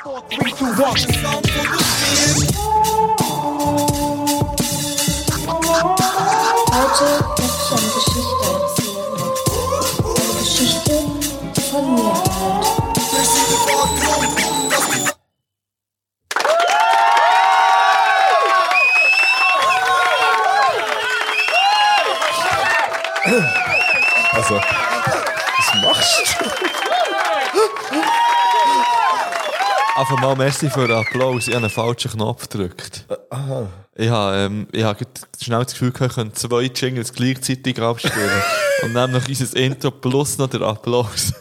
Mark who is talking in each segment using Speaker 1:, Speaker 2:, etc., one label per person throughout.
Speaker 1: Four, three, two, one.
Speaker 2: Heute möchte ich eine Geschichte erzählen. Eine Geschichte, die von mir handelt.
Speaker 3: Also, was machst du?
Speaker 4: Einfach mal merci für den Applaus. Ich habe einen falschen Knopf gedrückt.
Speaker 3: Äh,
Speaker 4: Ich habe, ähm, ich habe grad schnell das Gefühl, gehabt, ich könnte zwei Jingles gleichzeitig abspielen. Und dann noch unser Intro plus noch der Applaus.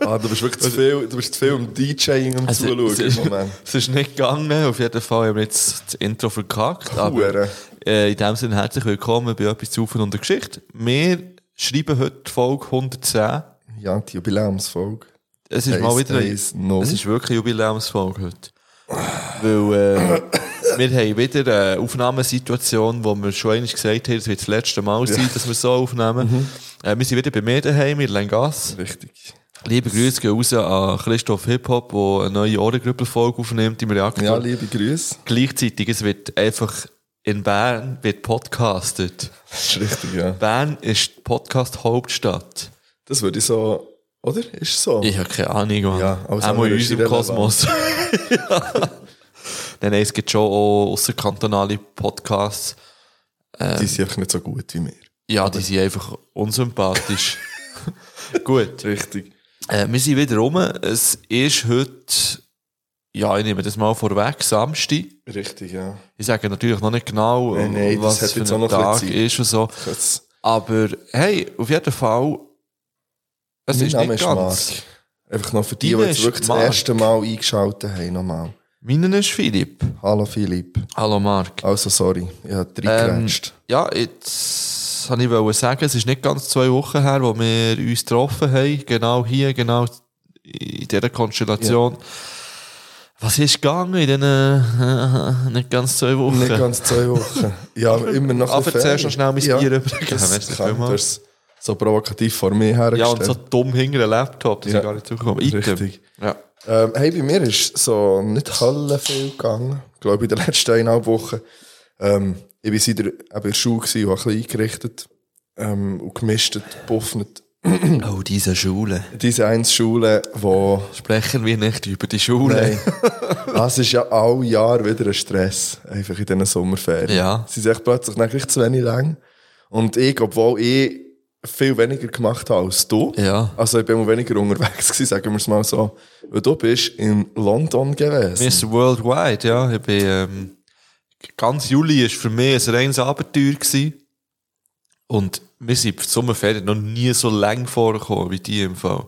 Speaker 3: Ah, du bist wirklich zu viel, du bist zu viel im DJing am Zuschauen
Speaker 4: Also- es, ist,
Speaker 3: im Moment.
Speaker 4: es ist nicht gegangen. Auf jeden Fall haben wir jetzt das Intro verkackt.
Speaker 3: Hure.
Speaker 4: Aber äh, in dem Sinne herzlich willkommen bei «Etwas zu von der Geschichte». Wir schreiben heute die Folge 110.
Speaker 3: Ja, die Jubiläumsfolge.
Speaker 4: Es ist
Speaker 3: Eins,
Speaker 4: mal wieder
Speaker 3: eins, null.
Speaker 4: Es ist wirklich eine Jubiläumsfolge heute. Weil äh, wir haben wieder eine Aufnahmesituation, wo wir schon einmal gesagt haben, es wird das letzte Mal sein, dass wir so aufnehmen.
Speaker 3: Mhm.
Speaker 4: Äh, wir sind wieder bei mir daheim, in Lengas.
Speaker 3: Richtig.
Speaker 4: Liebe Grüße gehen raus an Christoph Hip-Hop, der eine neue Ohrengrüppel-Folge aufnimmt im Reaktor.
Speaker 3: Ja, liebe Grüße.
Speaker 4: Gleichzeitig, es wird einfach in Bern wird podcastet.
Speaker 3: Das ist richtig, ja.
Speaker 4: Bern ist die Podcast-Hauptstadt.
Speaker 3: Das würde ich so, oder? Ist so?
Speaker 4: Ich habe keine Ahnung, Mann.
Speaker 3: Ja, alles
Speaker 4: Einmal
Speaker 3: andere
Speaker 4: in
Speaker 3: ist
Speaker 4: unserem Kosmos. Nein, nein, es gibt schon auch ausserkantonale Podcasts.
Speaker 3: Die sind einfach nicht so gut wie wir.
Speaker 4: Ja, die sind einfach unsympathisch. Gut.
Speaker 3: Richtig.
Speaker 4: Äh, wir sind wieder rum. Es ist heute, ja, ich nehme das mal vorweg, Samstag.
Speaker 3: Richtig, ja.
Speaker 4: Ich sage natürlich noch nicht genau,
Speaker 3: Nein, nein, das
Speaker 4: was
Speaker 3: hat
Speaker 4: für
Speaker 3: jetzt auch
Speaker 4: ein
Speaker 3: noch ein
Speaker 4: Tag
Speaker 3: bisschen Zeit.
Speaker 4: ist und so.
Speaker 3: Das,
Speaker 4: Aber hey, auf jeden Fall, es
Speaker 3: mein
Speaker 4: ist
Speaker 3: Name
Speaker 4: nicht
Speaker 3: ist
Speaker 4: ganz.
Speaker 3: Marc. Einfach noch für die, die
Speaker 4: Deiner
Speaker 3: jetzt
Speaker 4: ist
Speaker 3: wirklich
Speaker 4: Marc.
Speaker 3: das erste Mal eingeschaltet haben, nochmal.
Speaker 4: Meinen ist Philipp.
Speaker 3: Hallo Philipp.
Speaker 4: Hallo Marc.
Speaker 3: Also, sorry, ich habe
Speaker 4: Ähm,
Speaker 3: reingerätscht.
Speaker 4: Ja, jetzt wollte ich wollte sagen, es ist nicht ganz zwei Wochen her, wo wir uns getroffen haben. Genau hier, genau in dieser Konstellation. Was ist gegangen in diesen äh, nicht ganz zwei Wochen?
Speaker 3: Nicht ganz zwei Wochen. Ja, immer noch
Speaker 4: Ah,
Speaker 3: ein bisschen
Speaker 4: erzähl
Speaker 3: Ferien.
Speaker 4: schon schnell mein Bier übrigens.
Speaker 3: Das
Speaker 4: Merci
Speaker 3: kann,
Speaker 4: vielmals.
Speaker 3: du hast es so provokativ vor mir
Speaker 4: ja,
Speaker 3: hergestellt.
Speaker 4: und so dumm hinter dem Laptop, dass
Speaker 3: Ja.
Speaker 4: ich gar nicht zukomme.
Speaker 3: Richtig.
Speaker 4: Ja.
Speaker 3: ähm, hey, bei mir ist so nicht Hölle viel gegangen. Ich glaube, in den letzten eineinhalb Wochen. Ähm, ich war wieder eben in der Schule gewesen, und habe ein bisschen eingerichtet ähm, und gemistet, gebuffnet.
Speaker 4: Oh, diese Schule.
Speaker 3: Diese eine Schule, die
Speaker 4: Sprechen wir nicht über die Schule.
Speaker 3: Nein. Das ist ja all Jahr wieder ein Stress, einfach in diesen Sommerferien.
Speaker 4: Ja.
Speaker 3: Sie sind echt plötzlich eigentlich zu wenig lang. Und ich, obwohl ich viel weniger gemacht habe als du,
Speaker 4: Ja.
Speaker 3: also ich bin mal weniger unterwegs gewesen, sagen wir es mal so, weil du bist in London gewesen.
Speaker 4: Miss Worldwide, ja. Ich bin, ähm, ganz Juli war für mich ein reines Abenteuer. Gewesen. Und wir sind für die Sommerferien noch nie so lang vorgekommen wie die im Fall.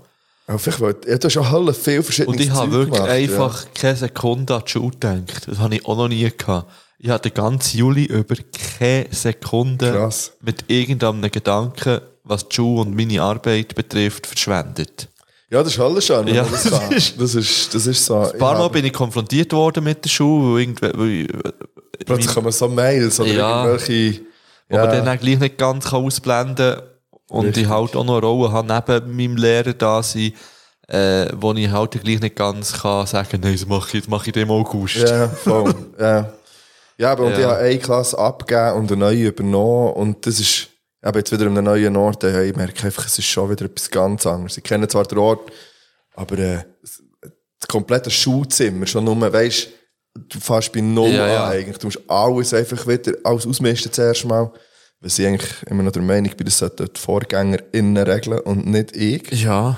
Speaker 3: Aber vielleicht, weil, ja, du hast ja Hölle viel verschiedene
Speaker 4: Und ich habe
Speaker 3: Zeug
Speaker 4: wirklich
Speaker 3: gemacht,
Speaker 4: einfach keine Sekunde an die Schule gedacht. Das habe ich auch noch nie gehabt. Ich hatte den ganzen Juli über keine Sekunde
Speaker 3: Krass.
Speaker 4: mit irgendeinem Gedanken, was die Schule und meine Arbeit betrifft, verschwendet.
Speaker 3: Ja. ja, das ist Hölle schon.
Speaker 4: Ja.
Speaker 3: Das, ist- das, ist, das ist so.
Speaker 4: Ein paar
Speaker 3: ich
Speaker 4: Mal
Speaker 3: habe-
Speaker 4: bin ich konfrontiert worden mit der Schule, weil irgendwer- weil, äh,
Speaker 3: Plötzlich kommen so Mails oder
Speaker 4: Ja.
Speaker 3: irgendwelche...
Speaker 4: wo man dann auch gleich nicht ganz kann ausblenden kann. Und
Speaker 3: Richtig.
Speaker 4: ich halt auch noch eine Rolle habe neben meinem Lehrer da sein, äh, wo ich halt gleich nicht ganz kann sagen, nein, das mache ich, das mache ich dem August.
Speaker 3: Ja, voll. ja. ja, aber und
Speaker 4: Ja.
Speaker 3: ich habe eine Klasse abgegeben und eine neue übernommen. Und das ist eben jetzt wieder an einem neuen Ort. daheim. Ich merke einfach, es ist schon wieder etwas ganz anderes. Ich kenne zwar den Ort, aber äh, das das komplette Schulzimmer, schon nur, weißt du, fast bei Null
Speaker 4: Ja, ja.
Speaker 3: an eigentlich. Du musst alles einfach wieder, alles ausmisten zuerst mal. Weil ich eigentlich immer noch der Meinung bin, das sollten die VorgängerInnen regeln und nicht ich.
Speaker 4: Ja.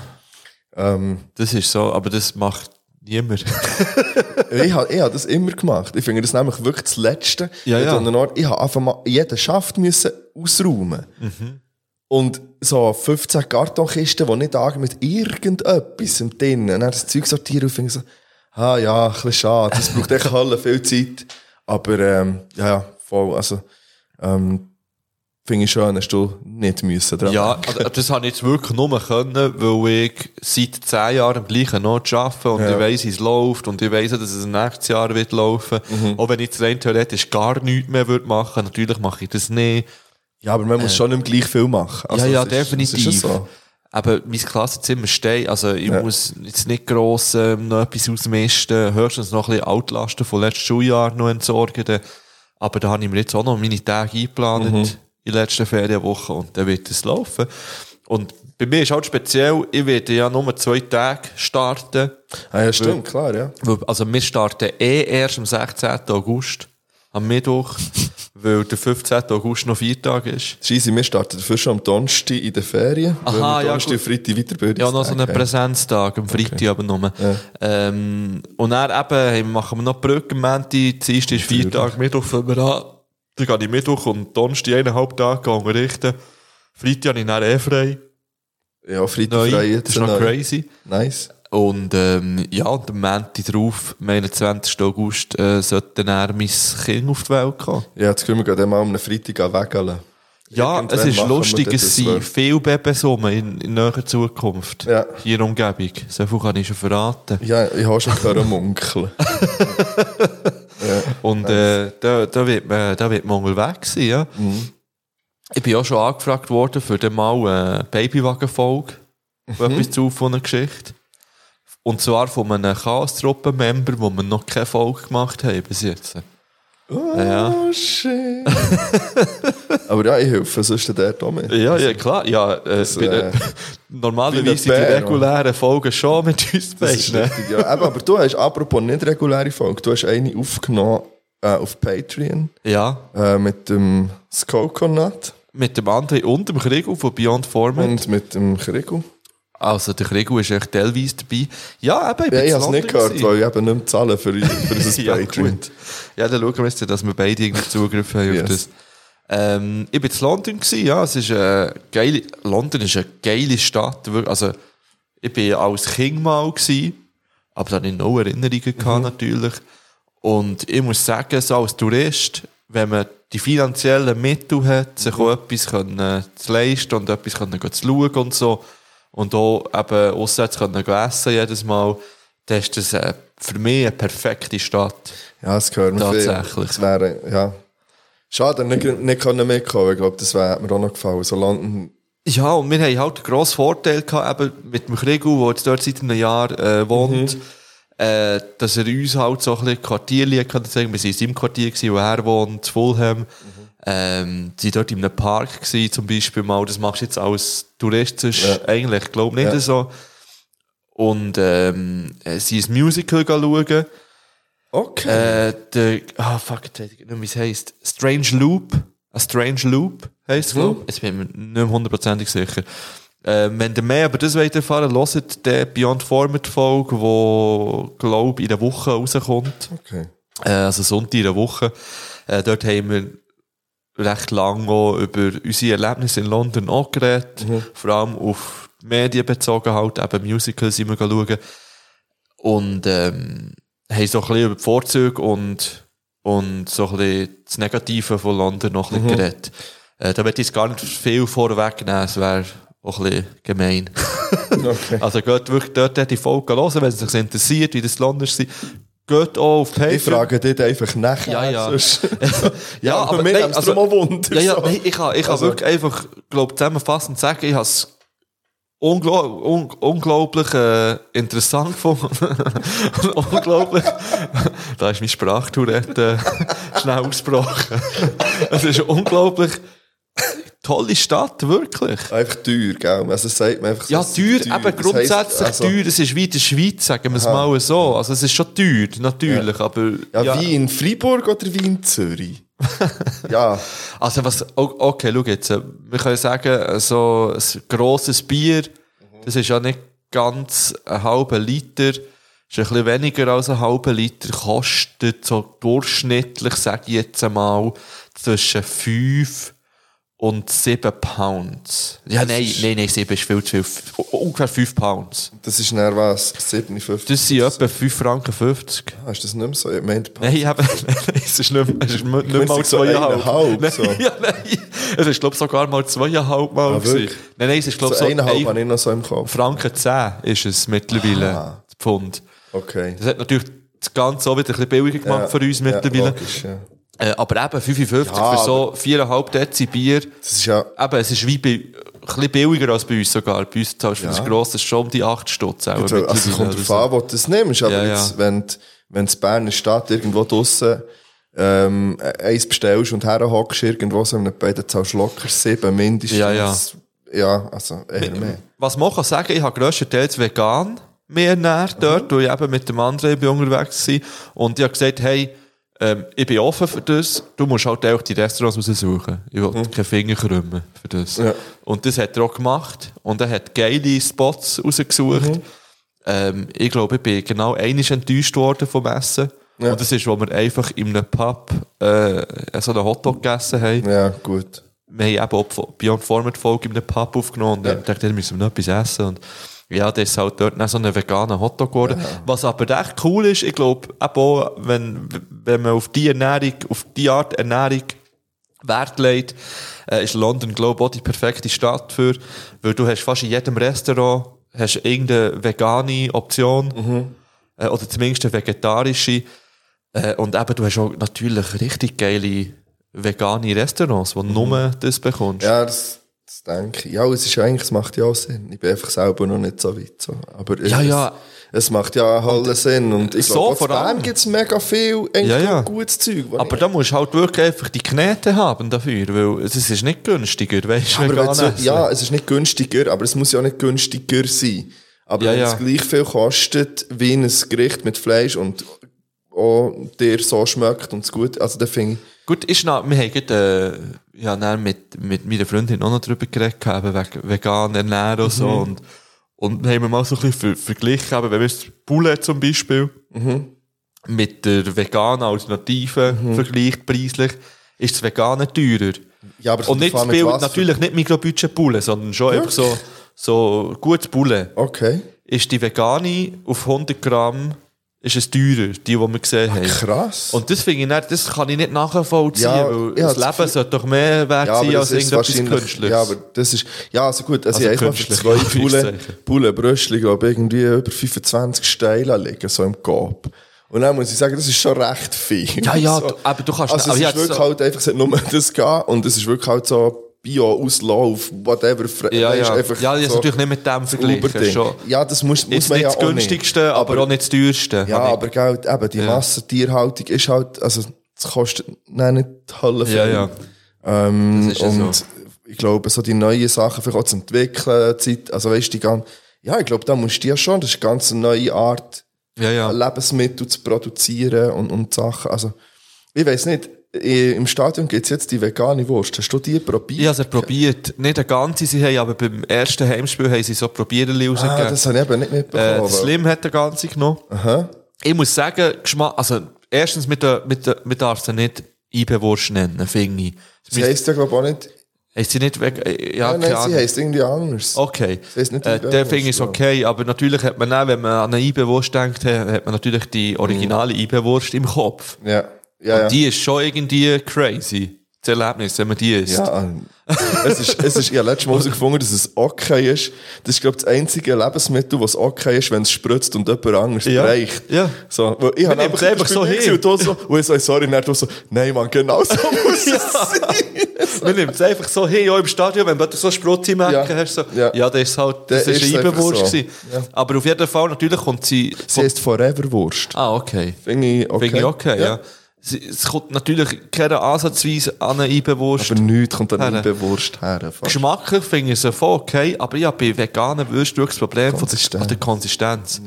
Speaker 3: Ähm,
Speaker 4: Das ist so, aber das macht niemand.
Speaker 3: ich habe ich hab das immer gemacht. Ich finde das nämlich wirklich das Letzte.
Speaker 4: Ja,
Speaker 3: Wenn du
Speaker 4: ja.
Speaker 3: an einen Ort, ich habe einfach mal jeden Schaft müssen ausräumen.
Speaker 4: Mhm.
Speaker 3: Und so 15 Kartonkisten, die nicht angehen, mit irgendetwas im Drin. Und dann das Zeug sortieren und finde so, ah ja, ein bisschen schade. Das braucht echt alle viel Zeit. Aber, ähm, ja, ja, voll. Also, ähm, finde ich schön, hast du nicht müssen dran.
Speaker 4: ja, also das habe ich jetzt wirklich nur können, weil ich seit 10 Jahren am gleichen Ort arbeite und
Speaker 3: Ja.
Speaker 4: ich weiss, wie es läuft und ich weiss, auch, dass es nächstes Jahr wird laufen. Auch wenn ich jetzt rein theoretisch gar nichts mehr würde machen, natürlich mache ich das nicht.
Speaker 3: Ja, aber man muss schon nicht mehr gleich viel machen. Also,
Speaker 4: Äh. ja, ja,
Speaker 3: es ist- es ist
Speaker 4: definitiv.
Speaker 3: schon so.
Speaker 4: eben mein Klassenzimmer steht. Also ich muss jetzt nicht gross ähm, noch etwas ausmisten, höchstens noch ein bisschen Altlasten von letztes Schuljahr noch entsorgen. Dann- Aber da habe ich mir jetzt auch noch meine Tage eingeplant
Speaker 3: Mhm.
Speaker 4: in der letzten Ferienwoche und dann wird es laufen. Und bei mir ist halt speziell, ich werde ja nur zwei Tage starten.
Speaker 3: Ah, ja, stimmt, klar, ja.
Speaker 4: Weil- Also wir starten eh erst am 16. August, am Mittwoch, weil der 15. August noch Viertag ist.
Speaker 3: Scheisse, wir starten dafür schon am Donnerstag in den Ferien. weil
Speaker 4: Aha,
Speaker 3: wir
Speaker 4: ja,
Speaker 3: Donnerstag,
Speaker 4: gut.
Speaker 3: Freitag weiterbildung.
Speaker 4: Ja, noch so einen Präsenztag, am Freitag aber nur. Ähm, und dann eben hey, machen wir noch die Brücke am Montag, Dienstag ist Viertag, Mittwoch fangen wir an. Dann gehe ich Mittwoch und Donnerstag eineinhalb Tage unterrichten. Freitag habe ich dann eh frei.
Speaker 3: Ja, Freitag
Speaker 4: Neu.
Speaker 3: frei.
Speaker 4: Das
Speaker 3: jetzt
Speaker 4: ist noch
Speaker 3: neu.
Speaker 4: crazy.
Speaker 3: Nice.
Speaker 4: Und ähm, ja, und am Montag drauf, am 21. August, äh, sollte dann mein Kind auf die Welt kommen.
Speaker 3: Ja, jetzt können wir gerade mal um einen Freitag weggehen.
Speaker 4: Ja,
Speaker 3: Irgendwann
Speaker 4: es ist
Speaker 3: machen wir
Speaker 4: lustig,
Speaker 3: das
Speaker 4: es sind
Speaker 3: zwölf.
Speaker 4: viele Babys rum in, in näher Zukunft.
Speaker 3: Ja.
Speaker 4: Hier in der Umgebung. So viel kann ich schon verraten.
Speaker 3: Ja, ich habe schon gehört, munkeln.
Speaker 4: Ah. Und äh, da, da, wird man, da wird man unterwegs sein. Ja?
Speaker 3: Mhm.
Speaker 4: Ich bin auch schon angefragt worden für den mal äh, Babywagen-Folge. Mhm. Etwas zu von einer Geschichte. Und zwar von einem Chaos-Truppen-Member, wo wir noch keine Folge gemacht haben bis jetzt.
Speaker 3: Oh,
Speaker 4: Ja.
Speaker 3: shit. Aber ja, ich helfe sonst der auch mit.
Speaker 4: Ja, ja, klar. Ja, äh, bei den-
Speaker 3: äh,
Speaker 4: normalerweise sind die
Speaker 3: bei den Bären.
Speaker 4: regulären Folgen schon mit uns
Speaker 3: Das ist
Speaker 4: beiden.
Speaker 3: richtig, ja. Eben, aber du hast, apropos nicht reguläre Folge, du hast eine aufgenommen äh, auf Patreon
Speaker 4: Ja.
Speaker 3: äh, mit dem Skokonut
Speaker 4: Mit dem André und dem Krigu von Beyond Format.
Speaker 3: und mit dem Kriegel.
Speaker 4: Also, der Krigu ist echt teilweise dabei. Ja, eben,
Speaker 3: Ja, ich
Speaker 4: ich bin zu
Speaker 3: habe es nicht
Speaker 4: London
Speaker 3: gehört,
Speaker 4: gewesen.
Speaker 3: weil ich eben nicht mehr zahle für, für das
Speaker 4: ja,
Speaker 3: Patreon.
Speaker 4: gut. Ja, dann schauen wir jetzt, dass wir beide irgendwie Zugriff haben auf
Speaker 3: Yes.
Speaker 4: das. Ähm, ich bin zu London gewesen, ja. Es ist eine geile, London ist eine geile Stadt. wir- Also, ich bin als Kind mal gewesen, aber dann in no Erinnerungen gehabt, natürlich. Und ich muss sagen, so als Tourist, wenn man die finanziellen Mittel hat, sich auch etwas können äh, zu leisten und etwas können gehen zu schauen und so, und auch eben auswärts können gehen essen jedes Mal, dann ist das äh, für mich eine perfekte Stadt.
Speaker 3: Ja, es gehört mir viel.
Speaker 4: Tatsächlich.
Speaker 3: Es wäre, ja. Schade, nicht, nicht können mitkommen. Ich glaube, das wäre, hat mir auch noch gefallen. So London,
Speaker 4: Ja, und wir haben halt einen grossen Vorteil gehabt, eben mit dem Krigu, der jetzt dort seit einem Jahr äh,
Speaker 3: Mhm.
Speaker 4: wohnt, äh, dass er uns halt so ein bisschen Quartierchen kann zeigen. Wir waren in seinem Quartier, gewesen, wo er wohnt, in Fulham.
Speaker 3: Mhm.
Speaker 4: Ähm, sie dort in einem Park gewesen, zum Beispiel mal. Das machst du jetzt als Tourist sonst eigentlich, glaube nicht
Speaker 3: Ja.
Speaker 4: so. Und ähm, äh, sie ein Musical schauen.
Speaker 3: okay.
Speaker 4: Äh, der, ah, fuck, jetzt weiß ich nicht, wie es heisst. Strange Loop. A Strange Loop heisst es, glaub ich. Jetzt bin ich mir nicht hundertprozentig sicher. Äh, wenn ihr mehr über das wollt erfahren wollt, hört den eh, Beyond Format Folge, die, glaube ich, in der Woche rauskommt.
Speaker 3: okay.
Speaker 4: Äh, also Sonntag in der Woche. Äh, dort haben wir recht lange auch über unsere Erlebnisse in London auch geredet.
Speaker 3: Mhm.
Speaker 4: Vor allem auf die Medien bezogen halt, eben Musicals sind wir schauen. Und ähm, haben so ein bisschen über die Vorzüge und, und so ein bisschen das Negative von London noch ein bisschen
Speaker 3: Mhm.
Speaker 4: geredet. Äh, da möchte ich jetzt gar nicht viel vorwegnehmen, es wäre auch ein bisschen gemein.
Speaker 3: Okay.
Speaker 4: Also geht wirklich dort die Folge hören, wenn es euch interessiert, wie das London ist. Geht auch auf Patreon.
Speaker 3: Ich frage dich einfach nachher.
Speaker 4: Ja, dus. ja.
Speaker 3: sonst-
Speaker 4: ja, aber,
Speaker 3: mir
Speaker 4: nein,
Speaker 3: nehmt's
Speaker 4: also-
Speaker 3: drum auch Wunder.
Speaker 4: Ja, ja,
Speaker 3: so.
Speaker 4: nein, ich kann, ich kann
Speaker 3: Also-
Speaker 4: wirklich einfach, glaub, zusammenfassend sagen, ich habe es unglaublich, un, unglaublich äh, interessant gefunden. unglaublich. da ist mein Sprachtourette äh, schnell ausgebrochen. es ist eine unglaublich tolle Stadt, wirklich.
Speaker 3: Einfach teuer, gell? Also sagt man einfach so,
Speaker 4: Ja,
Speaker 3: es
Speaker 4: teuer,
Speaker 3: ist
Speaker 4: eben
Speaker 3: Das
Speaker 4: grundsätzlich
Speaker 3: heisst, also,
Speaker 4: teuer. Es ist wie in der Schweiz, sagen wir es mal so. Also es ist schon teuer, natürlich, aber...
Speaker 3: Ja, wie in Freiburg oder wie in Zürich? ja,
Speaker 4: Also was, o- okay, schau jetzt, äh, wir können sagen, äh, so ein grosses Bier, das ist ja nicht ganz ein halber Liter, ist ein bisschen weniger als ein halber Liter, kostet so durchschnittlich, sage ich jetzt einmal, zwischen 5 und 7 Pounds. Ja, nein, nein, nein, 7 ist viel zu viel, F- u- ungefähr 5 Pounds.
Speaker 3: das ist dann was, 57.
Speaker 4: Das sind etwa 5 Franken 50.
Speaker 3: Ah, ist das nicht mehr so? Ich meinte,
Speaker 4: Nein, eben, nein, es ist nicht, es ist nicht
Speaker 3: meine,
Speaker 4: mal
Speaker 3: es sind so
Speaker 4: zweieinhalb.
Speaker 3: eineinhalb,
Speaker 4: nein,
Speaker 3: so.
Speaker 4: ja, nein. Es ist, glaube ich, sogar mal zweieinhalb Mal.
Speaker 3: Ah,
Speaker 4: gewesen.
Speaker 3: wirklich?
Speaker 4: nein, nein, es ist,
Speaker 3: so
Speaker 4: glaube ich, so,
Speaker 3: eineinhalb
Speaker 4: ein
Speaker 3: habe ich noch so im Kopf.
Speaker 4: Franken 10 ist es mittlerweile, das Pfund.
Speaker 3: Okay.
Speaker 4: Das hat natürlich das Ganze auch wieder ein bisschen billiger gemacht für uns
Speaker 3: Ja,
Speaker 4: mittlerweile.
Speaker 3: logisch, ja.
Speaker 4: äh, aber eben 55
Speaker 3: Ja,
Speaker 4: für so 4,5 Dezi Bier.
Speaker 3: Das ist ja
Speaker 4: Eben, es ist wie bei bisschen billiger als bei uns sogar. Bei uns zahlst du für
Speaker 3: Ja.
Speaker 4: ein grosses schon um die 8 Stutz. auch
Speaker 3: Also, also es
Speaker 4: mittlerweile
Speaker 3: kommt
Speaker 4: oder
Speaker 3: drauf
Speaker 4: so.
Speaker 3: an, wo du das nimmst, aber
Speaker 4: Ja, ja.
Speaker 3: jetzt, wenn du, wenn du Bern Stadt irgendwo draussen, ähm, eins bestellst und herhockst irgendwo so in einem Bett, dann zahlst du locker sieben mindestens.
Speaker 4: Ja, ja.
Speaker 3: Ja, also eher mehr.
Speaker 4: Was man auch kann sagen ich habe grösstenteils vegan mehr ernährt dort, weil ich eben mit dem anderen bin unterwegs war. Und ich habe gesagt, hey, ähm, ich bin offen für das, du musst halt auch die Restaurants raussuchen. Ich will keine Finger krümmen für das.
Speaker 3: Mhm. Ja.
Speaker 4: Und das hat er auch gemacht. Und er hat geile Spots rausgesucht.
Speaker 3: Mhm.
Speaker 4: Ähm, ich glaube, ich bin genau einiges enttäuscht worden vom Essen.
Speaker 3: Ja.
Speaker 4: Und das ist, wo wir einfach in einem Pub äh, so einen Hotdog gegessen haben
Speaker 3: Ja, gut.
Speaker 4: wir haben eben auch die Beyond Format Folge in einem Pub aufgenommen und
Speaker 3: Ja.
Speaker 4: ich dachte, da müssen wir noch etwas essen. Und ja, das ist halt dort dann so ein veganer Hotdog geworden. Was aber echt cool ist, ich glaube, eben auch, wenn, wenn man auf die Ernährung, auf die Art Ernährung Wert legt, äh, ist London, glaube ich, auch die perfekte Stadt für, weil du hast fast in jedem Restaurant hast irgendeine vegane Option
Speaker 3: Mhm.
Speaker 4: äh, oder zumindest eine vegetarische. Äh, und eben, du hast auch natürlich richtig geile vegane Restaurants, wo du nur das bekommst.
Speaker 3: Mhm. Ja, das, das denke ich. Ja, es ist eigentlich, es macht ja auch Sinn. Ich bin einfach selber noch nicht so weit. So. Aber
Speaker 4: Ja,
Speaker 3: es,
Speaker 4: ja.
Speaker 3: es macht ja allen Sinn. Und ich
Speaker 4: so
Speaker 3: glaube,
Speaker 4: vor
Speaker 3: vor allem
Speaker 4: allem.
Speaker 3: gibt es mega viel eigentlich
Speaker 4: Ja, ja.
Speaker 3: gutes Zeug. wo
Speaker 4: Aber
Speaker 3: ich-
Speaker 4: da musst du halt wirklich einfach die Knete haben dafür, weil es ist nicht günstiger, weißt du,
Speaker 3: aber
Speaker 4: vegan
Speaker 3: wenn so,
Speaker 4: essen.
Speaker 3: ja, es ist nicht günstiger, aber es muss ja auch nicht günstiger sein. Aber
Speaker 4: Ja,
Speaker 3: wenn
Speaker 4: ja.
Speaker 3: es gleich viel kostet wie ein Gericht mit Fleisch und auch dir so schmeckt und es gut, also dann finde ich,
Speaker 4: Gut, ist noch, wir haben gerade, äh, ja, dann mit, mit meiner Freundin auch noch drüber geredet, eben wegen vegan ernähren und
Speaker 3: Mhm.
Speaker 4: so. Und, und dann haben wir mal so ein bisschen ver verglichen, eben, wenn wir das Poulet zum Beispiel
Speaker 3: Mhm.
Speaker 4: mit der veganen Alternative vergleicht, preislich, ist das vegane teurer.
Speaker 3: Ja, aber es
Speaker 4: und
Speaker 3: kommt
Speaker 4: nicht
Speaker 3: drauf
Speaker 4: das
Speaker 3: an, mit
Speaker 4: Bild,
Speaker 3: was für-
Speaker 4: natürlich nicht Mikrobudget Poulet, sondern schon einfach so, so gutes Poulet.
Speaker 3: okay,
Speaker 4: Ist die vegane auf 100 Gramm ist es teurer, die, die wir gesehen haben.
Speaker 3: krass.
Speaker 4: Und das finde ich nicht, das kann ich nicht nachvollziehen,
Speaker 3: Ja,
Speaker 4: weil
Speaker 3: ich
Speaker 4: das
Speaker 3: habe das
Speaker 4: Leben sollte doch mehr wert sein als irgendetwas Künstliches.
Speaker 3: Ja, aber das ist, ja, also gut, also,
Speaker 4: Also
Speaker 3: ich habe für
Speaker 4: künstlich,
Speaker 3: zwei
Speaker 4: in
Speaker 3: Pullen,
Speaker 4: Anführungszeichen.
Speaker 3: Pullen Bröschli, glaube ich, irgendwie über 25 Steine liegen, so im Gab. Und dann muss ich sagen, das ist schon recht viel.
Speaker 4: Ja, ja,
Speaker 3: so.
Speaker 4: du- aber du kannst-
Speaker 3: also
Speaker 4: aber
Speaker 3: es
Speaker 4: ja,
Speaker 3: ist wirklich
Speaker 4: so-
Speaker 3: halt einfach, es hat nur das gegeben und es ist wirklich halt so Bio-Auslauf, whatever. fre-
Speaker 4: ja,
Speaker 3: weisst,
Speaker 4: ja.
Speaker 3: einfach
Speaker 4: ja, das ist
Speaker 3: so
Speaker 4: natürlich nicht mit dem verglichen.
Speaker 3: Uberding.
Speaker 4: Schon.
Speaker 3: Ja, das muss, muss
Speaker 4: Jetzt
Speaker 3: man
Speaker 4: nicht
Speaker 3: ja
Speaker 4: das
Speaker 3: auch nicht.
Speaker 4: günstigste, aber, auch nicht das teuerste.
Speaker 3: Ja,
Speaker 4: habe ich-
Speaker 3: aber gell, eben, die Massentierhaltung ist halt, also, es kostet nein, nicht die Hölle viel.
Speaker 4: Ja, ja.
Speaker 3: Ähm,
Speaker 4: Das ist ja
Speaker 3: und ich glaube, so die neuen Sachen vielleicht auch zu entwickeln, Zeit, also weißt du, die gan- ja, ich glaube, da musst du ja schon, das ist eine ganz neue Art,
Speaker 4: ja, ja.
Speaker 3: Lebensmittel zu produzieren und, und Sachen, also, ich weiß nicht, i- im Stadion gibt es jetzt die vegane Wurst, hast du die probiert?
Speaker 4: Ich habe es probiert. Nicht eine ganze, sie haben, aber beim ersten Heimspiel haben sie so Probierchen
Speaker 3: ah,
Speaker 4: rausgegeben.
Speaker 3: das habe ich eben nicht
Speaker 4: Äh,
Speaker 3: mitbekommen.
Speaker 4: der
Speaker 3: weil-
Speaker 4: Slim hat den ganzen genommen. Ich muss sagen, Geschmack, also erstens, mit der, mit der, man darf sie nicht Eibewurst nennen, finde ich.
Speaker 3: sie heisst ja, glaube ich, auch nicht,
Speaker 4: Heißt sie nicht weg? äh, Ja,
Speaker 3: nein,
Speaker 4: keine
Speaker 3: nein,
Speaker 4: Ahnung.
Speaker 3: sie heisst irgendwie anders.
Speaker 4: Okay.
Speaker 3: Sie heisst nicht
Speaker 4: äh,
Speaker 3: Eibewurst,
Speaker 4: der finde ich
Speaker 3: ja.
Speaker 4: okay, aber natürlich hat man auch, wenn man an eine Eibewurst denkt, hat hat man natürlich die originale Eibewurst im Kopf.
Speaker 3: Ja, Mhm. ja, ja.
Speaker 4: Die ist schon irgendwie crazy. Das Erlebnis, wenn man die isst.
Speaker 3: Ja, ähm, es ist, es ist, ich habe letztes Mal herausgefunden, dass es okay ist. Das ist, glaube ich, das einzige Lebensmittel, was okay ist, wenn es spritzt und jemand anderes
Speaker 4: Ja.
Speaker 3: reicht.
Speaker 4: Ja.
Speaker 3: So, weil ich habe
Speaker 4: nehmen es
Speaker 3: das
Speaker 4: einfach so
Speaker 3: Gefühl, ich
Speaker 4: hin.
Speaker 3: sehe da so, und ich sage, sorry, nicht so, nein, Mann, genau so muss es sein.
Speaker 4: Man nimmt es einfach so hin, ja, im Stadion, wenn du so Sprotze im Ecken
Speaker 3: Ja.
Speaker 4: hast, so,
Speaker 3: Ja.
Speaker 4: ja, das ist halt, das
Speaker 3: Dann
Speaker 4: ist
Speaker 3: ist es
Speaker 4: eine Eibewurst
Speaker 3: einfach so.
Speaker 4: gewesen. Aber auf jeden Fall, natürlich kommt sie,
Speaker 3: Sie ist Forever Wurst.
Speaker 4: ah, okay.
Speaker 3: Finde ich okay.
Speaker 4: Finde ich okay, ja. Sie, es kommt natürlich keine Ansatzweise an eine Eibewurst.
Speaker 3: Aber nichts kommt dann
Speaker 4: Her.
Speaker 3: nicht bewusst her. fast.
Speaker 4: Geschmacklich finde ich sie voll okay, aber ich habe bei veganen Würsten wirklich das Problem von der,
Speaker 3: Konsistenz.
Speaker 4: an der Konsistenz.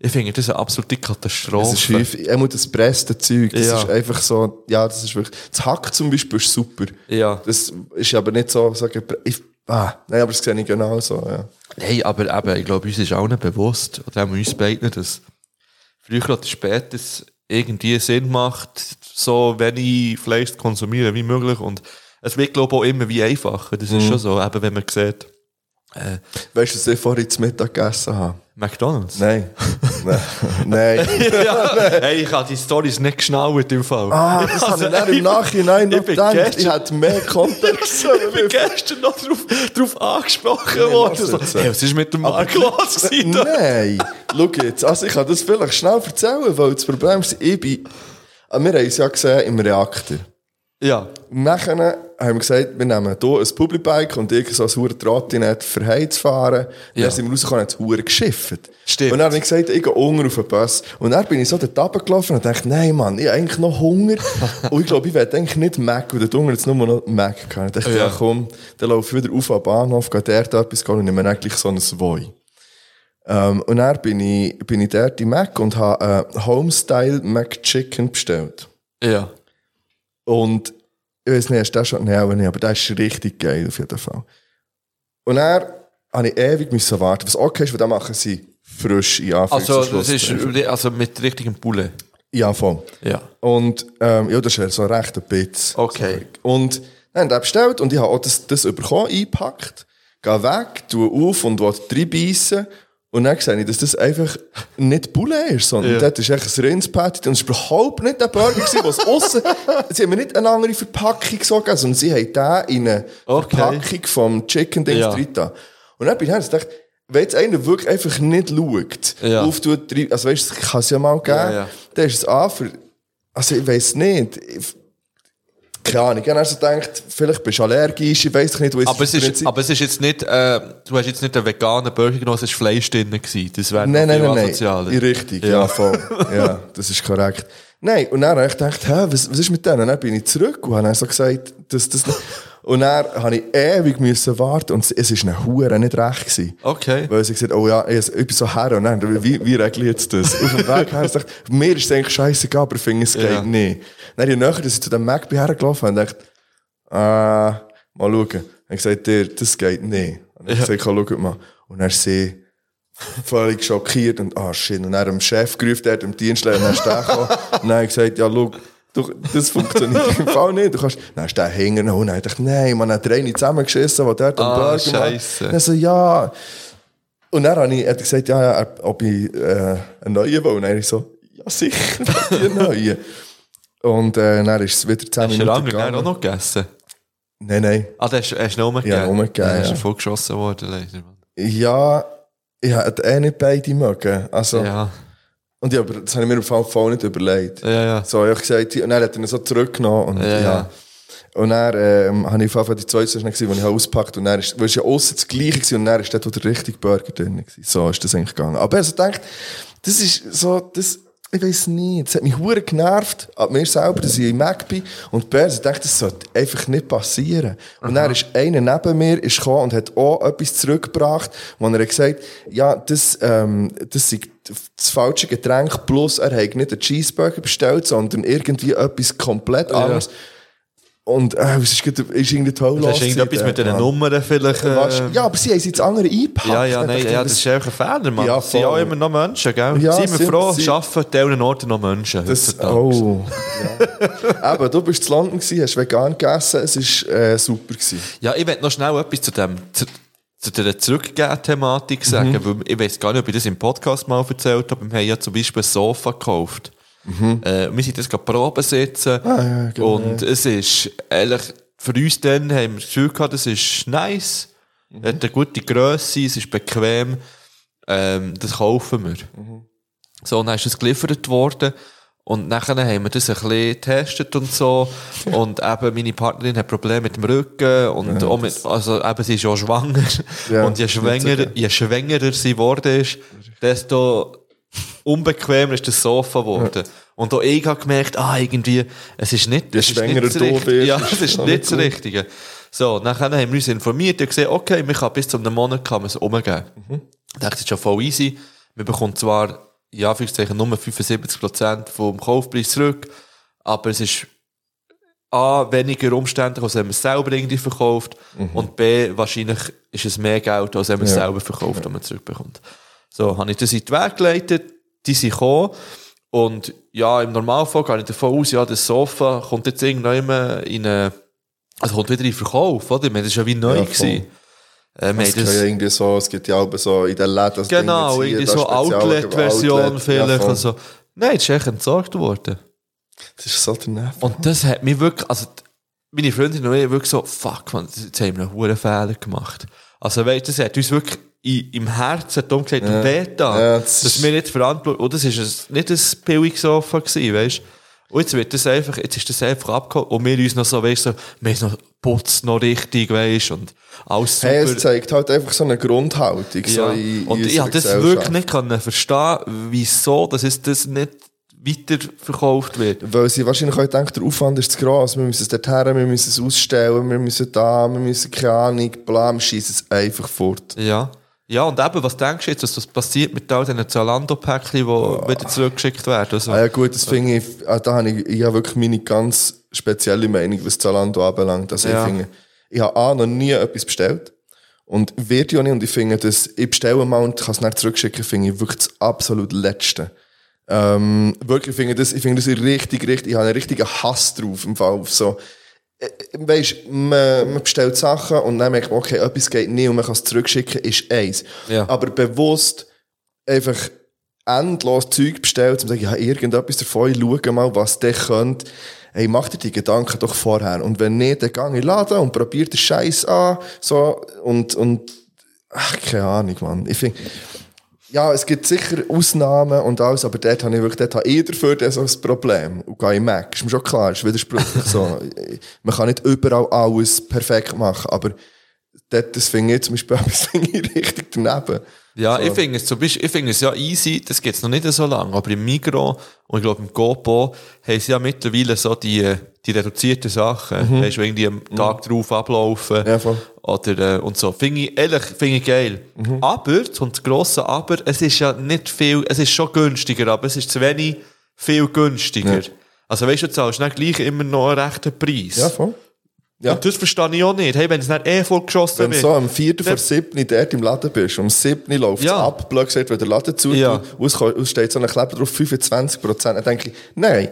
Speaker 4: Ich finde das eine absolute Katastrophe.
Speaker 3: Es ist häufig, er muss das presste Zeug, das
Speaker 4: Ja.
Speaker 3: ist einfach so, ja, das ist wirklich, das Hack zum Beispiel ist super.
Speaker 4: Ja.
Speaker 3: Das ist aber nicht so, so geprä- ich, ah, nein, aber das sehe ich genau so, ja.
Speaker 4: Nein, aber eben, ich glaube, uns ist auch nicht bewusst, oder auch uns beiden, dass früher oder später es irgendwie Sinn macht, so wenig Fleisch zu konsumieren wie möglich. Und es wird, glaube ich, auch immer wie einfacher. Das ist
Speaker 3: Mhm.
Speaker 4: schon so, eben wenn man sieht,
Speaker 3: Weißt du, was ich vorhin zum Mittag gegessen habe?
Speaker 4: McDonalds.
Speaker 3: Nein. Nein. Nein.
Speaker 4: ja, hey, ich habe die Storys nicht geschnallt im Fall. Also,
Speaker 3: Ah, das habe ich dann im Nachhinein noch
Speaker 4: ich bin
Speaker 3: gedacht.
Speaker 4: gestern-
Speaker 3: Ich hätte mehr Kontext. sollen.
Speaker 4: Ich bin gestern noch drauf, drauf angesprochen
Speaker 3: Nee,
Speaker 4: worden.
Speaker 3: lass
Speaker 4: So,
Speaker 3: jetzt.
Speaker 4: hey, was ist mit dem Mark los? gewesen da?
Speaker 3: Nein. Schau jetzt. Also, ich kann das vielleicht schnell erzählen, weil das Problem ist, ich bin, Ah, wir haben es ja gesehen im Reaktor.
Speaker 4: Ja,
Speaker 3: nachher haben wir gesagt, wir nehmen hier ein Publibike und ich so ein hohes Draht in Verheim zu fahren. Ja.
Speaker 4: Ja.
Speaker 3: Dann sind wir rausgekommen und haben das Hure geschifft.
Speaker 4: Stimmt.
Speaker 3: Und dann habe ich gesagt, ich gehe unten auf den Bus. Und dann bin ich so dort runtergelaufen und dachte, nein Mann, ich habe eigentlich noch Hunger. und ich glaube, ich werde eigentlich nicht Mac, weil dort unten jetzt nur noch Mac gehabt. Ich dachte,
Speaker 4: Oh Ja.
Speaker 3: ja. komm, dann laufe ich wieder auf am Bahnhof, gehe dort etwas gehen und nehme dann gleich so ein Voi. Ähm, und dann bin ich, bin ich dort in Mac und habe äh, Homestyle McChicken bestellt.
Speaker 4: Ja.
Speaker 3: Und ich weiß nicht, hast du den schon? Nein, aber nicht, aber der ist richtig geil auf jeden Fall. Und er habe ich ewig müssen warten. Was okay ist, weil dann machen sie frisch in
Speaker 4: Also,
Speaker 3: Anführungs- und
Speaker 4: das ist
Speaker 3: Schlusszeichen.
Speaker 4: also mit richtigem Pulle.
Speaker 3: Ja, voll.
Speaker 4: Ja.
Speaker 3: Und ähm, ja, das ist so recht ein Bitz.
Speaker 4: Okay.
Speaker 3: Und dann haben die bestellt und ich habe auch das, das bekommen, eingepackt, gehe weg, tue auf und will reinbeissen. Und dann sehe ich, dass das einfach nicht Poulet ist, sondern
Speaker 4: Ja.
Speaker 3: dort ist echt ein Rindspatty. Und es war überhaupt nicht der Burger, gewesen, was aussen... Sie haben mir nicht eine andere Verpackung so gegeben, sondern sie haben den in eine
Speaker 4: Okay.
Speaker 3: Verpackung vom Chicken Dings
Speaker 4: Ja.
Speaker 3: drin da. Und dann bin ich her und dachte, wenn jetzt einer wirklich einfach nicht schaut,
Speaker 4: Ja.
Speaker 3: auftut, rein- also weißt du, das kann es ja mal geben,
Speaker 4: Ja, ja.
Speaker 3: dann ist es an für... Also ich weiß nicht... Ich, keine Ahnung, ich habe also gedacht, vielleicht bist du allergisch, ich weiß nicht, wo
Speaker 4: Aber es, ist,
Speaker 3: Prinzip-
Speaker 4: aber es ist jetzt nicht, äh, du hast jetzt nicht einen veganen Burger genommen, es ist Fleisch drin gewesen. Das wäre
Speaker 3: Nein, nein,
Speaker 4: noch
Speaker 3: nein,
Speaker 4: viel
Speaker 3: nein.
Speaker 4: asozialer.
Speaker 3: Ja, Richtig, ja,
Speaker 4: Ja.
Speaker 3: voll. Ja, das ist korrekt. Nein, und dann habe ich gedacht, hä, was, was ist mit denen? Und dann bin ich zurück und habe dann so gesagt, dass das nicht. Und dann habe ich ewig müssen warten und es- es war eine Hure nicht recht. Gewesen.
Speaker 4: Okay.
Speaker 3: Weil sie gesagt oh ja, ich ich bin so her und dann, wie, wie regle ich jetzt das? Auf dem Weg her, ich dachte, mir ist es eigentlich scheißegal, aber ich finde, es geht
Speaker 4: Ja.
Speaker 3: nicht. Dann, je nachher, dass ich zu dem Mac bin hergelaufen und dachte, ah, mal schauen. Ich gesagt, dir, das geht nicht. Und ich gesagt, komm, schau mal. Und dann ist sie völlig schockiert und, ah, shit. Und dann dem Chef gerufen, der hat dem Dienstleister, dann ist der gekommen. Und dann habe ich gesagt, ja, schau, du, das funktioniert im Fall nicht. Du kannst, dann ist der hängen und dann dachte ich, nein, man hat Reine zusammengeschissen, die dort am
Speaker 4: Ah,
Speaker 3: Burger macht.
Speaker 4: scheisse.
Speaker 3: Dann so, ja. Und dann habe ich, hat er gesagt, ja, ja, ob ich äh, einen neuen will. Und dann habe ich so, ja, sicher, will ich einen neuen. Und äh, dann ist es wieder 10
Speaker 4: Hast du
Speaker 3: Minuten
Speaker 4: Rahmen
Speaker 3: gegangen.
Speaker 4: auch noch gegessen?
Speaker 3: Nein, nein.
Speaker 4: Ah, du hast, hast du noch umgegeben?
Speaker 3: Ja, umgegeben,
Speaker 4: Dann ist
Speaker 3: ja.
Speaker 4: er vollgeschossen worden, leider. Mann.
Speaker 3: Ja, ich hätte eh nicht beide mögen. Also,
Speaker 4: Ja.
Speaker 3: Und ja, aber das habe ich mir im Fall voll nicht überlegt.
Speaker 4: Ja, ja.
Speaker 3: So, ich habe gesagt, und dann hat er ihn so zurückgenommen. Und,
Speaker 4: Ja,
Speaker 3: ja,
Speaker 4: ja.
Speaker 3: und dann ähm, habe ich auf jeden Fall die zweite Session gesehen, die ich habe ausgepackt habe. Und dann ist, weil es ja aussen das Gleiche gewesen, und dann ist dort wo der richtige Burger drin. Gewesen. So ist das eigentlich gegangen. Aber also denkt, das ist so, das, ich weiß nicht, das hat mich hure genervt, an mir selber, dass ich im Mac bin. Und Bärse denkt, das sollte einfach nicht passieren. Und dann ist einer neben mir ist gekommen und hat auch etwas zurückgebracht, wo er gesagt ja, das, ähm, das sei das falsche Getränk, plus er hat nicht einen Cheeseburger bestellt, sondern irgendwie etwas komplett anderes. Und äh, es ist, gerade- ist irgendwie toll
Speaker 4: Du hast irgendetwas mit den Nummern vielleicht. Äh,
Speaker 3: Ja, aber sie haben es jetzt andere eingepackt.
Speaker 4: ja, ja,
Speaker 3: Dann
Speaker 4: nein,
Speaker 3: dachte ich,
Speaker 4: ja, das ist einfach ein Fehler, Mann.
Speaker 3: Ja,
Speaker 4: Es sind
Speaker 3: voll.
Speaker 4: auch immer noch Menschen, gell?
Speaker 3: Ja,
Speaker 4: sind wir
Speaker 3: sind-
Speaker 4: froh,
Speaker 3: sind-
Speaker 4: arbeiten an diesen Orten noch Menschen.
Speaker 3: Das,
Speaker 4: heutzutage.
Speaker 3: oh. ja. Eben, du bist zu London, gewesen, hast vegan gegessen, es war äh, super. Gewesen.
Speaker 4: Ja, ich will noch schnell etwas zu dem zu, zu der Zurückgehen-Thematik sagen,
Speaker 3: Mhm.
Speaker 4: weil ich weiß gar nicht, ob ich das im Podcast mal erzählt habe. Wir haben ja zum Beispiel ein Sofa gekauft. Äh, wir sind jetzt gerade Proben sitzen
Speaker 3: Mhm. ja, genau,
Speaker 4: und es ist ehrlich, für uns dann haben wir das Gefühl gehabt, das ist nice,
Speaker 3: Mhm.
Speaker 4: hat eine gute Grösse, es ist bequem, ähm, das kaufen wir.
Speaker 3: Mhm.
Speaker 4: So, und dann ist es geliefert worden. Und nachher haben wir das ein bisschen getestet und so. Und eben meine Partnerin hat Probleme mit dem Rücken und auch mit, also eben sie ist auch schwanger.
Speaker 3: Ja,
Speaker 4: und je
Speaker 3: das ist
Speaker 4: schwängerer,
Speaker 3: okay.
Speaker 4: je schwängerer sie geworden ist, desto unbequemer ist das Sofa geworden. Und auch ich habe gemerkt, ah, irgendwie, es ist nicht, es ist
Speaker 3: schwängerer
Speaker 4: nicht das
Speaker 3: du
Speaker 4: Richtige.
Speaker 3: bist,
Speaker 4: Ja,
Speaker 3: ist
Speaker 4: es ist
Speaker 3: auch
Speaker 4: nicht
Speaker 3: nicht
Speaker 4: das Richtige. So, nachher haben wir uns informiert und gesehen, okay, man kann bis zu einem Monat kann man es umgeben. Ich dachte, das ist schon voll easy. Man bekommt zwar, ja, Anführungszeichen, nur 75% vom Kaufpreis zurück, aber es ist A, weniger umständlich, als wenn man es selber irgendwie verkauft. Und B, wahrscheinlich ist es mehr Geld, als wenn man es selber verkauft, wenn man es zurückbekommt. So, habe ich das in die Weg geleitet, die sind gekommen. Und ja, im Normalfall gehe ich davon aus, ja, das Sofa kommt jetzt irgendwann in eine, also kommt wieder in Verkauf, oder? Ich meine, Das war ja wie neu.
Speaker 3: Ja, voll.
Speaker 4: gewesen. Äh, wir haben
Speaker 3: Es, kann ja irgendwie so, es gibt ja auch so in den Läden. das
Speaker 4: Genau,
Speaker 3: Ding jetzt hier,
Speaker 4: irgendwie
Speaker 3: da
Speaker 4: so
Speaker 3: speziell,
Speaker 4: Outlet-Version
Speaker 3: Outlet,
Speaker 4: vielleicht.
Speaker 3: voll.
Speaker 4: also. Nein, das ist echt entsorgt worden.
Speaker 3: Das ist so der Nerv.
Speaker 4: Und das hat mich wirklich, also die- meine Freundin und ich wirklich so, fuck man, jetzt haben wir einen hohen Fehler gemacht. Also weißt du, das hat uns wirklich i- im Herzen dumm gesagt, ja. weh da,
Speaker 3: Ja, das
Speaker 4: dass
Speaker 3: ist-
Speaker 4: wir nicht verantwortlich, und das ist ein, nicht ein billiges Sofa gewesen, weißt du. Und jetzt wird das einfach, jetzt ist das einfach abgeholt. Und wir uns noch so, weißt du, so, wir haben noch Putz noch richtig, weißt du, und alles super.
Speaker 3: Hey, es zeigt halt einfach so eine Grundhaltung. So
Speaker 4: ja.
Speaker 3: in, in
Speaker 4: und ich
Speaker 3: unserer
Speaker 4: habe das
Speaker 3: Gesellschaft.
Speaker 4: wirklich nicht können verstehen, wieso, dass es das nicht weiterverkauft wird.
Speaker 3: Weil sie wahrscheinlich auch denken, der Aufwand ist zu gross. Wir müssen es dorthin, wir müssen es ausstellen, wir müssen da, wir müssen keine Ahnung, bla, wir schießen es einfach fort.
Speaker 4: Ja. Ja, und eben, was denkst du jetzt, was, was passiert mit all diesen Zalando-Päckchen, die wieder zurückgeschickt werden? Also,
Speaker 3: Ah ja gut, das finde ich, ah, da habe ich, ich habe wirklich meine ganz spezielle Meinung, was Zalando anbelangt. Also
Speaker 4: Ja.
Speaker 3: ich finde, ich habe A, noch nie etwas bestellt. Und wird ja nicht, und ich finde, dass ich bestelle mal und kann es nicht zurückschicken, finde ich wirklich das absolut Letzte. Ähm, wirklich, ich finde das, ich finde das richtig, richtig, ich habe einen richtigen Hass drauf, im Fall auf so, äh, Weißt, man, man bestellt Sachen und dann merkt man, okay, etwas geht nicht und man kann es zurückschicken, ist eins.
Speaker 4: Ja.
Speaker 3: Aber bewusst einfach endlos Zeug bestellt, um zu sagen, ja, irgendetwas davon, ich schaue mal, was der könnte. Hey, mach dir die Gedanken doch vorher. Und wenn nicht, dann gang in den Laden und probier den Scheiß an. So, und, und, ach, keine Ahnung, Mann. Ich finde, ja, es gibt sicher Ausnahmen und alles, aber dort habe ich wirklich, dort habe ich dafür dann so ein Problem. Und gehe in Mac. Ist mir schon klar, ist widersprüchlich so. Man kann nicht überall alles perfekt machen, aber dort, das finde ich zum Beispiel etwas finde ich richtig daneben.
Speaker 4: Ja, ich finde es zum Beispiel, ich finde es ja easy, das gibt's noch nicht so lange, aber im Migros und ich glaube im GoPro haben sie ja mittlerweile so die, die reduzierten Sachen, mhm. weißt du, irgendwie am Tag drauf ablaufen
Speaker 3: Ja, voll. Mhm.
Speaker 4: oder äh, und so. Finde ich, ehrlich, finde ich geil. Aber, und das grosse Aber, es ist ja nicht viel, es ist schon günstiger, aber es ist zu wenig viel günstiger. Also weißt du, du zahlst nicht gleich immer noch einen rechten Preis.
Speaker 3: Ja, voll. Ja.
Speaker 4: Und das verstehe ich auch nicht. Hey, wenn es nicht eh vollgeschossen
Speaker 3: Wenn du
Speaker 4: wird.
Speaker 3: so am 4. vor 7. dort im Laden bist, um 7. läuft es
Speaker 4: Ja.
Speaker 3: ab, blöd gesagt, wenn der Laden zu
Speaker 4: Ja.
Speaker 3: und es kommt- und es steht so ein Kleber drauf, 25%, dann denke ich, nein,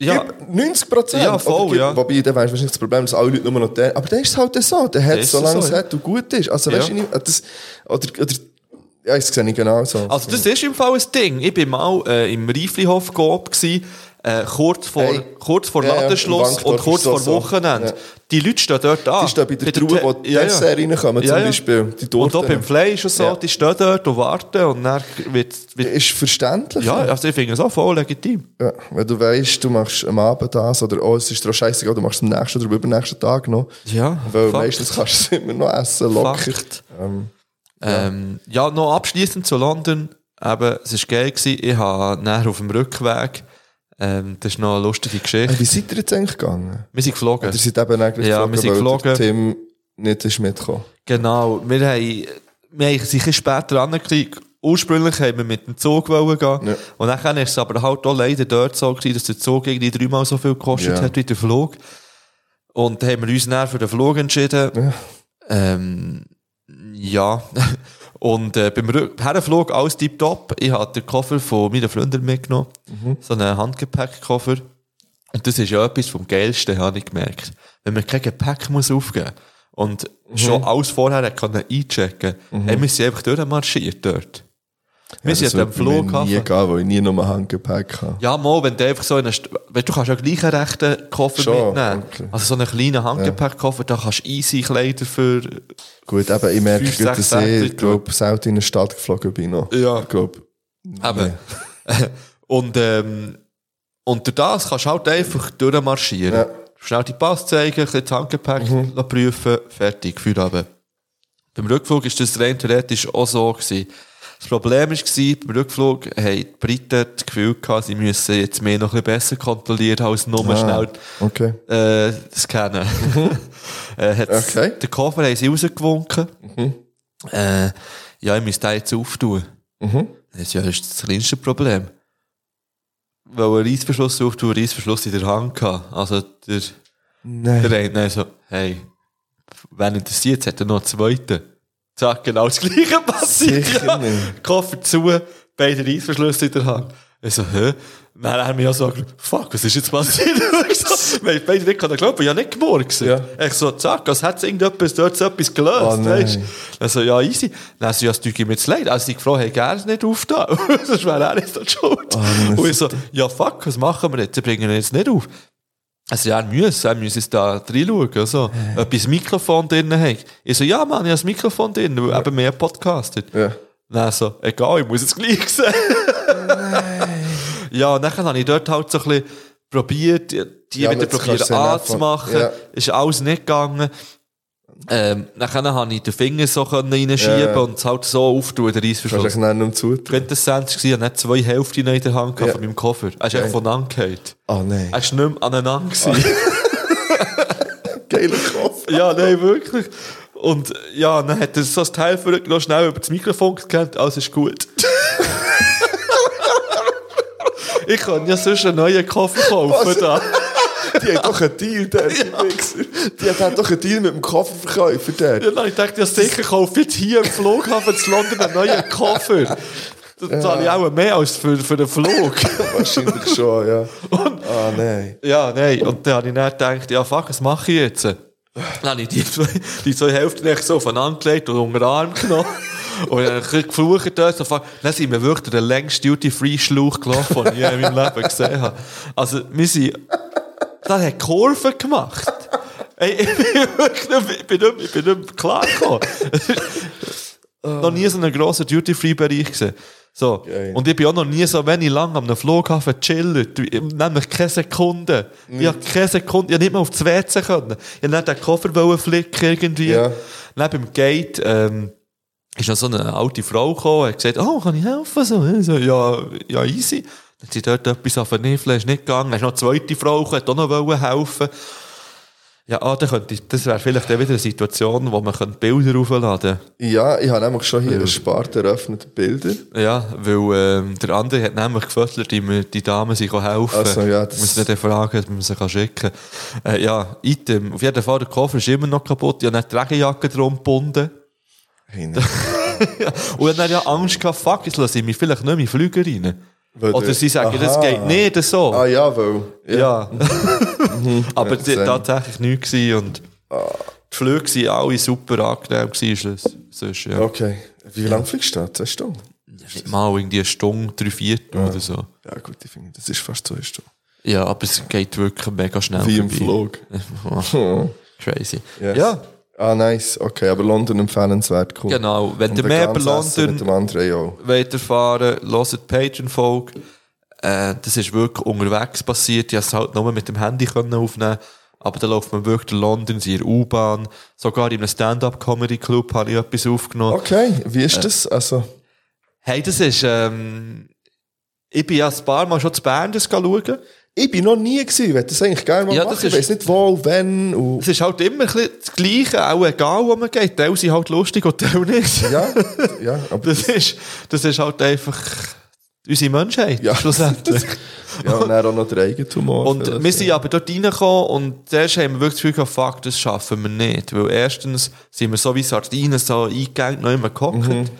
Speaker 4: ja.
Speaker 3: Gib 90 Prozent.
Speaker 4: Ja, voll, ja.
Speaker 3: Wobei, dann weisst du wahrscheinlich das Problem, dass alle Leute nur noch der. Aber der ist halt so. Der hat
Speaker 4: Der ist
Speaker 3: solange
Speaker 4: so,
Speaker 3: es
Speaker 4: ja.
Speaker 3: hat und gut ist. Also,
Speaker 4: Ja.
Speaker 3: weißt du, ich- das, oder, oder, ja, das sehe ich genau so.
Speaker 4: Also das ist im Fall ein Ding. Ich bin mal äh, im Reiflihof geob gsi, äh, kurz vor
Speaker 3: Hey.
Speaker 4: kurz vor
Speaker 3: Ja, ja,
Speaker 4: Ladenschluss
Speaker 3: im Wankdorf
Speaker 4: und kurz
Speaker 3: ist so
Speaker 4: vor
Speaker 3: so.
Speaker 4: Wochenende.
Speaker 3: Ja.
Speaker 4: Die Leute stehen dort an.
Speaker 3: Die stehen bei der Truhe, wo die
Speaker 4: Ja, ja.
Speaker 3: Dessert reinkommen,
Speaker 4: Ja,
Speaker 3: zum
Speaker 4: ja.
Speaker 3: Beispiel. Die
Speaker 4: Und
Speaker 3: Torten.
Speaker 4: auch beim Fleisch und so,
Speaker 3: Ja.
Speaker 4: die stehen dort und warten und dann wird, wird
Speaker 3: Ist verständlich.
Speaker 4: ja, also ich finde es auch voll legitim.
Speaker 3: Ja, Wenn du weißt, du machst am Abend das oder oh, es ist dir auch scheißegal, du machst es am nächsten oder übernächsten Tag noch.
Speaker 4: Ja,
Speaker 3: Weil
Speaker 4: Fakt.
Speaker 3: meistens kannst du es immer noch essen, locker.
Speaker 4: Fakt. Ähm, ja, noch abschließend zu London. Eben, es war geil. Gewesen. Ich habe nachher auf dem Rückweg, ähm, das ist noch eine lustige
Speaker 3: Hey,
Speaker 4: Geschichte.
Speaker 3: Wie seid ihr jetzt eigentlich gegangen?
Speaker 4: Wir sind geflogen.
Speaker 3: Äh, Oder seid ihr eben eigentlich
Speaker 4: Ja, wir sind
Speaker 3: weil der
Speaker 4: geflogen.
Speaker 3: Tim nicht ist mitgekommen?
Speaker 4: Genau, wir haben, wir haben sich ein bisschen später angekriegt. Ursprünglich haben wir mit dem Zug wollen gehen.
Speaker 3: Ja.
Speaker 4: Und dann war es aber halt auch leider dort so, gewesen, dass der Zug irgendwie dreimal so viel gekostet
Speaker 3: Ja.
Speaker 4: hat wie der Flug. Und dann haben wir uns dann für den Flug entschieden. Ja. Ähm, ja. Und äh, beim Rück- Herrenflug alles tiptop. Ich habe den Koffer von meiner Freundin mitgenommen.
Speaker 3: Mhm.
Speaker 4: So einen Handgepäckkoffer. Und das ist ja etwas vom Geilsten, habe ich gemerkt. Wenn man kein Gepäck muss aufgeben und
Speaker 3: Mhm.
Speaker 4: schon alles vorher hat können einchecken konnte, mhm. wir sind einfach durchmarschiert dort. Wir
Speaker 3: Das
Speaker 4: sind an dem
Speaker 3: würde Also, mir nie
Speaker 4: Flughafen.
Speaker 3: gehen, weil ich nie noch Handgepäck habe.
Speaker 4: Ja, mal, wenn du einfach so einen, St- weißt, du kannst ja gleich einen rechten Koffer
Speaker 3: Schon,
Speaker 4: mitnehmen.
Speaker 3: okay.
Speaker 4: Also so einen kleinen Handgepäckkoffer, da kannst du easy Kleider für,
Speaker 3: Gut, eben, ich merke,
Speaker 4: Fünf,
Speaker 3: gerade,
Speaker 4: sechs
Speaker 3: dass ich,
Speaker 4: Tage
Speaker 3: glaube, selten in eine Stadt geflogen bin noch.
Speaker 4: Ja.
Speaker 3: Ich glaube,
Speaker 4: eben. und, ähm, und durch das kannst du halt einfach durchmarschieren.
Speaker 3: Ja.
Speaker 4: Schnell die Pass zeigen, ein bisschen das Handgepäck lassen prüfen, fertig, Feierabend. Beim Rückflug war das rein theoretisch auch so. Gewesen. Das Problem war, beim Rückflug haben die Briten das Gefühl gehabt, sie müssen jetzt mehr noch ein bisschen besser kontrollieren, als nur schnell
Speaker 3: okay.
Speaker 4: äh, scannen. äh, hat's-
Speaker 3: Okay.
Speaker 4: Den Koffer haben sie rausgewunken. Äh, ja, ich müsste den jetzt auftun. Das ist ja das, ist das kleinste Problem. Weil einen Reissverschluss auftun, einen Reissverschluss in der Hand hatte. Also der,
Speaker 3: Nein.
Speaker 4: der eine dann so, hey, wenn interessiert, hat er noch einen zweiten. Zack, genau das gleiche passiert.
Speaker 3: Sicher nicht.
Speaker 4: Koffer zu, beide Reissverschlüsse in der Hand. Ich so, hä? Dann haben wir auch so gesagt, fuck, was ist jetzt passiert? Ich so, wir haben beide nicht können glauben, ich habe nicht gemurkt.
Speaker 3: Ja.
Speaker 4: Ich so, zack, als hätte es irgendetwas dort so etwas gelöst,
Speaker 3: Oh nein.
Speaker 4: weisst du? Dann so, ja, easy. Dann so, ja, das tut mir jetzt leid. Also, die gefragt, hey, gerne nicht aufgetan. Sonst wäre er nicht so schuld.
Speaker 3: nein,
Speaker 4: Und ich so, ja, fuck, was machen wir jetzt? Sie bringen ihn jetzt nicht auf. Also ja, er muss, er muss jetzt da reinschauen, also, ob ich das Mikrofon drin habe. Ich so, ja Mann, ich habe das Mikrofon drin, weil eben mehr podcastet.
Speaker 3: Ja.
Speaker 4: Dann so, egal, ich muss jetzt gleich sehen. ja, und dann habe ich dort halt so ein bisschen probiert, die
Speaker 3: Ja,
Speaker 4: wieder
Speaker 3: aber das kannst du
Speaker 4: probiert
Speaker 3: ja nicht von-
Speaker 4: anzumachen.
Speaker 3: Ja.
Speaker 4: Ist alles nicht gegangen. Ähm, dann habe ich den Finger so können reinschieben
Speaker 3: Ja.
Speaker 4: und es halt so auftun, den
Speaker 3: Kannst du
Speaker 4: Reissverschluss.
Speaker 3: dich nicht mehr zutun?
Speaker 4: Könnte das sein, ich hatte zwei Hälften in der Hand gehabt
Speaker 3: Ja.
Speaker 4: von meinem Koffer. Er ist einfach voneinander gefallen.
Speaker 3: Ah, nein.
Speaker 4: Er ist nicht mehr aneinander gewesen.
Speaker 3: Geiler Kopf.
Speaker 4: Ja, nein, wirklich. Und ja, dann hat er so das Teil vorgenommen, schnell über das Mikrofon gekannt, alles ist gut. ich kann ja sonst einen neuen Koffer kaufen da.
Speaker 3: Die hat doch einen Deal, der
Speaker 4: Ja.
Speaker 3: Wichser. Die hat- hat doch einen Deal mit dem Kofferverkäufer, der.
Speaker 4: Ja, nein, ich dachte, ja sicher kaufe ich jetzt hier im Flughafen zu London einen neuen Koffer. Da zahle ich auch mehr als für, für den Flug.
Speaker 3: Wahrscheinlich schon, ja. Ah, nein.
Speaker 4: Ja, nein. Und dann habe ich dann gedacht, ja, fuck, was mache ich jetzt? Dann habe ich die zwei, die zwei Hälften echt so aufeinander gelegt und unter den Arm genommen. Und dann ein bisschen geflucht dort. So, fuck. Dann sind wir wirklich durch den längsten Duty-Free-Schlauch gelaufen, den ich je in meinem Leben gesehen habe. Also, wir sind... Dann hat Kurven gemacht. Ey, ich bin wirklich nicht, ich bin nicht, ich bin nicht mehr klargekommen. noch nie so einen grossen Duty-Free-Bereich gesehen. So.
Speaker 3: Geil.
Speaker 4: Und ich bin auch noch nie so wenig lang am Flughafen chillt. Nämlich keine Sekunde. Ich habe keine Sekunde, ich habe nicht mal auf das WC können. Ich wollte nicht den Koffer wollen flicken irgendwie.
Speaker 3: Ja.
Speaker 4: Dann beim Gate, ähm, ist noch so eine alte Frau gekommen, hat gesagt, oh, kann ich helfen? So, ich so, ja, ja, easy. Dann hat sie dort etwas auf den Niffel, ist nicht gegangen. Dann ist noch eine zweite Frau gekommen, hat auch noch wollen helfen ja, ah, dann könnte, ich- das wäre vielleicht dann wieder eine Situation, wo man könnte Bilder aufladen
Speaker 3: Ja, ich habe nämlich schon hier einen Spart eröffnet, Bilder.
Speaker 4: könnte. Ja, weil ähm, der andere hat nämlich gefördert, die, mir- die Damen sich helfen.
Speaker 3: Ach so, Also, ja, das-
Speaker 4: Muss nicht fragen, ob man sie kann schicken kann. Äh, ja, Item. Auf jeden Fall, der Koffer ist immer noch kaputt. Ich habe eine Regenjacke drum gebunden.
Speaker 3: Hey, nein.
Speaker 4: Und dann ja Angst gehabt, fuck, jetzt lasse ich mich vielleicht nicht mehr Flüger rein.
Speaker 3: Weil
Speaker 4: Oder
Speaker 3: du-
Speaker 4: sie sagen,
Speaker 3: Aha.
Speaker 4: das geht nicht so.
Speaker 3: Ah, ja, weil.
Speaker 4: ja. Aber
Speaker 3: Ja,
Speaker 4: es war
Speaker 3: same.
Speaker 4: tatsächlich nichts. gewesen Und die Flüge waren alle super angenehm. gewesen, schluss- Sonst, ja.
Speaker 3: Okay. Wie lange fliegst du da? Zwei Stunden?
Speaker 4: Nicht Mal irgendwie eine Stunde, drei Viertel oder so.
Speaker 3: Ja, gut, ich finde, das ist fast zwei Stunden.
Speaker 4: Ja, aber es geht wirklich mega schnell.
Speaker 3: Wie im
Speaker 4: vorbei.
Speaker 3: Flug.
Speaker 4: Crazy.
Speaker 3: Yes.
Speaker 4: Ja,
Speaker 3: Ah, nice. Okay, aber London empfehlenswert, cool.
Speaker 4: genau. Wenn
Speaker 3: Und
Speaker 4: ihr
Speaker 3: dann
Speaker 4: mehr über
Speaker 3: ganz essen Mit
Speaker 4: London
Speaker 3: dem anderen auch.
Speaker 4: weiterfahren, hört die Patreon-Folge. Äh, das ist wirklich unterwegs passiert. Ich konnte es halt nur mit dem Handy können aufnehmen. Aber da läuft man wirklich durch London, in der U-Bahn. Sogar in einem Stand-Up-Comedy-Club habe ich etwas aufgenommen.
Speaker 3: Okay, wie
Speaker 4: Äh.
Speaker 3: ist das? Also,
Speaker 4: Hey, das ist, ähm, ich bin ja ein paar Mal schon zu Bern das schauen.
Speaker 3: ich bin noch nie gewesen, ich will das eigentlich gerne mal
Speaker 4: Ja, das
Speaker 3: machen. Ich
Speaker 4: ist-
Speaker 3: weiß nicht wo, wenn und...
Speaker 4: Es ist halt immer ein bisschen das Gleiche, auch egal, wo man geht. Teil sind halt lustig und Teil nicht.
Speaker 3: Ja, ja, aber...
Speaker 4: Das ist, das ist halt einfach unsere Menschheit,
Speaker 3: Ja.
Speaker 4: schlussendlich.
Speaker 3: Ja, und dann auch noch der Eigentumor.
Speaker 4: Und
Speaker 3: vielleicht.
Speaker 4: wir sind aber dort reingekommen und zuerst haben wir wirklich das Gefühl gehabt, fuck, das schaffen wir nicht. Weil erstens sind wir so wie Sardinen so eingegangen, noch immer gehockt.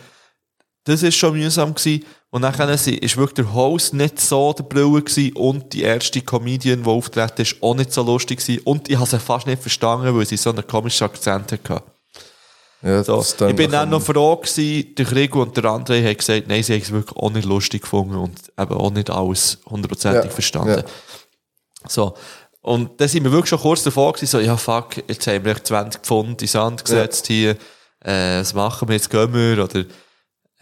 Speaker 4: Das war schon mühsam. Gewesen. Und dann war wirklich der Host nicht so der Brille gewesen und die erste Comedian, die auftreten ist, auch nicht so lustig gewesen. Und ich habe sie fast nicht verstanden, weil sie so einen komischen Akzent hatte.
Speaker 3: Ja,
Speaker 4: So.
Speaker 3: Äh, das dann
Speaker 4: Ich bin
Speaker 3: nachher-
Speaker 4: dann noch froh gewesen, der Krieg und der andere haben gesagt, nein, sie haben es wirklich auch nicht lustig gefunden und eben auch nicht alles hundertprozentig
Speaker 3: Ja,
Speaker 4: verstanden. So. Und dann sind wir wirklich schon kurz davor gewesen, so, ja fuck, jetzt haben wir echt 20 Pfund in Sand gesetzt hier, äh, was machen wir, jetzt gehen wir, oder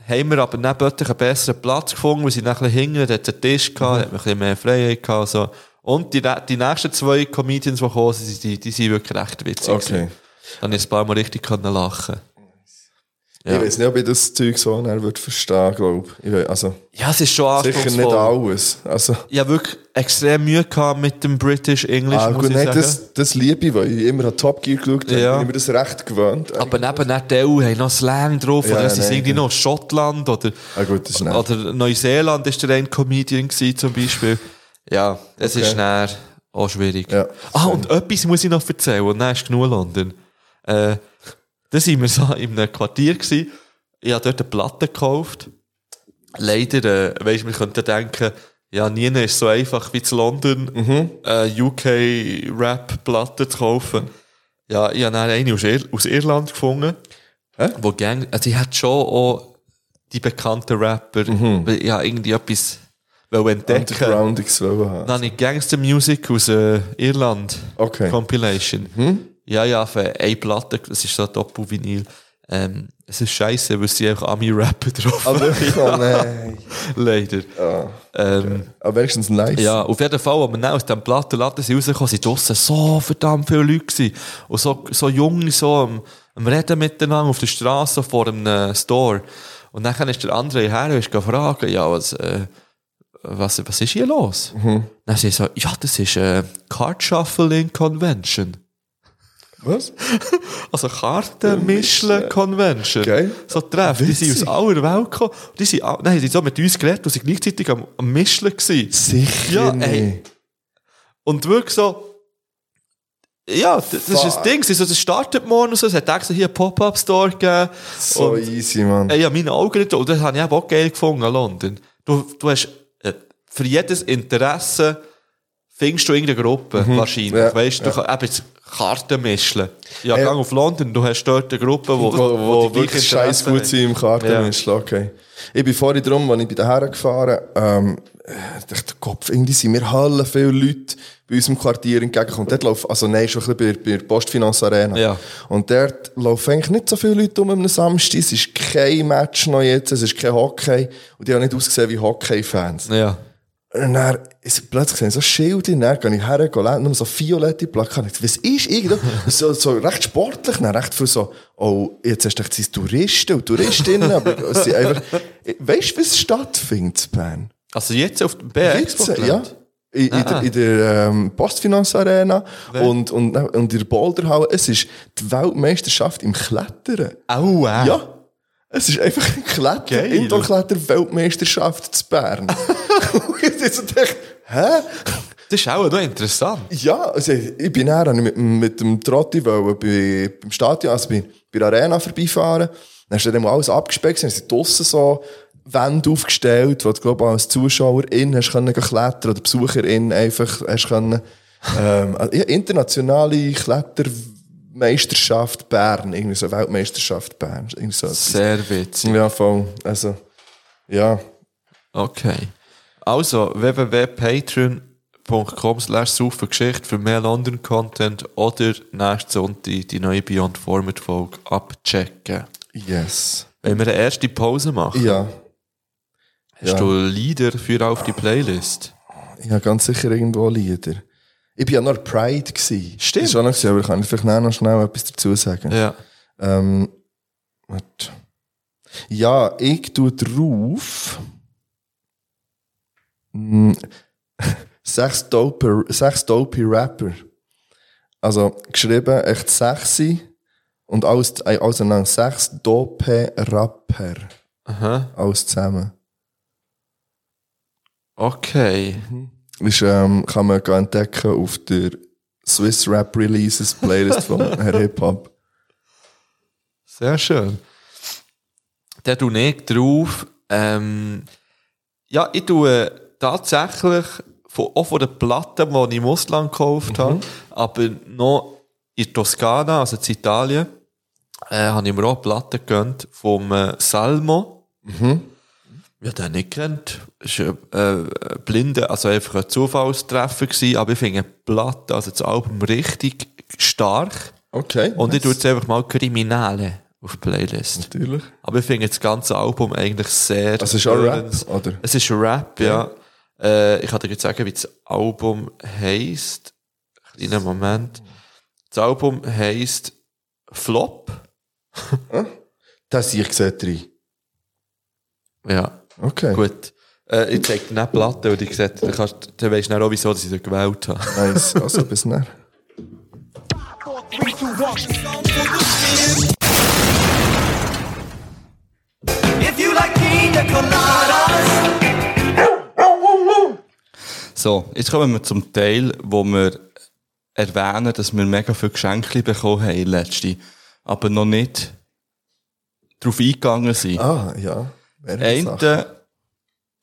Speaker 4: haben wir aber neben einen besseren Platz gefunden, wir sind dann ein bisschen hinten, da hat es einen Tisch
Speaker 3: Mhm.
Speaker 4: gehabt, da hat man ein bisschen mehr Freiheit gehabt, so. Und die, die nächsten zwei Comedians, die gekommen sind, die, die sind wirklich recht witzig.
Speaker 3: Okay.
Speaker 4: gewesen. Dann konnte ich ein paar Mal richtig können lachen.
Speaker 3: Ich weiß nicht, ob ich das Zeug so näher würde verstehen, glaube ich. Weiß, also,
Speaker 4: Ja, es ist schon
Speaker 3: sicher nicht
Speaker 4: anspruchsvoll.
Speaker 3: alles. Also,
Speaker 4: Ich habe wirklich extrem Mühe gehabt mit dem British English,
Speaker 3: ah,
Speaker 4: muss
Speaker 3: gut,
Speaker 4: ich
Speaker 3: nein,
Speaker 4: sagen.
Speaker 3: das, das liebe ich, weil ich immer an Top Gear geschaut habe.
Speaker 4: Ja.
Speaker 3: Ich bin mir das recht gewöhnt.
Speaker 4: aber neben der EU E haben noch Slang drauf,
Speaker 3: Ja,
Speaker 4: oder es ist
Speaker 3: nein,
Speaker 4: irgendwie
Speaker 3: nein.
Speaker 4: noch Schottland oder,
Speaker 3: Ah, gut, das ist nett.
Speaker 4: oder Neuseeland ist der ein Comedian gewesen, zum Beispiel. Ja, es ist näher auch schwierig.
Speaker 3: Ja.
Speaker 4: ah, und etwas muss ich noch erzählen, und dann ist genug London. Äh, da sind wir so in einem Quartier gewesen. Ich habe dort eine Platte gekauft. leider, äh, weißt, man könnte denken, ja, nie ist so einfach wie zu London,
Speaker 3: Mhm.
Speaker 4: äh, UK-Rap-Platte zu kaufen. Ja, ich habe dann eine aus, Ir aus Irland gefunden,
Speaker 3: Hä?
Speaker 4: wo Gang, also ich hatte schon auch die bekannten Rapper, weil ich habe irgendwie etwas wollte entdecken.
Speaker 3: Mhm. Underground ich haben.
Speaker 4: Dann habe ich Gangster Music aus äh, Irland
Speaker 3: Okay. Mhm.
Speaker 4: Compilation. Ja, ja, für eine Platte, das ist so Doppel-Vinyl. Ähm, Es ist scheiße, weil sie einfach Ami-Rapper drauf
Speaker 3: Aber Ah,
Speaker 4: haben.
Speaker 3: oh, nein.
Speaker 4: Leider. Ähm,
Speaker 3: Aber wenigstens nice.
Speaker 4: Ja, auf jeden Fall, als wir dann aus dem Plattenladen sind rausgekommen sind, draussen so verdammt viele Leute gewesen. Und so, so jung, so am, am Reden miteinander auf der Straße vor einem äh, Store. Und dann ist der andere her und ist gefragt, ja, was, äh, was, was ist hier los? Dann sind sie so, ja, das ist äh, Card Shuffling Convention.
Speaker 3: Was?
Speaker 4: Also Kartenmischle Convention.
Speaker 3: äh, Geil.
Speaker 4: So Treffen. Die sind aus
Speaker 3: Witzig.
Speaker 4: aller Welt gekommen. Und Die sind, au- dann haben sie so mit uns geredet und sind gleichzeitig am, am Mischeln gewesen.
Speaker 3: Sicher
Speaker 4: Ja,
Speaker 3: nicht.
Speaker 4: ey. Und wirklich so, ja, d- das ist das
Speaker 3: Fuck.
Speaker 4: Ding. Es ist so, Es startet morgen und so. Es hat extra hier einen Pop-Up-Store gegeben.
Speaker 3: So
Speaker 4: und,
Speaker 3: easy, Mann.
Speaker 4: ey, ja, meine Augen nicht. Und das habe ich eben auch geil gefunden, London. Du, du hast, äh, für jedes Interesse findest du irgendeine Gruppe, wahrscheinlich.
Speaker 3: Mhm. Ja,
Speaker 4: Weißt du, du kannst eben jetzt Karten mischen. Ja,
Speaker 3: Ey.
Speaker 4: gang auf London, du hast dort eine Gruppe, wo,
Speaker 3: wo, wo
Speaker 4: gleichen
Speaker 3: wirklich scheiß
Speaker 4: Interessen
Speaker 3: gut
Speaker 4: haben.
Speaker 3: sind im Kartenmischl, okay. Ich bin vorhin drum, als ich bei den Herren gefahren ähm, ich dachte, Kopf, irgendwie sind mir Hallen viele Leute bei unserem Quartier entgegengekommen. Dort laufen, also nein, schon ein bisschen bei, bei der Postfinance Arena.
Speaker 4: Ja.
Speaker 3: Und dort laufen eigentlich nicht so viele Leute um am Samstag. Es ist kein Match noch jetzt, es ist kein Hockey. Und die haben nicht ausgesehen wie Hockey-Fans.
Speaker 4: Ja.
Speaker 3: Und dann ist plötzlich gesehen, so Schilder, und dann gehe ich her, gehe lesen, nur so violette Plakate. Ich dachte, Was ist irgendwo? so, so recht sportlich, dann recht viel so, oh, jetzt hast du echt sind Touristen und Touristinnen, aber es sind einfach, weißt du, was stattfindet in Bern?
Speaker 4: Also jetzt auf dem BX.
Speaker 3: Jetzt, ja. In, in der, in der ähm, Postfinance Arena und, und, und in der Boulderhalle. Es ist die Weltmeisterschaft im Klettern.
Speaker 4: Aua.
Speaker 3: Ja. Es ist einfach ein Kletter,
Speaker 4: Geil.
Speaker 3: Indoor-Kletter-Weltmeisterschaft zu Bern. und ich so dachte, hä?
Speaker 4: Das ist auch noch interessant.
Speaker 3: Ja, also ich bin näher mit, mit dem Trotti wollen bei, beim Stadion, also bei, bei der Arena vorbeifahren. Dann ist dann mal alles abgespeckt, dann sind draussen so Wände aufgestellt, wo du, glaube ich, als Zuschauerin hast können gehen klettern oder Besucherin einfach hast können. ähm, also, ja, internationale Klettermeisterschaft Bern, irgendwie so Weltmeisterschaft Bern, irgendwie so. etwas.
Speaker 4: Sehr witzig.
Speaker 3: Ja, voll. Also, ja.
Speaker 4: Okay. Also www.patreon.com slash Saufengeschichte für mehr London-Content oder nächsten Sonntag die neue Beyond Format-Folge abchecken.
Speaker 3: Yes.
Speaker 4: Wenn wir eine erste Pause machen,
Speaker 3: Ja.
Speaker 4: hast du Lieder für auf die Playlist?
Speaker 3: Ja, ganz sicher irgendwo Lieder. Ich bin ja noch Pride gsi.
Speaker 4: Stimmt.
Speaker 3: Das war auch noch gewesen, aber ich kann vielleicht nachher noch schnell etwas dazu sagen.
Speaker 4: Ja.
Speaker 3: Ähm, warte. Ja, ich tue drauf. Mm, sechs dope, sechs dope Rapper. Also geschrieben echt sexy und alles, äh, auseinander. Sechs dope Rapper.
Speaker 4: Aha.
Speaker 3: Alles zusammen.
Speaker 4: Okay.
Speaker 3: ist, ähm, kann man gehen entdecken auf der Swiss Rap Releases Playlist von Herr Hip Hop.
Speaker 4: Sehr schön. Der tue ich drauf. Ähm, ja, ich tue tatsächlich von, auch von den Platten, die ich im Ausland gekauft habe, aber noch in Toskana, also in Italien, äh, habe ich mir auch Platten gegönnt vom äh, Salmo. Ja, den nicht kennt. Es war ein äh, blinde, also einfach ein Zufallstreffer gewesen, aber ich finde die Platte, also das Album richtig stark.
Speaker 3: Okay.
Speaker 4: Und ich
Speaker 3: nice.
Speaker 4: tue jetzt einfach mal Kriminale auf die Playlist.
Speaker 3: natürlich. Äh,
Speaker 4: Aber ich finde das ganze Album eigentlich sehr.
Speaker 3: Das ist auch Rap,
Speaker 4: hörens-
Speaker 3: oder?
Speaker 4: Es ist Rap, ja. Äh, ich kann dir jetzt sagen, wie das Album heisst. Kleinen Moment. Das Album heisst Flop.
Speaker 3: Das ich sehe drin.
Speaker 4: Ja,
Speaker 3: Okay.
Speaker 4: gut. Äh, ich zeig dir nicht die Platte, weil ich gesagt dann kannst- dann weisst du dann auch, wieso dass ich sie gewählt habe.
Speaker 3: Nice. Also, bis näher.
Speaker 5: If you like pina coladas,
Speaker 6: So, jetzt kommen wir zum Teil, wo wir erwähnen, dass wir mega viele Geschenke bekommen haben letzte, aber noch nicht darauf eingegangen sind.
Speaker 3: Ah, ja. Wäre eine Sache.
Speaker 6: Eine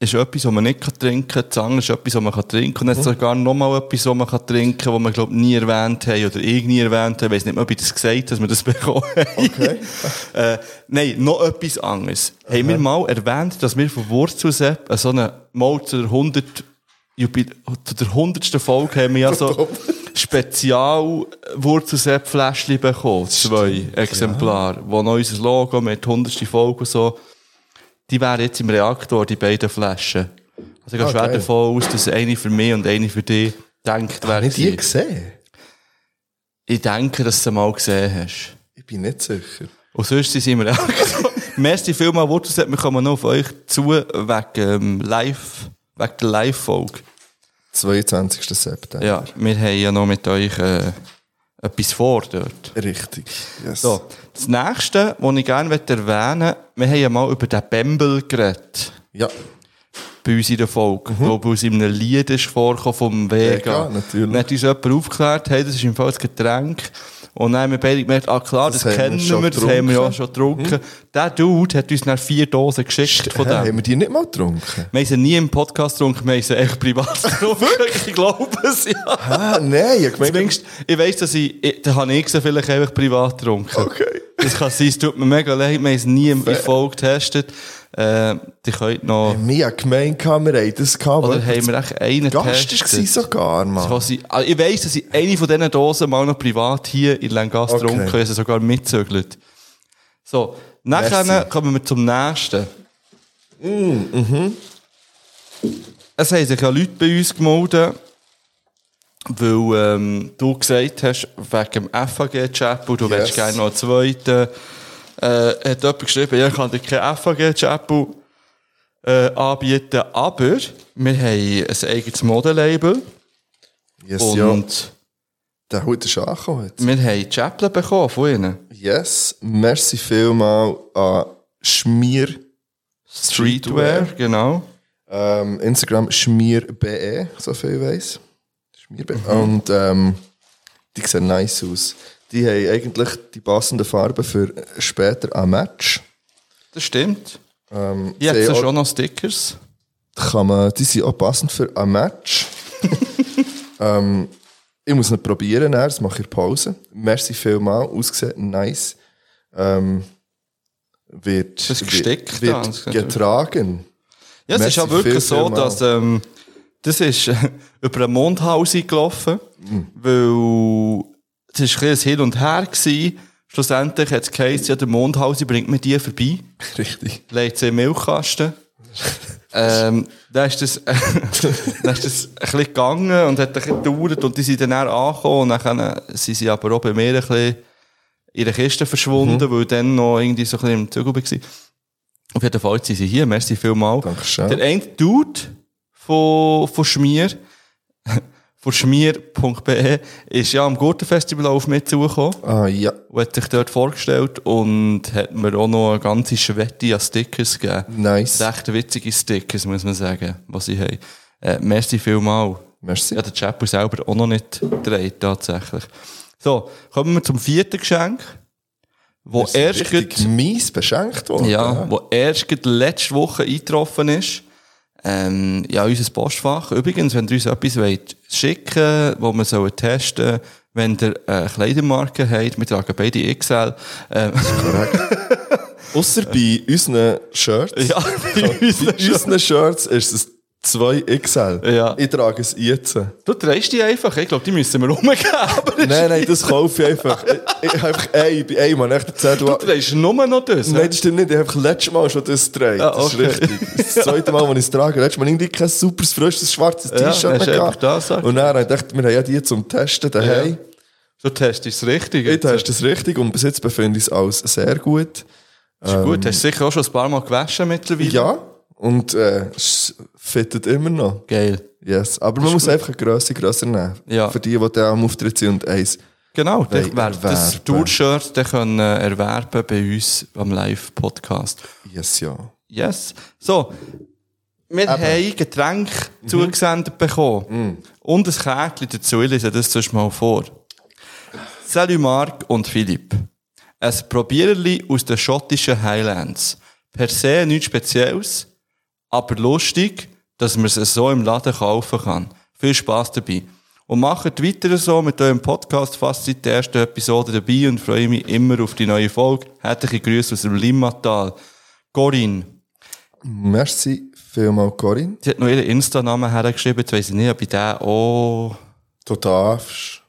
Speaker 6: ist etwas, was man nicht trinken kann, das andere ist etwas, was man kann trinken kann. Und
Speaker 3: Mhm.
Speaker 6: jetzt sogar nochmal etwas, was man kann trinken kann, was wir, glaube ich, nie erwähnt haben oder ich nie erwähnt habe. Ich weiß nicht mehr, ob ich das gesagt habe, dass wir das bekommen haben. äh, nein, noch etwas anderes. Haben wir mal erwähnt, dass wir von Wurzelsepp so eine mal zu der 100 Jubil zu der 100. Folge haben wir ja so
Speaker 4: Spezial-Wurzelsepp-Fläschchen bekommen. Zwei Exemplare. Wo noch unser Logo mit hundertste Folge und so. Die wären jetzt im Reaktor, die beiden Flaschen. Also ich gehe
Speaker 3: Ah,
Speaker 4: schwer
Speaker 3: geil. Ah,
Speaker 4: davon aus, dass eine für mich und eine für dich denkt wäre.
Speaker 3: Nicht die
Speaker 4: gewesen.
Speaker 3: gesehen?
Speaker 4: Ich denke, dass du sie mal gesehen hast.
Speaker 3: Ich bin nicht sicher.
Speaker 4: Und sonst sind sie im Reaktor. Merci vielmal, Wurzelsepp. Wir kommen noch auf euch zu wegen ähm, Live, wegen der Live-Folge.
Speaker 3: 22. September.
Speaker 4: Ja, wir haben ja noch mit euch äh, etwas vor dort.
Speaker 3: Richtig. Yes.
Speaker 4: So, das nächste, was ich gerne erwähnen möchte, wir haben ja mal über den Bembel geredet.
Speaker 3: Ja.
Speaker 4: Bei uns in der Folge,
Speaker 3: Mhm.
Speaker 4: wo bei uns in einem Lied ist vorgekommen vom Vega.
Speaker 3: Vega, natürlich.
Speaker 4: Dann hat uns jemand aufgeklärt, hey, das ist im Fall ein Getränk. Und dann haben wir beide gemerkt, ah klar, das,
Speaker 3: Das haben wir
Speaker 4: kennen wir,
Speaker 3: schon
Speaker 4: das haben wir
Speaker 3: getrunken.
Speaker 4: ja
Speaker 3: Mhm.
Speaker 4: schon getrunken. Der Dude hat uns dann vier Dosen geschickt von
Speaker 3: Hä, haben
Speaker 4: dem.
Speaker 3: wir die nicht mal getrunken?
Speaker 4: Wir haben sie nie im Podcast getrunken, wir haben sie echt privat getrunken. ich glaube es, ja.
Speaker 3: Ah, nein, ich meine,
Speaker 4: Zumindest, ich weiss, dass ich, ich da habe ich sie vielleicht einfach privat getrunken.
Speaker 3: Okay.
Speaker 4: Das kann sein, es tut mir mega leid, wir haben es nie im Erfolg getestet. Äh, die könnt noch,
Speaker 3: wir haben gemeint, wir haben das gehabt.
Speaker 4: oder
Speaker 3: aber
Speaker 4: haben wir echt einen
Speaker 3: Gast
Speaker 4: getestet?
Speaker 3: war sogar,
Speaker 4: Das kann
Speaker 3: Mann.
Speaker 4: sein. Also ich weiss, dass ich eine von diesen Dosen mal noch privat hier in Langas
Speaker 3: Okay.
Speaker 4: getrunken habe, ich habe sie sogar mitzögelt. So, nachher
Speaker 3: Merci. Mm,
Speaker 4: kommen wir zum nächsten.
Speaker 3: mhm.
Speaker 4: Es haben sich ja Leute bei uns gemeldet, weil ähm, du gesagt hast, wegen dem FAG-Chapel, du willst gerne noch einen zweiten. Äh, hat jemand geschrieben, ja, ich kann dir keinen FAG-Chapel äh, anbieten, aber wir haben ein eigenes Modelabel.
Speaker 3: Yes, ja.
Speaker 4: Und
Speaker 3: Der Hut ist angekommen. jetzt.
Speaker 4: wir haben Chaplin bekommen von ihnen.
Speaker 3: Yes, merci vielmal an Schmier,
Speaker 4: Streetwear, genau.
Speaker 3: ähm, Instagram schmierbe, so viel ich weiss. Schmierbe. Und ähm, die sehen nice aus. Die haben eigentlich die passenden Farben für später ein Match.
Speaker 4: Das stimmt.
Speaker 3: Ähm,
Speaker 4: Ich habe
Speaker 3: sie
Speaker 4: schon noch Stickers.
Speaker 3: kann man, die sind auch passend für ein Match. ähm, ich muss nicht probieren, nachher, das mache ich in der Pause. Merci vielmal, ausgesehen, nice. Ähm, wird,
Speaker 4: Das ist gestickt da, das
Speaker 3: wird
Speaker 4: sieht
Speaker 3: getragen.
Speaker 4: Ja, es ist
Speaker 3: Merci
Speaker 4: ja wirklich
Speaker 3: viel,
Speaker 4: so,
Speaker 3: vielmal.
Speaker 4: dass ähm, das ist über den Mundhaus gelaufen,
Speaker 3: Mhm.
Speaker 4: weil es ist ein, bisschen ein Hin und Her gewesen. Schlussendlich hat es geheißen, ja, der Mundhausi bringt mir die vorbei,
Speaker 3: Richtig.
Speaker 4: legt sie in den Milchkasten. ähm, dann ist das, dann ist das ein bisschen gegangen und hat ein bisschen gedauert und die sind dann auch angekommen und dann äh, sind sie aber auch bei mir ein bisschen in der Kiste verschwunden, weil dann noch irgendwie so ein bisschen im Zügel war. Auf jeden Fall sind sie hier, merci vielmal.
Speaker 3: Dankeschön.
Speaker 4: Der eine Dude von, von Schmier, von schmier.be, ist ja am Gurtenfestival auf mich zugekommen
Speaker 3: Ah, ja.
Speaker 4: und hat sich dort vorgestellt und hat mir auch noch eine ganze Schwette an Stickers gegeben.
Speaker 3: Nice.
Speaker 4: Recht witzige Stickers, muss man sagen, was ich habe. Äh, merci vielmal.
Speaker 3: Merci.
Speaker 4: Ja, der Chapo selber auch noch nicht dreht, tatsächlich. So, kommen wir zum vierten Geschenk, wo
Speaker 3: Das ist
Speaker 4: erst
Speaker 3: richtig
Speaker 4: grad-
Speaker 3: mies beschenkt worden.
Speaker 4: ja, wo erst gerade letzte Woche eingetroffen ist. Ähm, ja, unser Postfach. Übrigens, wenn ihr uns etwas wollt schicken wo wir sollen testen wenn ihr äh, Kleidermarken habt, wir tragen beide XL, ähm,
Speaker 3: Ausser bei unseren Shirts.
Speaker 4: ja,
Speaker 3: bei unseren Shirts ist es 2XL.
Speaker 4: Ja.
Speaker 3: Ich trage es jetzt.
Speaker 4: du drehst die einfach, ich glaube, die müssen wir rumgeben, aber
Speaker 3: Nein, nein, das kaufe ich einfach. ich, ich, einfach ey, ich bin ey, Mann, echt erzählt, du,
Speaker 4: du drehst nur noch das.
Speaker 3: Nein, das stimmt nicht. Ich habe einfach letztes Mal schon das getragen.
Speaker 4: Ah, okay.
Speaker 3: Das ist richtig. Das ist das zweite Mal, als ich es trage. Letztes Mal irgendwie kein super frisches, schwarzes
Speaker 4: Ja,
Speaker 3: T-Shirt
Speaker 4: hast du
Speaker 3: mehr
Speaker 4: einfach das gesagt.
Speaker 3: Und dann habe ich gedacht, wir haben ja die zum Testen daheim.
Speaker 4: Du testest es richtig.
Speaker 3: Ich teste es richtig und bis jetzt befinde ich es als sehr gut.
Speaker 4: Ist gut, hast du sicher auch schon ein paar Mal gewaschen mittlerweile.
Speaker 3: Ja, und äh, es fittet immer noch.
Speaker 4: Geil.
Speaker 3: Yes. Aber man muss einfach eine Grösse grösser nehmen.
Speaker 4: Ja.
Speaker 3: Für die, die da am Auftritt sind und eins.
Speaker 4: Genau, dann
Speaker 3: Wollen
Speaker 4: wer das
Speaker 3: erwerben.
Speaker 4: Tour-Shirt dann können äh, erwerben bei uns am Live-Podcast.
Speaker 3: Yes, ja.
Speaker 4: Yes. So, wir haben Getränke zugesendet bekommen. Und ein Kärtchen dazu, ich lese das zuerst mal vor. Salut Marc und Philipp. Ein Probierli aus den schottischen Highlands. Per se nichts Spezielles, aber lustig, dass man es so im Laden kaufen kann. Viel Spaß dabei. Und macht weiter so mit eurem Podcast fast seit der ersten Episode dabei und freue mich immer auf die neue Folge. Herzliche Grüße aus dem Limmatal. Corinne.
Speaker 3: Merci vielmals, Corinne.
Speaker 4: Sie hat noch ihren Insta-Namen hergeschrieben, jetzt weiss ich nicht, ob ich den auch...
Speaker 3: Du darfst.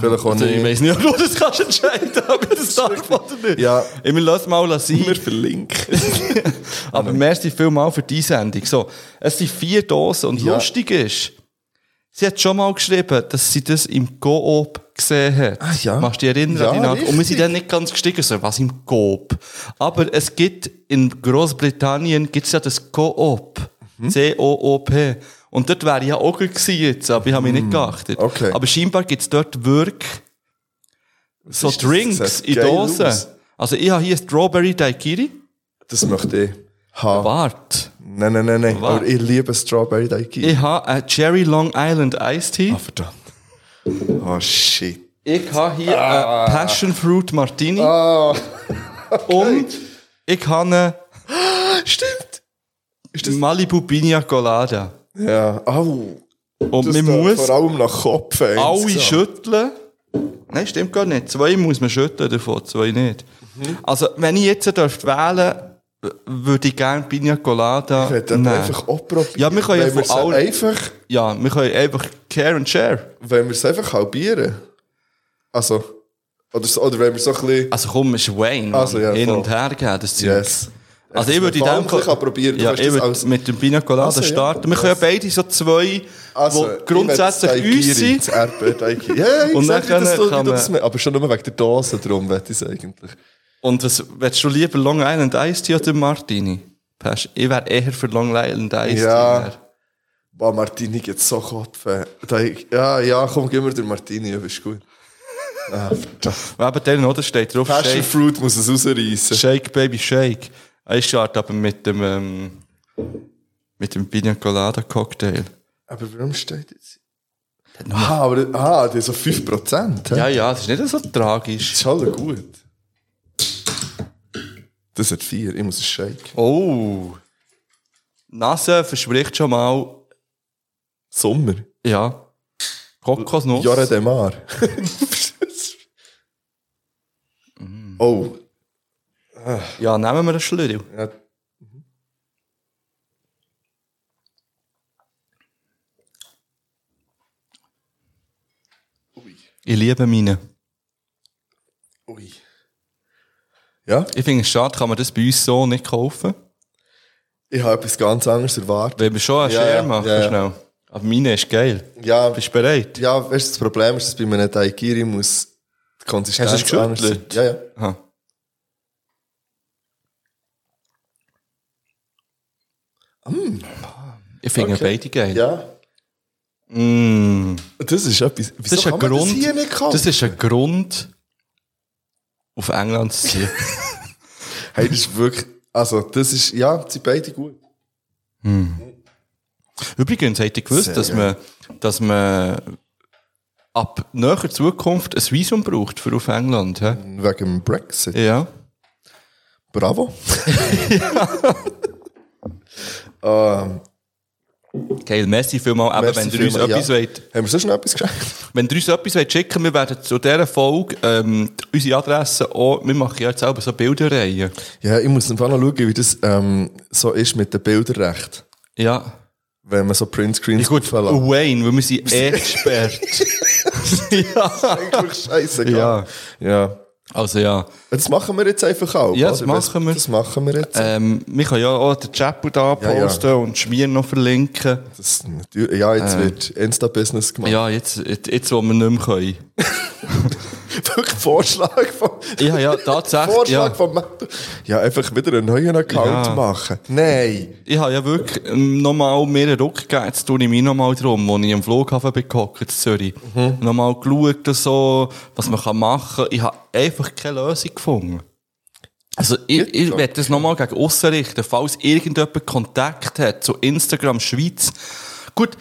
Speaker 3: Vielleicht auch
Speaker 4: Also, ich
Speaker 3: nicht.
Speaker 4: weiß nicht, ob du das kannst entscheiden, ob ich das darf oder nicht.
Speaker 3: Ja.
Speaker 4: Ich will lass mal sein.
Speaker 3: Wir verlinken.
Speaker 4: Aber merci vielmal für die Sendung. So, es sind vier Dosen und
Speaker 3: Ja.
Speaker 4: lustig ist, sie hat schon mal geschrieben, dass sie das im Coop gesehen hat.
Speaker 3: Ah, ja.
Speaker 4: Machst du dich erinnern
Speaker 3: Ja,
Speaker 4: an die Nachricht? Und wir
Speaker 3: richtig.
Speaker 4: sind dann nicht ganz gestiegen, so, was im Coop. Aber es gibt, in Großbritannien gibt es ja das Coop.
Speaker 3: Mhm.
Speaker 4: C-O-O-P. Und dort wäre ich ja auch gewesen jetzt, aber ich habe mich nicht geachtet.
Speaker 3: Mhm. Okay.
Speaker 4: Aber scheinbar gibt es dort wirklich so
Speaker 3: ist das? Das
Speaker 4: Drinks
Speaker 3: sieht
Speaker 4: in
Speaker 3: geil
Speaker 4: Dosen.
Speaker 3: aus.
Speaker 4: Also ich habe hier Strawberry Daiquiri.
Speaker 3: Das möchte ich
Speaker 4: Ah.
Speaker 3: haben.
Speaker 4: Wart.
Speaker 3: Nein, nein, nein, nein.
Speaker 4: Was?
Speaker 3: Aber ich liebe Strawberry Daiquiri.
Speaker 4: Ich habe einen Cherry Long Island Iced Tea.
Speaker 3: Ah, verdammt. Oh, shit.
Speaker 4: Ich habe hier
Speaker 3: Ah.
Speaker 4: einen Passion Fruit Martini. Und ich habe
Speaker 3: Stimmt.
Speaker 4: einen Malibu Pina Colada.
Speaker 3: Ja, au. Das
Speaker 4: Und man
Speaker 3: da
Speaker 4: muss
Speaker 3: vor allem nach Kopf. ey.
Speaker 4: alle
Speaker 3: So.
Speaker 4: schütteln. Nein, stimmt gar nicht. Zwei muss man schütteln davon, zwei nicht.
Speaker 3: Mhm.
Speaker 4: Also, wenn ich jetzt dürfte wählen würde ich gerne Pina Colada
Speaker 3: Ich hätte dann
Speaker 4: nehmen.
Speaker 3: einfach auch probieren.
Speaker 4: Ja, wir können ja
Speaker 3: wenn wir
Speaker 4: von
Speaker 3: es
Speaker 4: allen-
Speaker 3: einfach,
Speaker 4: Ja, wir können einfach Care and Share.
Speaker 3: Wenn wir es einfach halbieren. Also, oder, so, oder wenn wir so ein bisschen...
Speaker 4: Also komm, es ist Wayne. Mann.
Speaker 3: Also, ja,
Speaker 4: Hin
Speaker 3: voll.
Speaker 4: und her geben, das Zeug.
Speaker 3: Yes.
Speaker 4: Also ich
Speaker 3: Das
Speaker 4: würde in
Speaker 3: Ball
Speaker 4: dem
Speaker 3: kann
Speaker 4: Fall...
Speaker 3: ich auch probieren. Du
Speaker 4: Ja,
Speaker 3: kannst
Speaker 4: ich
Speaker 3: das
Speaker 4: würde
Speaker 3: als-
Speaker 4: mit dem Pina Colada
Speaker 3: Also, ja.
Speaker 4: starten. Wir können ja beide so zwei,
Speaker 3: Also,
Speaker 4: die grundsätzlich uns sind.
Speaker 3: Ja,
Speaker 4: Und
Speaker 3: und dann
Speaker 4: dann
Speaker 3: das,
Speaker 4: können-
Speaker 3: so,
Speaker 4: kann
Speaker 3: wie du das,
Speaker 4: man-
Speaker 3: me- aber schon nur wegen der Dose, darum wette ich es eigentlich.
Speaker 4: Und was, willst du lieber Long Island Iced Tea oder Martini? Pasch, Ich wäre eher für Long Island Iced
Speaker 3: Ja.
Speaker 4: Tea.
Speaker 3: Boah, Martini geht so Kopf. ey. Da ich- Ja, ja, komm, gib mir den Martini, ja, bist gut.
Speaker 4: Ja. Eben dann, oder? Steht drauf,
Speaker 3: Passion
Speaker 4: shake,
Speaker 3: Fruit muss es rausreißen.
Speaker 4: shake, Baby, Shake. Ah, Ich starte aber mit dem, ähm, mit dem Pina Colada Cocktail.
Speaker 3: Aber warum steht jetzt? Ah, aber ah, die ist so 5%. hä?
Speaker 4: Ja, ja, das ist nicht so tragisch.
Speaker 3: Das ist alle gut. Das hat 4, ich muss es shaken.
Speaker 4: Oh. Nase verspricht schon mal,
Speaker 3: Sommer.
Speaker 4: ja, Kokosnuss.
Speaker 3: Jahre de Mar. oh,
Speaker 4: Ja, nehmen wir einen Schlürri.
Speaker 3: ja,
Speaker 4: Ich liebe meine.
Speaker 3: ui. Ja,
Speaker 4: Ich finde es schade, kann man das bei uns so nicht kaufen.
Speaker 3: ich habe etwas ganz anderes erwartet.
Speaker 4: Wenn wir schon einen
Speaker 3: Ja,
Speaker 4: Share
Speaker 3: ja,
Speaker 4: machen,
Speaker 3: ja, ja.
Speaker 4: schnell. Aber meine ist geil.
Speaker 3: Ja,
Speaker 4: Bist du bereit?
Speaker 3: ja weißt du, das Problem ist, dass bei einem Taikiri muss die Konsistenz
Speaker 4: Hast du es
Speaker 3: anders sein.
Speaker 4: geschüttelt?
Speaker 3: Ja, ja.
Speaker 4: Aha. Ich finde
Speaker 3: Mm. Okay.
Speaker 4: beide geil.
Speaker 3: ja.
Speaker 4: Mm.
Speaker 3: Das ist etwas, wieso
Speaker 4: Das, ist
Speaker 3: kann
Speaker 4: ein
Speaker 3: man
Speaker 4: Grund,
Speaker 3: das hier nicht kaufen?
Speaker 4: das ist ein Grund, auf England zu ziehen.
Speaker 3: hey, das ist wirklich, also das ist, ja, sie sind beide gut.
Speaker 4: Übrigens, hätte ich gewusst,
Speaker 3: Sehr
Speaker 4: dass man,
Speaker 3: geil.
Speaker 4: dass man ab näher Zukunft ein Visum braucht für auf England. hä?
Speaker 3: Wegen dem Brexit.
Speaker 4: Ja.
Speaker 3: Bravo. Ähm,
Speaker 4: Geil, merci vielmal. Aber
Speaker 3: Merci
Speaker 4: wenn ihr uns
Speaker 3: vielmals,
Speaker 4: etwas
Speaker 3: ja.
Speaker 4: wollt,
Speaker 3: Haben wir sonst noch etwas geschenkt?
Speaker 4: Wenn ihr uns etwas wollt schicken wir werden zu dieser Folge ähm, die- unsere Adresse auch, wir machen ja jetzt selber so Bilderreihen.
Speaker 3: Ja, ich muss einfach noch schauen, wie das ähm, so ist mit dem Bilderrecht.
Speaker 4: Ja.
Speaker 3: wenn man so Printscreens
Speaker 4: Ist gut,
Speaker 3: auflässt.
Speaker 4: Wayne, weil wir sind eh gesperrt. ja.
Speaker 3: Eigentlich scheiße,
Speaker 4: Uh. Ja.
Speaker 3: ja.
Speaker 4: Also ja,
Speaker 3: Das machen wir jetzt einfach auch.
Speaker 4: Ja, das
Speaker 3: oder?
Speaker 4: machen wir.
Speaker 3: Das machen wir jetzt.
Speaker 4: ähm, wir können ja auch den Chapel da
Speaker 3: ja.
Speaker 4: posten und Schmier noch verlinken.
Speaker 3: Das, natürlich- ja, jetzt wird Insta-Business gemacht.
Speaker 4: Äh. Ja, jetzt, jetzt, jetzt wo wir nicht mehr können.
Speaker 3: Wirklich Vorschlag von.
Speaker 4: Ja, ja, tatsächlich,
Speaker 3: Vorschlag
Speaker 4: ja.
Speaker 3: von Matt. Ja, einfach wieder einen neuen Account
Speaker 4: Ja.
Speaker 3: machen. Nein.
Speaker 4: Ich habe ja wirklich ähm, nochmal mehr einen Ruck gegeben. Jetzt tue ich mich nochmal drum, als ich am Flughafen bin gehockt, in Zürich.
Speaker 3: Mhm.
Speaker 4: Nochmal geschaut, und so, was man kann machen kann. Ich habe einfach keine Lösung gefunden. Also, ich, ich werde das nochmal gegen aussen richten. Falls irgendjemand Kontakt hat zu Instagram Schweiz. Gut,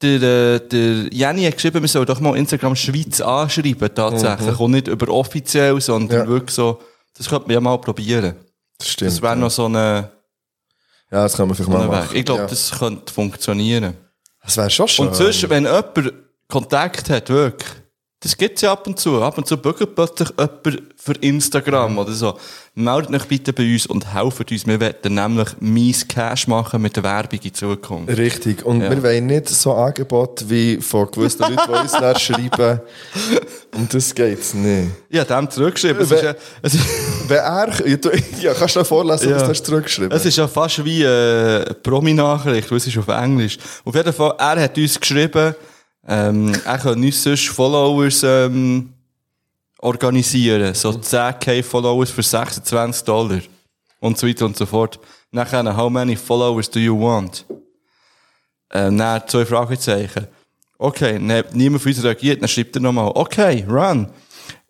Speaker 4: der, äh, der Jenny hat geschrieben, wir sollen doch mal Instagram Schweiz anschreiben, tatsächlich. Und nicht über offiziell, sondern
Speaker 3: Mhm. Ja.
Speaker 4: wirklich so, das könnte man ja mal probieren.
Speaker 3: Das stimmt.
Speaker 4: Das wäre noch so eine,
Speaker 3: ja, das können wir vielleicht
Speaker 4: so
Speaker 3: mal
Speaker 4: ein
Speaker 3: machen.
Speaker 4: Weg. Ich glaube,
Speaker 3: ja.
Speaker 4: das könnte funktionieren.
Speaker 3: das wäre schon schön.
Speaker 4: Und sonst, wenn jemand Kontakt hat, wirklich, Das gibt's ja ab und zu. Ab und zu bügelt plötzlich jemand für Instagram oder so. Meldet euch bitte bei uns und helft uns. Wir werden nämlich mies Cash machen mit der Werbung in Zukunft.
Speaker 3: Richtig. Und wir wollen nicht so Angebote wie von gewissen Leuten, die uns dann schreiben. Und das geht's nicht.
Speaker 4: Ich habe dem zurückgeschrieben. Es ist, ja, es, ist,
Speaker 3: Wenn er, ja, du, ja, kannst du noch vorlesen,
Speaker 4: Ja.
Speaker 3: was du hast zurückgeschrieben
Speaker 4: es ist ja fast wie eine Promi-Nachricht, weil es ist auf Englisch. Auf jeden Fall, er hat uns geschrieben, ähm, er kann uns sonst Followers ähm, organisieren. So 10k Followers für 26 Dollar. Und so weiter und so fort. Nachher, how many followers do you want? Äh, dann zwei Fragezeichen. Okay, ne, niemand von uns reagiert, dann schreibt er nochmal, okay, run.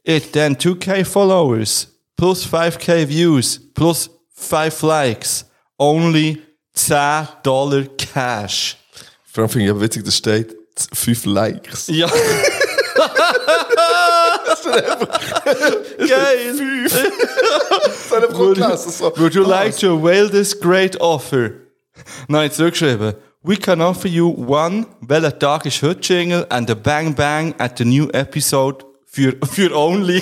Speaker 4: It then 2k followers, plus 5k views, plus 5 likes, only 10 Dollar Cash.
Speaker 3: Vor allem finde ich aber witzig, da steht 5 Likes.
Speaker 4: Ja. Geil.
Speaker 3: Soll ich gut lesen? So.
Speaker 4: Would you like to avail this great offer? Nein, zurückgeschrieben. We can offer you one Welcher Tag ist heute Jingle and a Bang Bang at the new episode für, für only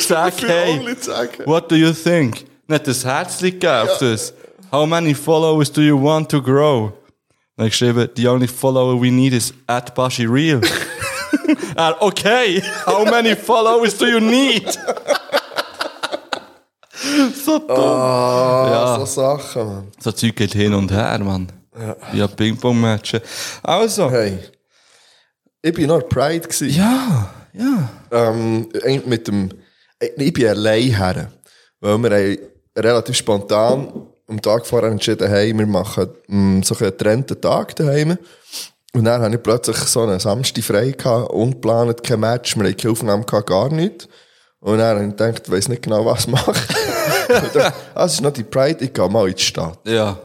Speaker 4: 10k.
Speaker 3: only 10K.
Speaker 4: What do you think? Nicht das Herzlich gegeben auf das. How many followers do you want to grow? Dann hab ich geschrieben, the only follower we need is at Bashi Real. ah, okay, how many followers do you need? so dumm.
Speaker 3: Ah,
Speaker 4: Ja.
Speaker 3: so Sachen, Mann.
Speaker 4: So Zeug geht hin und her, Mann. Ja, Ping-Pong-Matchen. Also.
Speaker 3: Hey. Ich war noch Pride. Gewesen.
Speaker 4: Ja, ja.
Speaker 3: ähm, ein- mit dem, ich bin allein her, weil wir haben relativ spontan am Tag vorher entschieden haben, wir machen ähm, so einen getrennten Tag daheim. Und dann habe ich plötzlich so einen Samstag frei gehabt, ungeplant, kein Match, wir hatten keine Aufnahme, gehabt, gar nichts. Und dann habe ich gedacht, ich weiss nicht genau, was machen. Und dann, ah, es ist noch die Pride, ich gehe mal in die Stadt.
Speaker 4: Ja.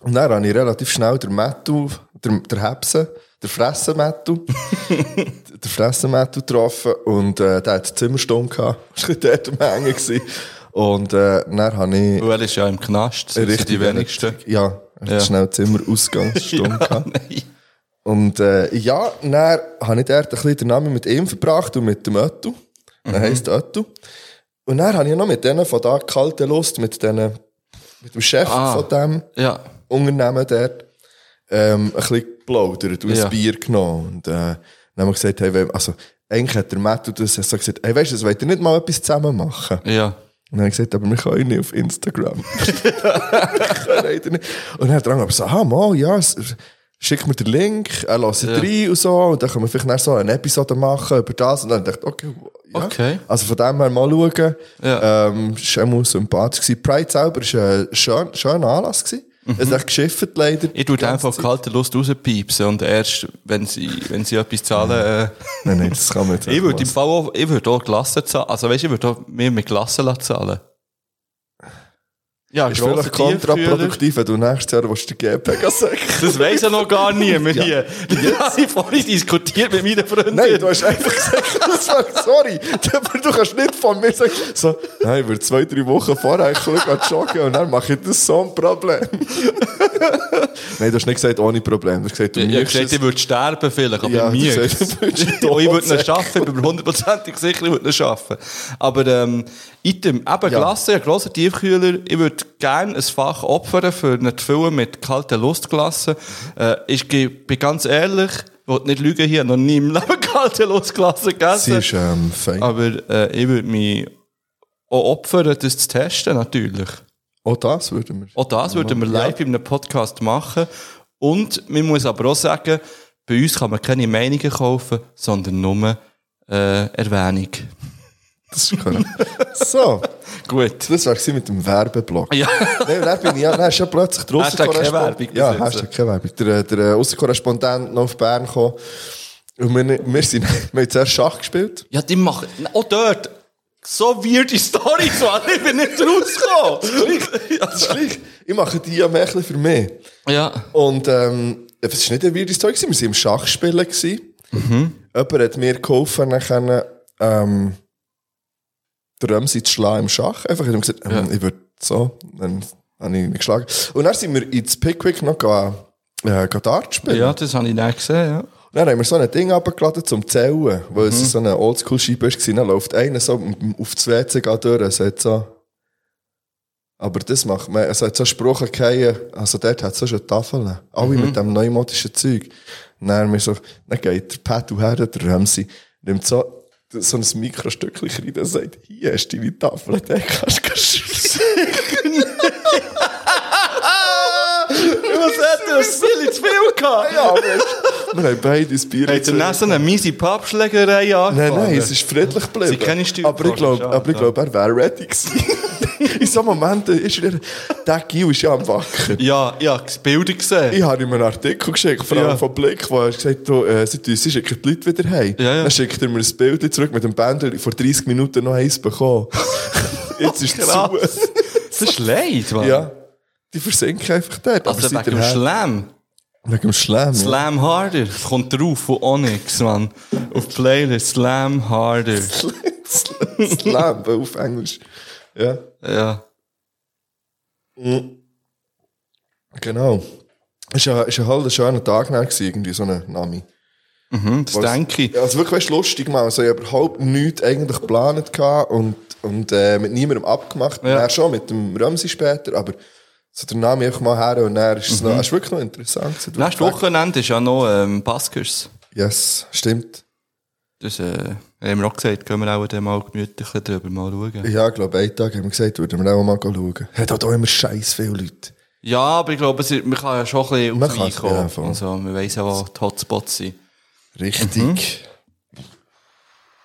Speaker 3: Und dann habe ich relativ schnell den Mattu, der, der Hebsen, der Fressen-Mattu, der Fressen-Mattu getroffen und äh, der hat Zimmerstunde gehabt. Das war dort am Hängen. gewesen. Und äh, dann habe ich...
Speaker 4: Well ist ja im Knast. Das sind die wenigsten.
Speaker 3: Ja, ja.
Speaker 4: Ja.
Speaker 3: schnell Zimmerausgangsstunde gehabt.
Speaker 4: Nein.
Speaker 3: Und äh, ja, dann habe ich dort ein bisschen den Namen mit ihm verbracht und mit dem Otto.
Speaker 4: Mhm.
Speaker 3: Er heisst Otto. Und dann habe ich noch mit denen von da kalte Lust, mit, denen, mit dem Chef
Speaker 4: Ah.
Speaker 3: von dem...
Speaker 4: Ja.
Speaker 3: Unternehmen dort ähm, ein bisschen geplaudert und
Speaker 4: Ja.
Speaker 3: ein Bier genommen. Und äh, dann haben wir gesagt, hey, wenn- also, eigentlich hat der Matt das so gesagt, hey, weißt du, das wollt ihr nicht mal etwas zusammen machen?
Speaker 4: Ja.
Speaker 3: Und dann habe ich gesagt, aber wir können nicht auf Instagram. Wir können leider nicht. und dann hat er dann aber so, ah, mal, ja, s- schick mir den Link, eh, er lässt ja. rein und so, und dann können wir vielleicht nachher so eine Episode machen über das. Und dann dachte ich, okay, ja.
Speaker 4: Okay.
Speaker 3: Also von dem her mal schauen.
Speaker 4: Ja.
Speaker 3: Ähm, es war auch mal sympathisch. gewesen. Pride eh, selber war ein schön, schöner Anlass. gewesen. Es ist echt geschifft, leider.
Speaker 4: Ich tue
Speaker 3: Die ganze
Speaker 4: einfach
Speaker 3: Zeit.
Speaker 4: kalte Lust rauspiepsen und erst, wenn sie, wenn sie etwas zahlen, äh,
Speaker 3: Nein, nein, das kann man jetzt
Speaker 4: Ich würde im
Speaker 3: nicht.
Speaker 4: Fall auch, ich würde auch Glassen zahlen. Also, weißt du, ich würde auch mehr mit Glassen lassen zahlen. Ja,
Speaker 3: Ist
Speaker 4: grosser
Speaker 3: vielleicht
Speaker 4: Tiefkühler.
Speaker 3: kontraproduktiv, wenn du nächstes Jahr willst, den GPK sagen
Speaker 4: Das weiss ja noch gar niemand hier. Das habe ich vorhin diskutiert mit meinen Freunden.
Speaker 3: Nein, du hast einfach gesagt, das war, sorry, aber du kannst nicht von mir sagen, so, nein, ich würde zwei, drei Wochen vorher ich schaue, gehe joggen und dann mache ich das so ein Problem. nein, du hast nicht gesagt, ohne Problem. Du hast gesagt, du
Speaker 4: ich
Speaker 3: ja,
Speaker 4: habe Äh, gesagt, ich
Speaker 3: es.
Speaker 4: würde sterben vielleicht, aber
Speaker 3: Ja,
Speaker 4: ja,
Speaker 3: du
Speaker 4: mir.
Speaker 3: sagst,
Speaker 4: Ich
Speaker 3: du würdest
Speaker 4: würde
Speaker 3: tot
Speaker 4: nicht arbeiten, ich bin mir hundertprozentig sicher, ich würde nicht arbeiten. Aber ähm, Item, eben Glasse, ein grosser Tiefkühler, ich würde gerne ein Fach opfern für einen Film mit kalten Lustglassen. Äh, ich ge- bin ganz ehrlich, ich will nicht lügen hier, noch nie im Leben kalte Lustglassen
Speaker 3: Sie
Speaker 4: gegessen.
Speaker 3: ist ähm, fein.
Speaker 4: Aber äh, ich würde mich auch opfern, das zu testen natürlich.
Speaker 3: Auch das würden wir.
Speaker 4: Auch das würden wir live in einem Podcast machen. Und man muss aber auch sagen, bei uns kann man keine Meinungen kaufen, sondern nur äh, Erwähnung.
Speaker 3: Das ist korrekt. so,
Speaker 4: Gut.
Speaker 3: das war es mit dem Werbeblock.
Speaker 4: Ja.
Speaker 3: Nein, dann bin ich ja, dann ist ja plötzlich der
Speaker 4: Hashtag keine
Speaker 3: Aussenkorrespondent-
Speaker 4: Werbung bis
Speaker 3: Ja,
Speaker 4: jetzt.
Speaker 3: hast du keine Werbung. Der, der äh, Aussenkorrespondent noch auf Bern gekommen. Und wir, wir, sind, wir haben zuerst Schach gespielt.
Speaker 4: Ja, die machen. Auch dort. So weirde Storys, Mann. Ich bin nicht rausgekommen.
Speaker 3: Das ist gleich. Ich mache die ja mehr ein bisschen für mich.
Speaker 4: ja.
Speaker 3: Und ähm, es war nicht ein weirdes Zeug, gewesen. wir waren im Schachspielen. gewesen. Jemand hat mir geholfen, nachher, ähm, den Römsi zu schlagen im Schach. Einfach, ich habe gesagt, ähm, ich würde so. Dann habe ich ihn geschlagen. Und dann sind wir ins Pickwick noch gegangen, äh, gegangen Dart spielen.
Speaker 4: Ja, das habe ich nicht gesehen, ja.
Speaker 3: Dann haben wir so ein Ding abgeladen zum Zählen, weil es so eine Oldschool-Scheibe war. Dann läuft einer so auf das WC geht durch, sagt so. Aber das macht man, es hat so Sprüche gegeben, also dort hat es so schon Tafeln. Alle mit dem neumodischen Zeug. Dann, haben wir so, dann geht der Pedro her, der Ramsey, nimmt so, so ein Mikrostückchen rein und sagt, hier hast du deine Tafel, den kannst du schreiben.
Speaker 4: Was hat er? Silly zu viel gehabt.
Speaker 3: Ja, Mensch. Wir haben beide ein Bier
Speaker 4: Hat er
Speaker 3: gezogen.
Speaker 4: dann so eine miese Pappschlägerei
Speaker 3: Nein,
Speaker 4: angefangen?
Speaker 3: nein, es ist friedlich geblieben.
Speaker 4: Sie kennen Steuern-
Speaker 3: Aber ich glaube,
Speaker 4: Schade,
Speaker 3: aber ich
Speaker 4: ja.
Speaker 3: glaub, er wäre ready gewesen. In so einem Moment eh, ist er, der Gil ist ja am Wacken.
Speaker 4: Ja, ja, das Bilder gesehen.
Speaker 3: Ich habe ihm einen Artikel geschickt, vor allem
Speaker 4: Ja.
Speaker 3: von Blick, wo er gesagt hat, äh, sie, tun- sie schicken die Leute wieder heim.
Speaker 4: Ja, ja.
Speaker 3: Dann schickt er mir ein Bild zurück mit dem Bändel, vor 30 Minuten noch eins bekommen. Jetzt ist es zu.
Speaker 4: Krass. Das ist leid, Mann.
Speaker 3: Ja. Die versinken einfach dort.
Speaker 4: Also
Speaker 3: aber
Speaker 4: wegen
Speaker 3: seid
Speaker 4: dem
Speaker 3: ihr her-
Speaker 4: Schlamm.
Speaker 3: wegen dem Schlamm. ja.
Speaker 4: Slam Harder. Es kommt drauf von Onyx, Mann. Auf Playlist Slam Harder.
Speaker 3: Slam auf Englisch. Ja.
Speaker 4: Ja.
Speaker 3: Genau. Es war ja halt ein schöner Tag, dann gewesen, irgendwie so ein eh, Nami.
Speaker 4: Hm, das denke ich.
Speaker 3: Ja, also wirklich weißt, du, lustig mal. Also, ich habe überhaupt nichts eigentlich geplant gehabt und, und äh, mit niemandem abgemacht.
Speaker 4: Ja.
Speaker 3: Ja. schon mit dem Ramsey später, aber so der Name einfach mal her und dann ist es
Speaker 4: Mhm.
Speaker 3: noch, ist wirklich noch interessant. gewesen.
Speaker 4: Nächstes Wochenende ist ja noch ähm, Baskers.
Speaker 3: Yes, stimmt.
Speaker 4: Das äh, haben wir auch gesagt, können wir auch dann mal gemütlich drüber mal schauen.
Speaker 3: Ja, ich glaube, einen Tag haben wir gesagt, würden wir auch mal schauen. Hat auch hier immer scheiß viele Leute.
Speaker 4: Ja, aber ich glaube, es ist, man kann ja schon ein bisschen
Speaker 3: Man
Speaker 4: aufs
Speaker 3: kann
Speaker 4: Wein
Speaker 3: es, ja, voll.
Speaker 4: kommen. Also, man weiss ja, wo die Hotspots sind.
Speaker 3: Richtig.
Speaker 4: Mhm.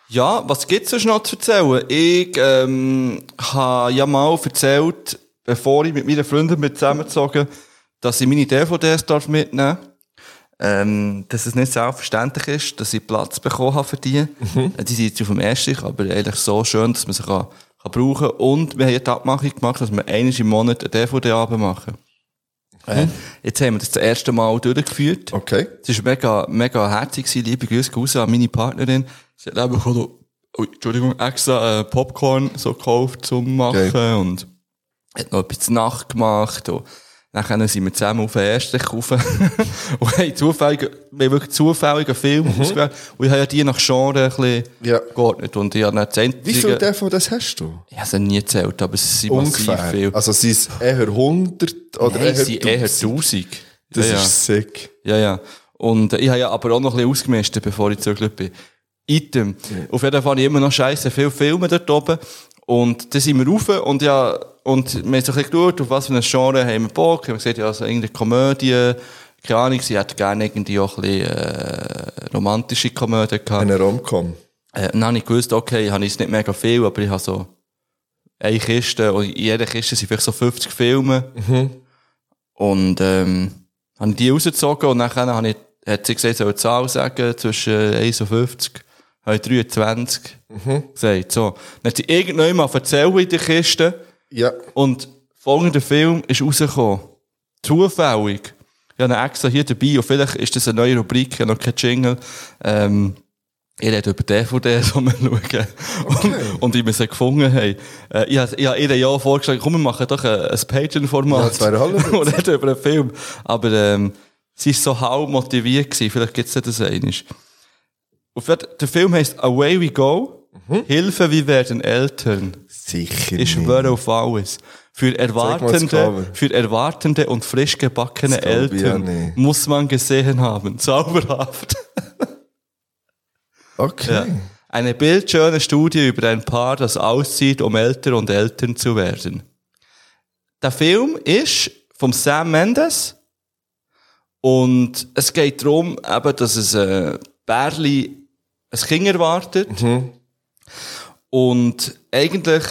Speaker 4: Ja, was gibt's sonst noch zu erzählen? Ich ähm, habe ja mal erzählt, bevor ich mit meinen Freunden bin zusammengezogen dass ich meine DVDs darf mitnehmen ähm, dass es nicht selbstverständlich ist, dass ich Platz bekommen habe für die. Äh, Die sind jetzt auf dem Estrich, aber eigentlich so schön, dass man sie kann, kann brauchen kann. Und wir haben eine Abmachung gemacht, dass wir einmal im Monat eine DVD-Abend machen. Äh, jetzt haben wir das das erste Mal durchgeführt.
Speaker 3: Okay.
Speaker 4: Es war mega, mega herzig, gewesen. liebe Grüße gehen raus an meine Partnerin. Sie hat eben auch noch, ui, Entschuldigung, extra äh, Popcorn so gekauft zum Machen
Speaker 3: Okay.
Speaker 4: und hat noch etwas zur Nacht gemacht und nachher sind wir zusammen auf den ersten rauf und haben zufällig, wir haben wirklich zufällig einen Film ausgewählt und ich habe ja die nach Genre ein bisschen
Speaker 3: Mhm. Ja.
Speaker 4: geordnet und ich habe dann zehn
Speaker 3: Wie viel davon das hast du?
Speaker 4: Ich habe sie nie gezählt, aber es sind massiv
Speaker 3: Ungefähr.
Speaker 4: viel.
Speaker 3: Also, sind es eher 100 oder
Speaker 4: Nein, es sind
Speaker 3: eher
Speaker 4: eher
Speaker 3: 1000?
Speaker 4: 1000.
Speaker 3: Das
Speaker 4: Ja, ja.
Speaker 3: ist sick.
Speaker 4: Ja, ja. Und äh, ich habe ja aber auch noch ein bisschen ausgemistet, bevor ich zurückgekommen bin. Item. Auf jeden Fall habe ich immer noch scheiße viele Filme dort oben. Und dann sind wir rauf und ja, und wir haben so ein bisschen geschaut, auf was für ein Genre haben wir Bock. Wir haben gesagt, ja, so irgendeine Komödie. Keine Ahnung, sie hätte gerne irgendwie auch ein bisschen, äh, romantische Komödie gehabt.
Speaker 3: Eine Romcom.
Speaker 4: Äh, dann habe ich gewusst, okay, ich habe jetzt nicht mega viel, aber ich habe so eine Kiste und in jeder Kiste sind vielleicht so 50 Filme. Und ähm, habe ich die rausgezogen und dann habe ich, hat sie gesagt, soll eine Zahl sagen, zwischen 1 und 50. Habe ich 23 gesagt. So. Dann hat sie irgendwann mal erzählt in der Kiste
Speaker 3: Ja.
Speaker 4: und folgender Film ist rausgekommen. Zufällig. Ich habe ihn extra hier dabei und vielleicht ist das eine neue Rubrik, ich habe noch kein Jingle. Ähm, ich rede über DVD, wo wir schauen. Und, und wie wir sie gefunden haben. Äh, ich habe ich habe ihr ja vorgeschlagen, komm, wir machen doch ein, ein
Speaker 3: Ja,
Speaker 4: Patreon-Format.
Speaker 3: das wäre halb witzig.
Speaker 4: und reden über einen Film. Aber ähm, sie war so halb motiviert, gewesen. vielleicht gibt es das einmal. Auf jeden Fall, Der Film heisst Away We Go, Hilfe, wir werden Eltern.
Speaker 3: Sicher.
Speaker 4: Ich schwöre auf alles. Für
Speaker 3: Cover.
Speaker 4: erwartende, für erwartende und frisch gebackene
Speaker 3: Das glaub ich ja
Speaker 4: Eltern
Speaker 3: nicht.
Speaker 4: muss man gesehen haben. Zauberhaft.
Speaker 3: Okay.
Speaker 4: Ja. Eine bildschöne Studie über ein Paar, das auszieht, um älter und Eltern zu werden. Der Film ist vom Sam Mendes und es geht darum, eben, dass es äh, Bärli ein Kind erwartet und eigentlich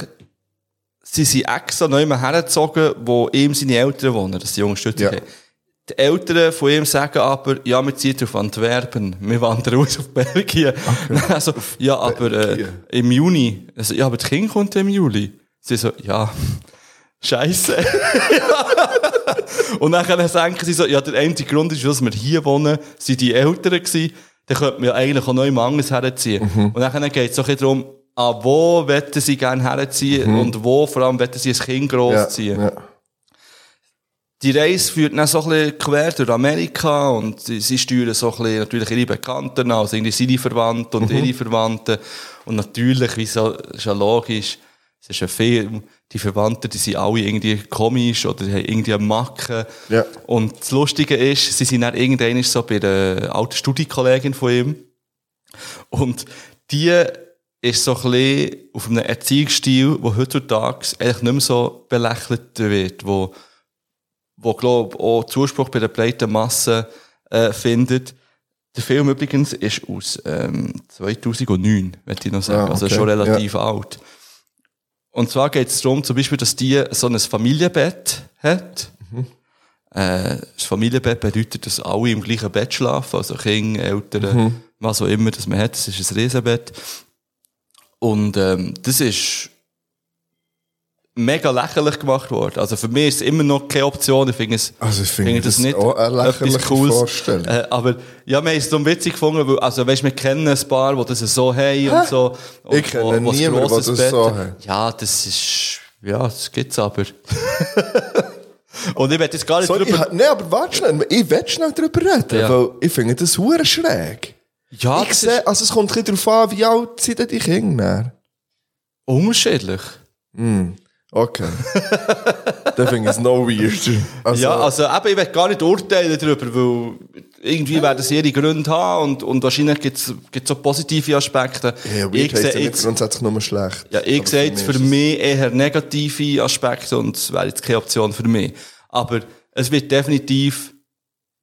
Speaker 4: sie sind extra neu hergezogen, wo ihm seine Eltern wohnen, dass sie Unterstützung
Speaker 3: Ja.
Speaker 4: haben. Die Eltern von ihm sagen aber, ja, wir ziehen auf Antwerpen, wir wandern aus auf Belgien. Also, ja, aber äh,
Speaker 3: Belgien.
Speaker 4: im Juni, also, ja, aber das Kind kommt im Juli. Sie so, ja, scheiße. Und dann denken sie so, ja, der einzige Grund ist, dass wir hier wohnen, sind die Eltern gewesen, dann könnten wir eigentlich auch noch im anderes herziehen.
Speaker 3: Mhm.
Speaker 4: Und dann geht es so ein bisschen darum, an wo wollen sie gerne herziehen und wo vor allem wollen sie ein Kind
Speaker 3: Mhm. Ja.
Speaker 4: großziehen.
Speaker 3: ja.
Speaker 4: die Reise führt dann so ein bisschen quer durch Amerika und sie- sie steuern so ein bisschen natürlich ihre Bekannten an, also irgendwie seine Verwandten und ihre Verwandten. Und natürlich, wie so, ist ja logisch, es ist ein Film, die Verwandten, die sind alle irgendwie komisch oder haben irgendwie eine Macke.
Speaker 3: Ja.
Speaker 4: Und das Lustige ist, sie sind dann irgendwann so bei einer alten Studienkollegin von ihm. Und die ist so ein bisschen auf einem Erziehungsstil, der heutzutage eigentlich nicht mehr so belächelt wird, wo, wo glaube auch Zuspruch bei der breiten Masse äh, findet. Der Film übrigens ist aus ähm, 2009, möchte ich noch sagen,
Speaker 3: Ah,
Speaker 4: also
Speaker 3: okay.
Speaker 4: schon relativ alt. Und zwar geht es darum, zum Beispiel, dass die so ein Familienbett hat. Äh, das Familienbett bedeutet, dass alle im gleichen Bett schlafen, also Kinder, Eltern,
Speaker 3: Mhm.
Speaker 4: was auch immer das man hat. Das ist ein Riesenbett. Und ähm, das ist mega lächerlich gemacht worden. Also für mich ist es immer noch keine Option. Ich finde es
Speaker 3: Also ich finde
Speaker 4: finde das
Speaker 3: das
Speaker 4: nicht
Speaker 3: auch eine
Speaker 4: etwas
Speaker 3: lächerliche
Speaker 4: Cooles.
Speaker 3: Vorstellung.
Speaker 4: Äh, aber ja, wir haben es darum witzig gefunden, weil, also weißt, wir kennen ein paar, die das so haben und so. Und
Speaker 3: Ich kenne
Speaker 4: wo- wo ein
Speaker 3: niemanden, der
Speaker 4: grosses
Speaker 3: das
Speaker 4: Bett
Speaker 3: so
Speaker 4: hat.
Speaker 3: hat.
Speaker 4: Ja, das ist, ja, das gibt's aber. und ich werde jetzt gar nicht
Speaker 3: Sorry,
Speaker 4: drüber...
Speaker 3: ich, ha- nee, aber warte schnell, ich will schnell darüber reden,
Speaker 4: Ja. Ah,
Speaker 3: weil ich finde das hure schräg.
Speaker 4: Ja,
Speaker 3: Ich sehe, also es kommt ein bisschen darauf an, wie alt sind denn die Kinder?
Speaker 4: unterschiedlich.
Speaker 3: Okay. Dann finde ich es noch weird. Also,
Speaker 4: Ja, also eben, ich will gar nicht urteilen darüber, weil irgendwie werden sie ihre Gründe haben und, und wahrscheinlich gibt's gibt's auch positive Aspekte.
Speaker 3: ja, weird
Speaker 4: ich
Speaker 3: heisst ja
Speaker 4: sehe
Speaker 3: nicht
Speaker 4: jetzt,
Speaker 3: grundsätzlich nur schlecht.
Speaker 4: ja, ich
Speaker 3: Aber
Speaker 4: sehe jetzt für
Speaker 3: ist
Speaker 4: mich eher negative Aspekte und es wäre jetzt keine Option für mich. Aber es wird definitiv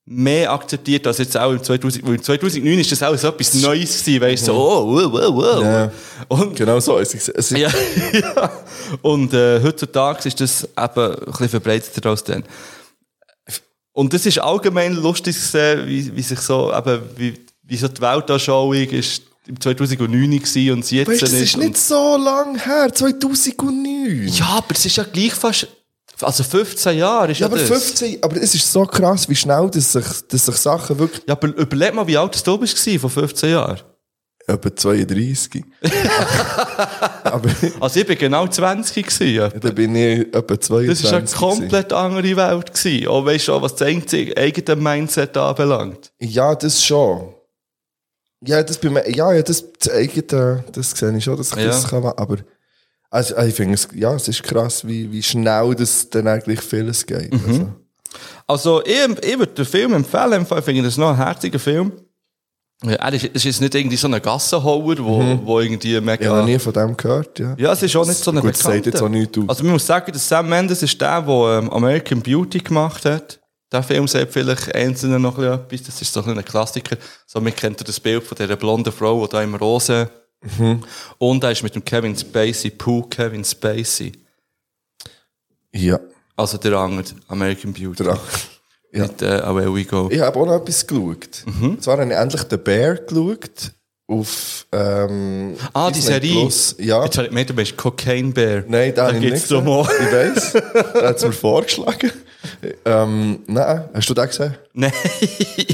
Speaker 4: mehr akzeptiert als jetzt auch im 2000, weil im 2009 ist das auch so etwas Neues gewesen, weißt du, so, oh, wow, wow, wow.
Speaker 3: Ja.
Speaker 4: Und,
Speaker 3: es- Genau so. Es ist, es ist,
Speaker 4: ja, ja. Und äh, heutzutage ist das eben ein bisschen verbreiteter als dann. Und das ist allgemein lustig zu sehen, wie, wie sich so, eben, wie, wie so die Weltanschauung ist im 2009 gewesen und sie jetzt
Speaker 3: weißt, das ist nicht so lange her, 2009.
Speaker 4: Und, ja, aber es ist ja gleich fast, also 15 Jahre ist ja,
Speaker 3: Ja, aber
Speaker 4: das.
Speaker 3: 15, aber es ist so krass, wie schnell dass sich, dass sich Sachen wirklich...
Speaker 4: Ja, aber überleg mal, wie alt das du bist gewesen vor 15 Jahren.
Speaker 3: Etwa 32. aber
Speaker 4: Also ich bin genau 20 gewesen. ja.
Speaker 3: dann bin ich etwa 22.
Speaker 4: Das ist eine
Speaker 3: gewesen.
Speaker 4: komplett andere Welt gewesen. Auch weißt du, auch was das eigene eigene Mindset anbelangt.
Speaker 3: Ja, das schon. Ja, das bei mir, ja, ja, das, das eigene, das sehe ich schon, dass ich
Speaker 4: Ja.
Speaker 3: das kann, machen, aber, also, ich finde es, ja, es ist krass, wie, wie schnell das dann eigentlich vieles geht.
Speaker 4: Mhm.
Speaker 3: Also,
Speaker 4: Also, ich, ich würde den Film empfehlen. Im Fall finde ich das noch ein herziger Film. Ja, Er ist, es ist nicht irgendwie so ein Gassenhauer, wo, wo irgendwie mega...
Speaker 3: ich habe Mhm. noch nie von dem gehört, ja.
Speaker 4: Ja, es ist auch nicht so ein
Speaker 3: Gut, das sagt jetzt auch nichts aus.
Speaker 4: Also man muss sagen, dass Sam Mendes ist der, der ähm, American Beauty gemacht hat. Der Film sagt vielleicht einzelne noch ein bisschen etwas. Das ist so ein kleiner Klassiker. Somit kennt ihr das Bild von dieser blonden Frau, die da im Rosen...
Speaker 3: Mhm.
Speaker 4: Und er ist mit dem Kevin Spacey, Pooh Kevin Spacey.
Speaker 3: Ja,
Speaker 4: Also der andere, American Beauty.
Speaker 3: dran.
Speaker 4: Mit äh, Away We Go.
Speaker 3: Ich habe auch noch etwas geschaut.
Speaker 4: Mhm.
Speaker 3: Und zwar habe ich endlich den Bear geschaut. Auf, ähm,
Speaker 4: Ah, die
Speaker 3: Disney
Speaker 4: Serie.
Speaker 3: Plus. Ja.
Speaker 4: Jetzt habe ich gemeint, du bist Cocaine Bear.
Speaker 3: Nein, da
Speaker 4: da
Speaker 3: habe ich
Speaker 4: geht's
Speaker 3: nicht gesehen.
Speaker 4: drum auch.
Speaker 3: Ich weiss. Er hat es mir vorgeschlagen. Ähm, nein, hast du den gesehen?
Speaker 4: Nein,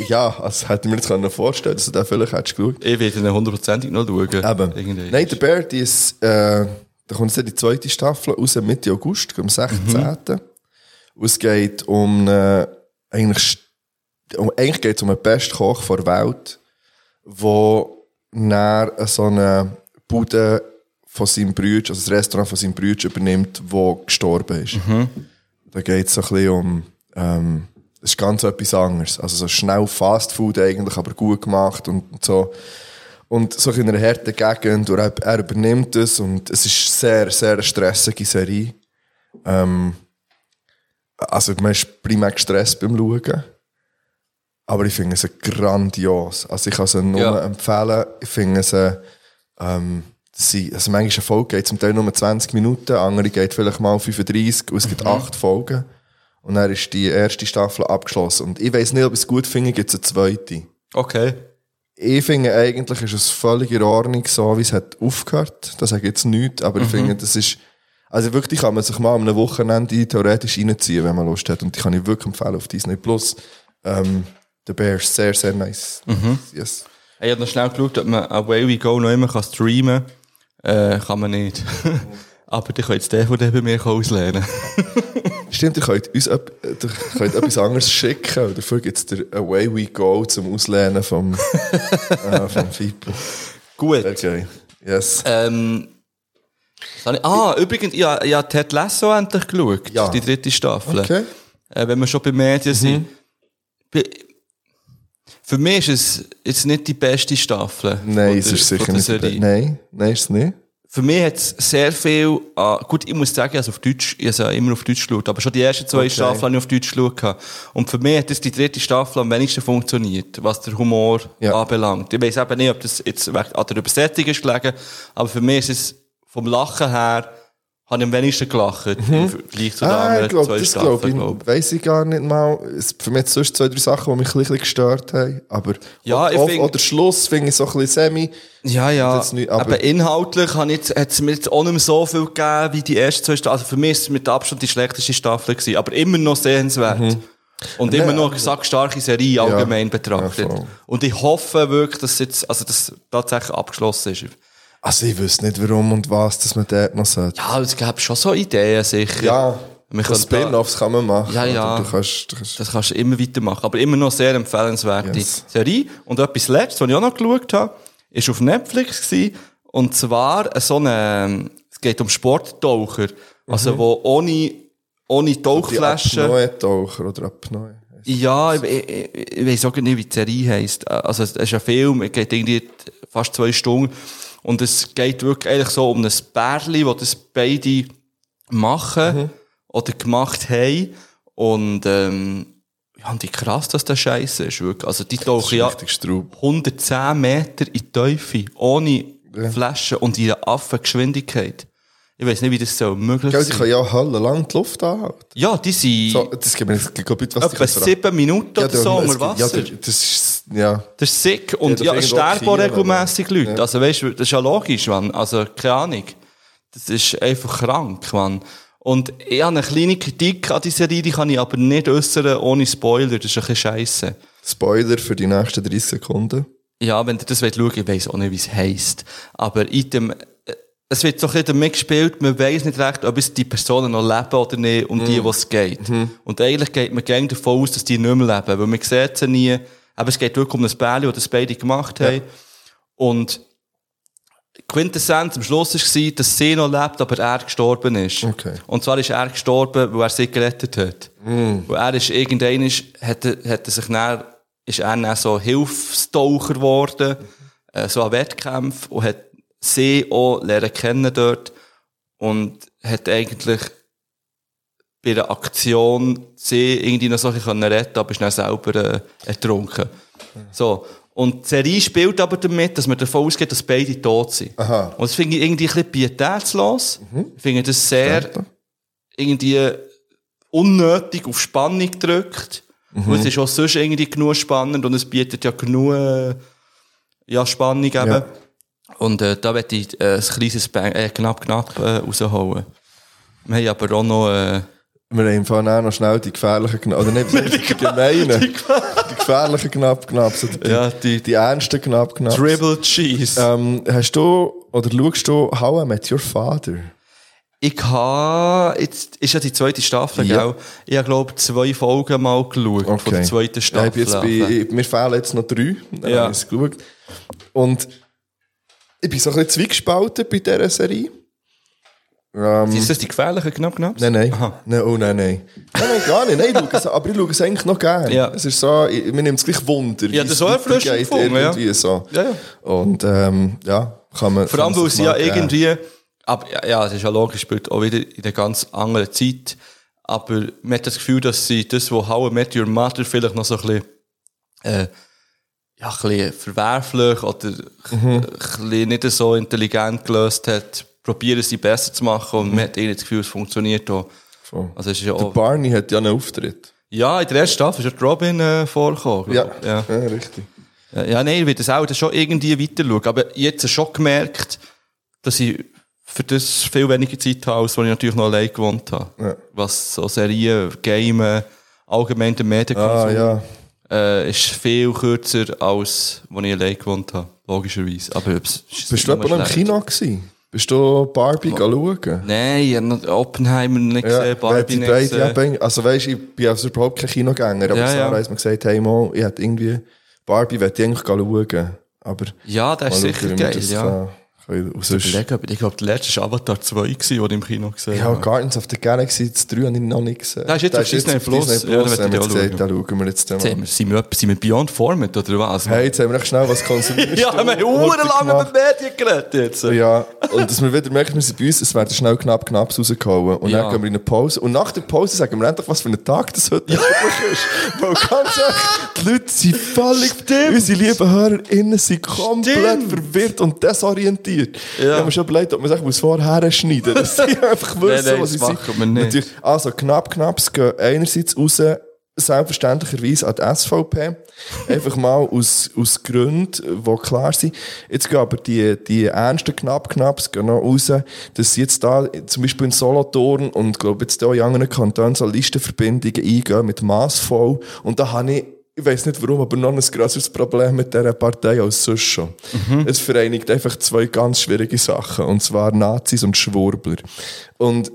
Speaker 3: Ja, also hätte ich mir das können vorstellen dass du den vielleicht hättest geschaut.
Speaker 4: ich werde ihn hundertprozentig noch schauen.
Speaker 3: Eben.
Speaker 4: Irgendwie.
Speaker 3: Nein, der Bear, die ist, äh, da kommt jetzt die zweite Staffel raus, Mitte August, am 16. Und es geht um, äh, eigentlich, st- um, eigentlich geht es um den besten Koch der Welt, der nach so einer Bude von seinem Bruder, also das Restaurant von seinem Bruder übernimmt, der gestorben ist. Da geht es so ein bisschen um, ähm, es ist ganz etwas anderes. Also so schnell Fast Food eigentlich, aber gut gemacht und, und so. Und so in einer harten Gegend, und er, er übernimmt es und es ist sehr, sehr eine stressige Serie. Ähm, also man ist primär gestresst beim Schauen. Aber ich finde es grandios. Also ich kann es nur
Speaker 4: Ja.
Speaker 3: empfehlen. Ich finde es, äh, ähm, sie, also manchmal eine Folge geht zum Teil nur 20 Minuten, andere geht vielleicht mal 35 und es gibt acht Folgen. Und dann ist die erste Staffel abgeschlossen. Und ich weiß nicht, ob ich es gut finde, gibt es eine zweite.
Speaker 4: Okay.
Speaker 3: Ich finde eigentlich ist es völlig in Ordnung, so wie es hat aufgehört. Das sage ich jetzt nichts, aber
Speaker 4: Mhm.
Speaker 3: ich finde, das ist, also wirklich kann man sich mal am Wochenende theoretisch reinziehen, wenn man Lust hat. Und die kann ich wirklich empfehlen auf Disney Plus. Ähm, The Bear ist sehr, sehr nice.
Speaker 4: Mhm.
Speaker 3: Yes.
Speaker 4: Ich habe noch schnell geschaut, ob man Away We Go noch immer kann streamen Eh, kann. Äh, kann man nicht. Aber die können jetzt DVD bei mir auslehnen.
Speaker 3: Stimmt, ihr könnt uns ep- äh, ihr könnt etwas anderes schicken. und Dafür gibt es den Away We Go zum Auslehnen vom, äh, vom Fipo.
Speaker 4: Gut.
Speaker 3: Sehr geil. Yes.
Speaker 4: Ähm, was habe ich, ah, übrigens, ich habe ja Ted Lasso endlich geschaut,
Speaker 3: Ja.
Speaker 4: die dritte Staffel.
Speaker 3: Okay. Mhm.
Speaker 4: Äh, wenn wir schon bei Medien sind. Bei- Für mich ist es jetzt nicht die beste Staffel.
Speaker 3: Nein,
Speaker 4: von
Speaker 3: es
Speaker 4: der-
Speaker 3: ist sicher
Speaker 4: von der
Speaker 3: nicht.
Speaker 4: Serie.
Speaker 3: Nein, nein, ist es nicht.
Speaker 4: Für mich hat es sehr viel. an- gut, ich muss sagen, also auf Deutsch, ich habe immer auf Deutsch geschaut, aber schon die ersten zwei Staffeln habe ich auf Deutsch geschaut. Und für mich hat das die dritte Staffel am wenigsten funktioniert, was der Humor
Speaker 3: Ja.
Speaker 4: anbelangt. Ich weiß eben nicht, ob das jetzt wegen- an der Übersetzung ist gelegen, aber für mich ist es vom Lachen her, habe ich am wenigsten gelacht. Im Vergleich zu den
Speaker 3: Mhm. Ah, ich
Speaker 4: anderen
Speaker 3: glaube,
Speaker 4: zwei
Speaker 3: das
Speaker 4: Staffeln,
Speaker 3: glaube ich.
Speaker 4: glaub
Speaker 3: Weiss ich gar nicht mal. Es, für mich hat es sonst zwei, drei Sachen, die mich ein bisschen gestört haben. Aber
Speaker 4: Ja, ich
Speaker 3: auch,
Speaker 4: find-
Speaker 3: auch der Schluss finde ich so ein bisschen semi.
Speaker 4: Ja, ja.
Speaker 3: jetzt nicht,
Speaker 4: aber,
Speaker 3: aber-
Speaker 4: inhaltlich hat es mir jetzt auch nicht mehr so viel gegeben wie die ersten zwei Staffeln. Also für mich ist es mit Abstand die schlechteste Staffel gewesen, aber immer noch sehenswert.
Speaker 3: Mhm.
Speaker 4: Und immer noch eine sackstarke Serie allgemein betrachtet.
Speaker 3: Ne, äh, Ja, voll.
Speaker 4: und ich hoffe wirklich, dass jetzt, also das tatsächlich abgeschlossen ist.
Speaker 3: Also ich wüsste nicht, warum und was, dass man dort noch sollte.
Speaker 4: Ja, es gäbe schon so Ideen sicher.
Speaker 3: Ja,
Speaker 4: Man
Speaker 3: so
Speaker 4: könnte da-
Speaker 3: Spin-Offs kann man machen.
Speaker 4: Ja, ja.
Speaker 3: Du kannst, du kannst,
Speaker 4: Das kannst du immer weitermachen. Aber immer noch sehr empfehlenswerte
Speaker 3: Yes.
Speaker 4: Serie. Und etwas Letztes, was ich auch noch geschaut habe, ist auf Netflix gewesen. Und zwar äh, so eine, es geht um Sporttaucher. Also, wo ohne, ohne
Speaker 3: Mhm. die
Speaker 4: Tauchflaschen.
Speaker 3: Apnoe-Taucher oder Apnoe.
Speaker 4: Ja, ich, ich, ich- ich weiss auch gar nicht, wie die Serie heisst. Also, es ist ein Film, es geht irgendwie fast zwei Stunden. Und es geht wirklich eigentlich so um ein Bärli, wo das beide machen
Speaker 3: Mhm.
Speaker 4: oder gemacht haben. Und, ähm, ja, und wie krass, dass das scheiße ist, wirklich. Also, die tauchen ja
Speaker 3: richtig Straub.
Speaker 4: 110 Meter in die Tiefe, ohne
Speaker 3: Ja.
Speaker 4: Flaschen und in einer Affengeschwindigkeit. Ich weiss nicht, wie das so möglich
Speaker 3: Gell, die
Speaker 4: ist.
Speaker 3: können ja höllenlang die Luft anhalten.
Speaker 4: Ja, die sind
Speaker 3: So, das gibt mir jetzt glaub ich, was
Speaker 4: etwa
Speaker 3: können.
Speaker 4: sieben Minuten
Speaker 3: Ja,
Speaker 4: oder so
Speaker 3: es
Speaker 4: unter
Speaker 3: gibt-
Speaker 4: Wasser.
Speaker 3: Ja, das ist, ja.
Speaker 4: Das ist sick. Und
Speaker 3: das
Speaker 4: ja, es
Speaker 3: irgendwo
Speaker 4: sterben auch
Speaker 3: China,
Speaker 4: regelmässig Leute. Also weißt du, das ist ja logisch, Mann. Also, keine Ahnung. Das ist einfach krank, Mann. Und ich habe eine kleine Kritik an diese Serie, die kann ich aber nicht äußern ohne Spoiler. Das ist ein bisschen scheisse.
Speaker 3: Spoiler für die nächsten 30 Sekunden.
Speaker 4: Ja, wenn ihr das wollt schauen, ich weiss auch nicht, wie es heisst. Aber in dem, äh, es wird so ein bisschen damit gespielt, man weiss nicht recht, ob es die Personen noch leben oder nicht, um die, was es geht. Und eigentlich geht man gerne davon aus, dass die nicht mehr leben, weil man sieht sie nie. Aber es geht wirklich um das Bärli, das das beide gemacht haben. Und die Quintessenz am Schluss war, dass sie noch lebt, aber er gestorben ist.
Speaker 3: Okay.
Speaker 4: Und zwar ist er gestorben, weil er sie gerettet hat. Weil er ist irgendwann, ist- hat, er- hat er sich dann, ist er dann so Hilfstaucher geworden, äh, so an Wettkämpfen, und hat sie auch lernen kennen dort und hat eigentlich bei der Aktion sie irgendwie noch so ein bisschen retten aber ist dann selber äh, ertrunken. So. Und die Serie spielt aber damit, dass man davon ausgeht, dass beide tot sind.
Speaker 3: Aha. Mhm.
Speaker 4: Und das finde ich irgendwie ein bisschen pietätslos. Ich finde das sehr irgendwie unnötig auf Spannung drückt.
Speaker 3: Mhm.
Speaker 4: Und es ist auch sonst irgendwie genug spannend und es bietet ja genug äh, ja, Spannung eben.
Speaker 3: Ja.
Speaker 4: Und äh, da werde ich äh, ein kleines Bang, äh, knapp, knapp äh, rausholen. Wir haben aber auch noch... Äh,
Speaker 3: Wir haben im Fall auch noch schnell die gefährlichen Knapp, oder nicht, die, gemeinen, die, gefährlichen Knapp, Knapp, so die,
Speaker 4: Ja, die-
Speaker 3: die ernsten Knapp, Knapp.
Speaker 4: Triple Cheese.
Speaker 3: Ähm, hast du, oder schaust du How I Met Your Father?
Speaker 4: Ich habe, jetzt ist ja die zweite Staffel,
Speaker 3: Ja.
Speaker 4: gell? Ich habe, glaube zwei Folgen mal geschaut von der zweiten
Speaker 3: Ja, ich bin
Speaker 4: Staffel.
Speaker 3: jetzt bei, ich, mir fehlen jetzt noch drei. Dann
Speaker 4: Ja.
Speaker 3: habe ich es geschaut. Und ich bin so ein bisschen zwiegespalten bei dieser Serie.
Speaker 4: Ist das die gefährlichen knapp knapp?
Speaker 3: ähm, Nein, nein.
Speaker 4: Aha.
Speaker 3: nein oh nein, nein. Nein, nein, gar nicht. Nein, ich schaue es, aber ich schaue es eigentlich noch gerne.
Speaker 4: Ja.
Speaker 3: Es ist so, ich, mir nimmt es gleich Wunder. wie
Speaker 4: Ja, das
Speaker 3: es
Speaker 4: war
Speaker 3: weitergeht,
Speaker 4: erfrischend gefunden, ja.
Speaker 3: irgendwie so.
Speaker 4: Ja, ja.
Speaker 3: Und ähm, ja, kann man.
Speaker 4: Vor allem,
Speaker 3: kann man
Speaker 4: weil
Speaker 3: sich
Speaker 4: sie
Speaker 3: mal
Speaker 4: ja
Speaker 3: geben.
Speaker 4: irgendwie, aber, ja, ja, es ist ja logisch, spielt auch wieder in einer ganz anderen Zeit. Aber man hat das Gefühl, dass sie das, was How I Met Your Mother vielleicht noch so ein bisschen, äh, ja, ein bisschen verwerflich oder
Speaker 3: Mhm.
Speaker 4: ein bisschen nicht so intelligent gelöst hat, probieren sie besser zu machen und man hat irgendwie das Gefühl, es funktioniert auch.
Speaker 3: Voll.
Speaker 4: Also es ist ja
Speaker 3: Der
Speaker 4: auch,
Speaker 3: Barney hat ja einen Auftritt.
Speaker 4: Ja, in der ersten Staffel ist ja die Robin äh, vorgekommen.
Speaker 3: Ja,
Speaker 4: glaub ich.
Speaker 3: ja.
Speaker 4: Ja.
Speaker 3: richtig.
Speaker 4: ja. Ja, nein, ich will das auch dann schon irgendwie weiter schauen. Aber jetzt schon gemerkt, dass ich für das viel weniger Zeit habe, als wenn ich natürlich noch allein gewohnt habe.
Speaker 3: Ja.
Speaker 4: Was so Serien, Game, allgemein der
Speaker 3: Ah,
Speaker 4: Medienkonsum
Speaker 3: ja.
Speaker 4: äh, ist viel kürzer, als wenn ich allein gewohnt habe. Logischerweise. Aber es ist
Speaker 3: Bist du
Speaker 4: nicht
Speaker 3: etwa noch im
Speaker 4: schlecht.
Speaker 3: Kino gewesen? Bist du Barbie oh. schauen?
Speaker 4: Nein, ich habe noch Oppenheimer nicht
Speaker 3: Ja,
Speaker 4: gesehen, Barbie
Speaker 3: die
Speaker 4: nicht
Speaker 3: beide
Speaker 4: gesehen.
Speaker 3: abhängen. Also weißt, ich bin also überhaupt kein Kinogänger, aber
Speaker 4: Ja,
Speaker 3: Sarah
Speaker 4: ja.
Speaker 3: hat mir gesagt, hey Mo, ich hätte irgendwie, Barbie wollte ich eigentlich schauen. Aber
Speaker 4: Ja, das ist
Speaker 3: mal
Speaker 4: sicher
Speaker 3: schauen, wie wir
Speaker 4: geil,
Speaker 3: das
Speaker 4: ja.
Speaker 3: kann- können. Und sonst-
Speaker 4: Überlegen, aber ich glaube, der letzte war Avatar 2, gewesen, den ich im Kino gesehen
Speaker 3: Ja, Guardians of the Galaxy 3 habe ich noch nicht gesehen.
Speaker 4: Der ist jetzt auf Disney Plus. Ja,
Speaker 3: Ja,
Speaker 4: den
Speaker 3: haben
Speaker 4: werd
Speaker 3: wir
Speaker 4: ich auch
Speaker 3: gesagt,
Speaker 4: schauen.
Speaker 3: da schauen wir jetzt den
Speaker 4: Sind
Speaker 3: mal.
Speaker 4: wir, sind, wir, etwa- sind wir Beyond Format oder was?
Speaker 3: Hey, jetzt haben wir echt schnell was konsumiert.
Speaker 4: ja, wir haben lange über
Speaker 3: gemacht.
Speaker 4: Medien geredet jetzt.
Speaker 3: Ja, und dass wir wieder merken, wir sind bei uns, es werden schnell knapp knapp rausgehauen. Und
Speaker 4: Ja.
Speaker 3: dann gehen wir in eine Pause. Und nach der Pause sagen wir endlich, was für ein Tag das heute wirklich ist. Weil ganz ehrlich, die Leute sind völlig... Unsere lieben HörerInnen sind komplett
Speaker 4: Stimmt.
Speaker 3: verwirrt und desorientiert.
Speaker 4: Ja.
Speaker 3: Ich habe mir schon überlegt, ob man sich vorher schneiden muss, dass sie einfach wissen,
Speaker 4: nein,
Speaker 3: was sie
Speaker 4: das
Speaker 3: sind.
Speaker 4: machen wir nicht.
Speaker 3: Natürlich- Also, knapp knapp, es gehen einerseits raus, selbstverständlicherweise an die SVP. Einfach mal aus, aus Gründen, die klar sind. Jetzt gehen aber die, die ernsten knapp knapps gehen noch raus, dass sie jetzt da zum Beispiel in Solothurn und glaube jetzt auch in anderen Kantonen so Listenverbindungen eingehen mit massvoll. Und da habe ich ich weiß nicht warum, aber noch ein größeres Problem mit dieser Partei als sonst schon. Es vereinigt einfach zwei ganz schwierige Sachen, und zwar Nazis und Schwurbler. Und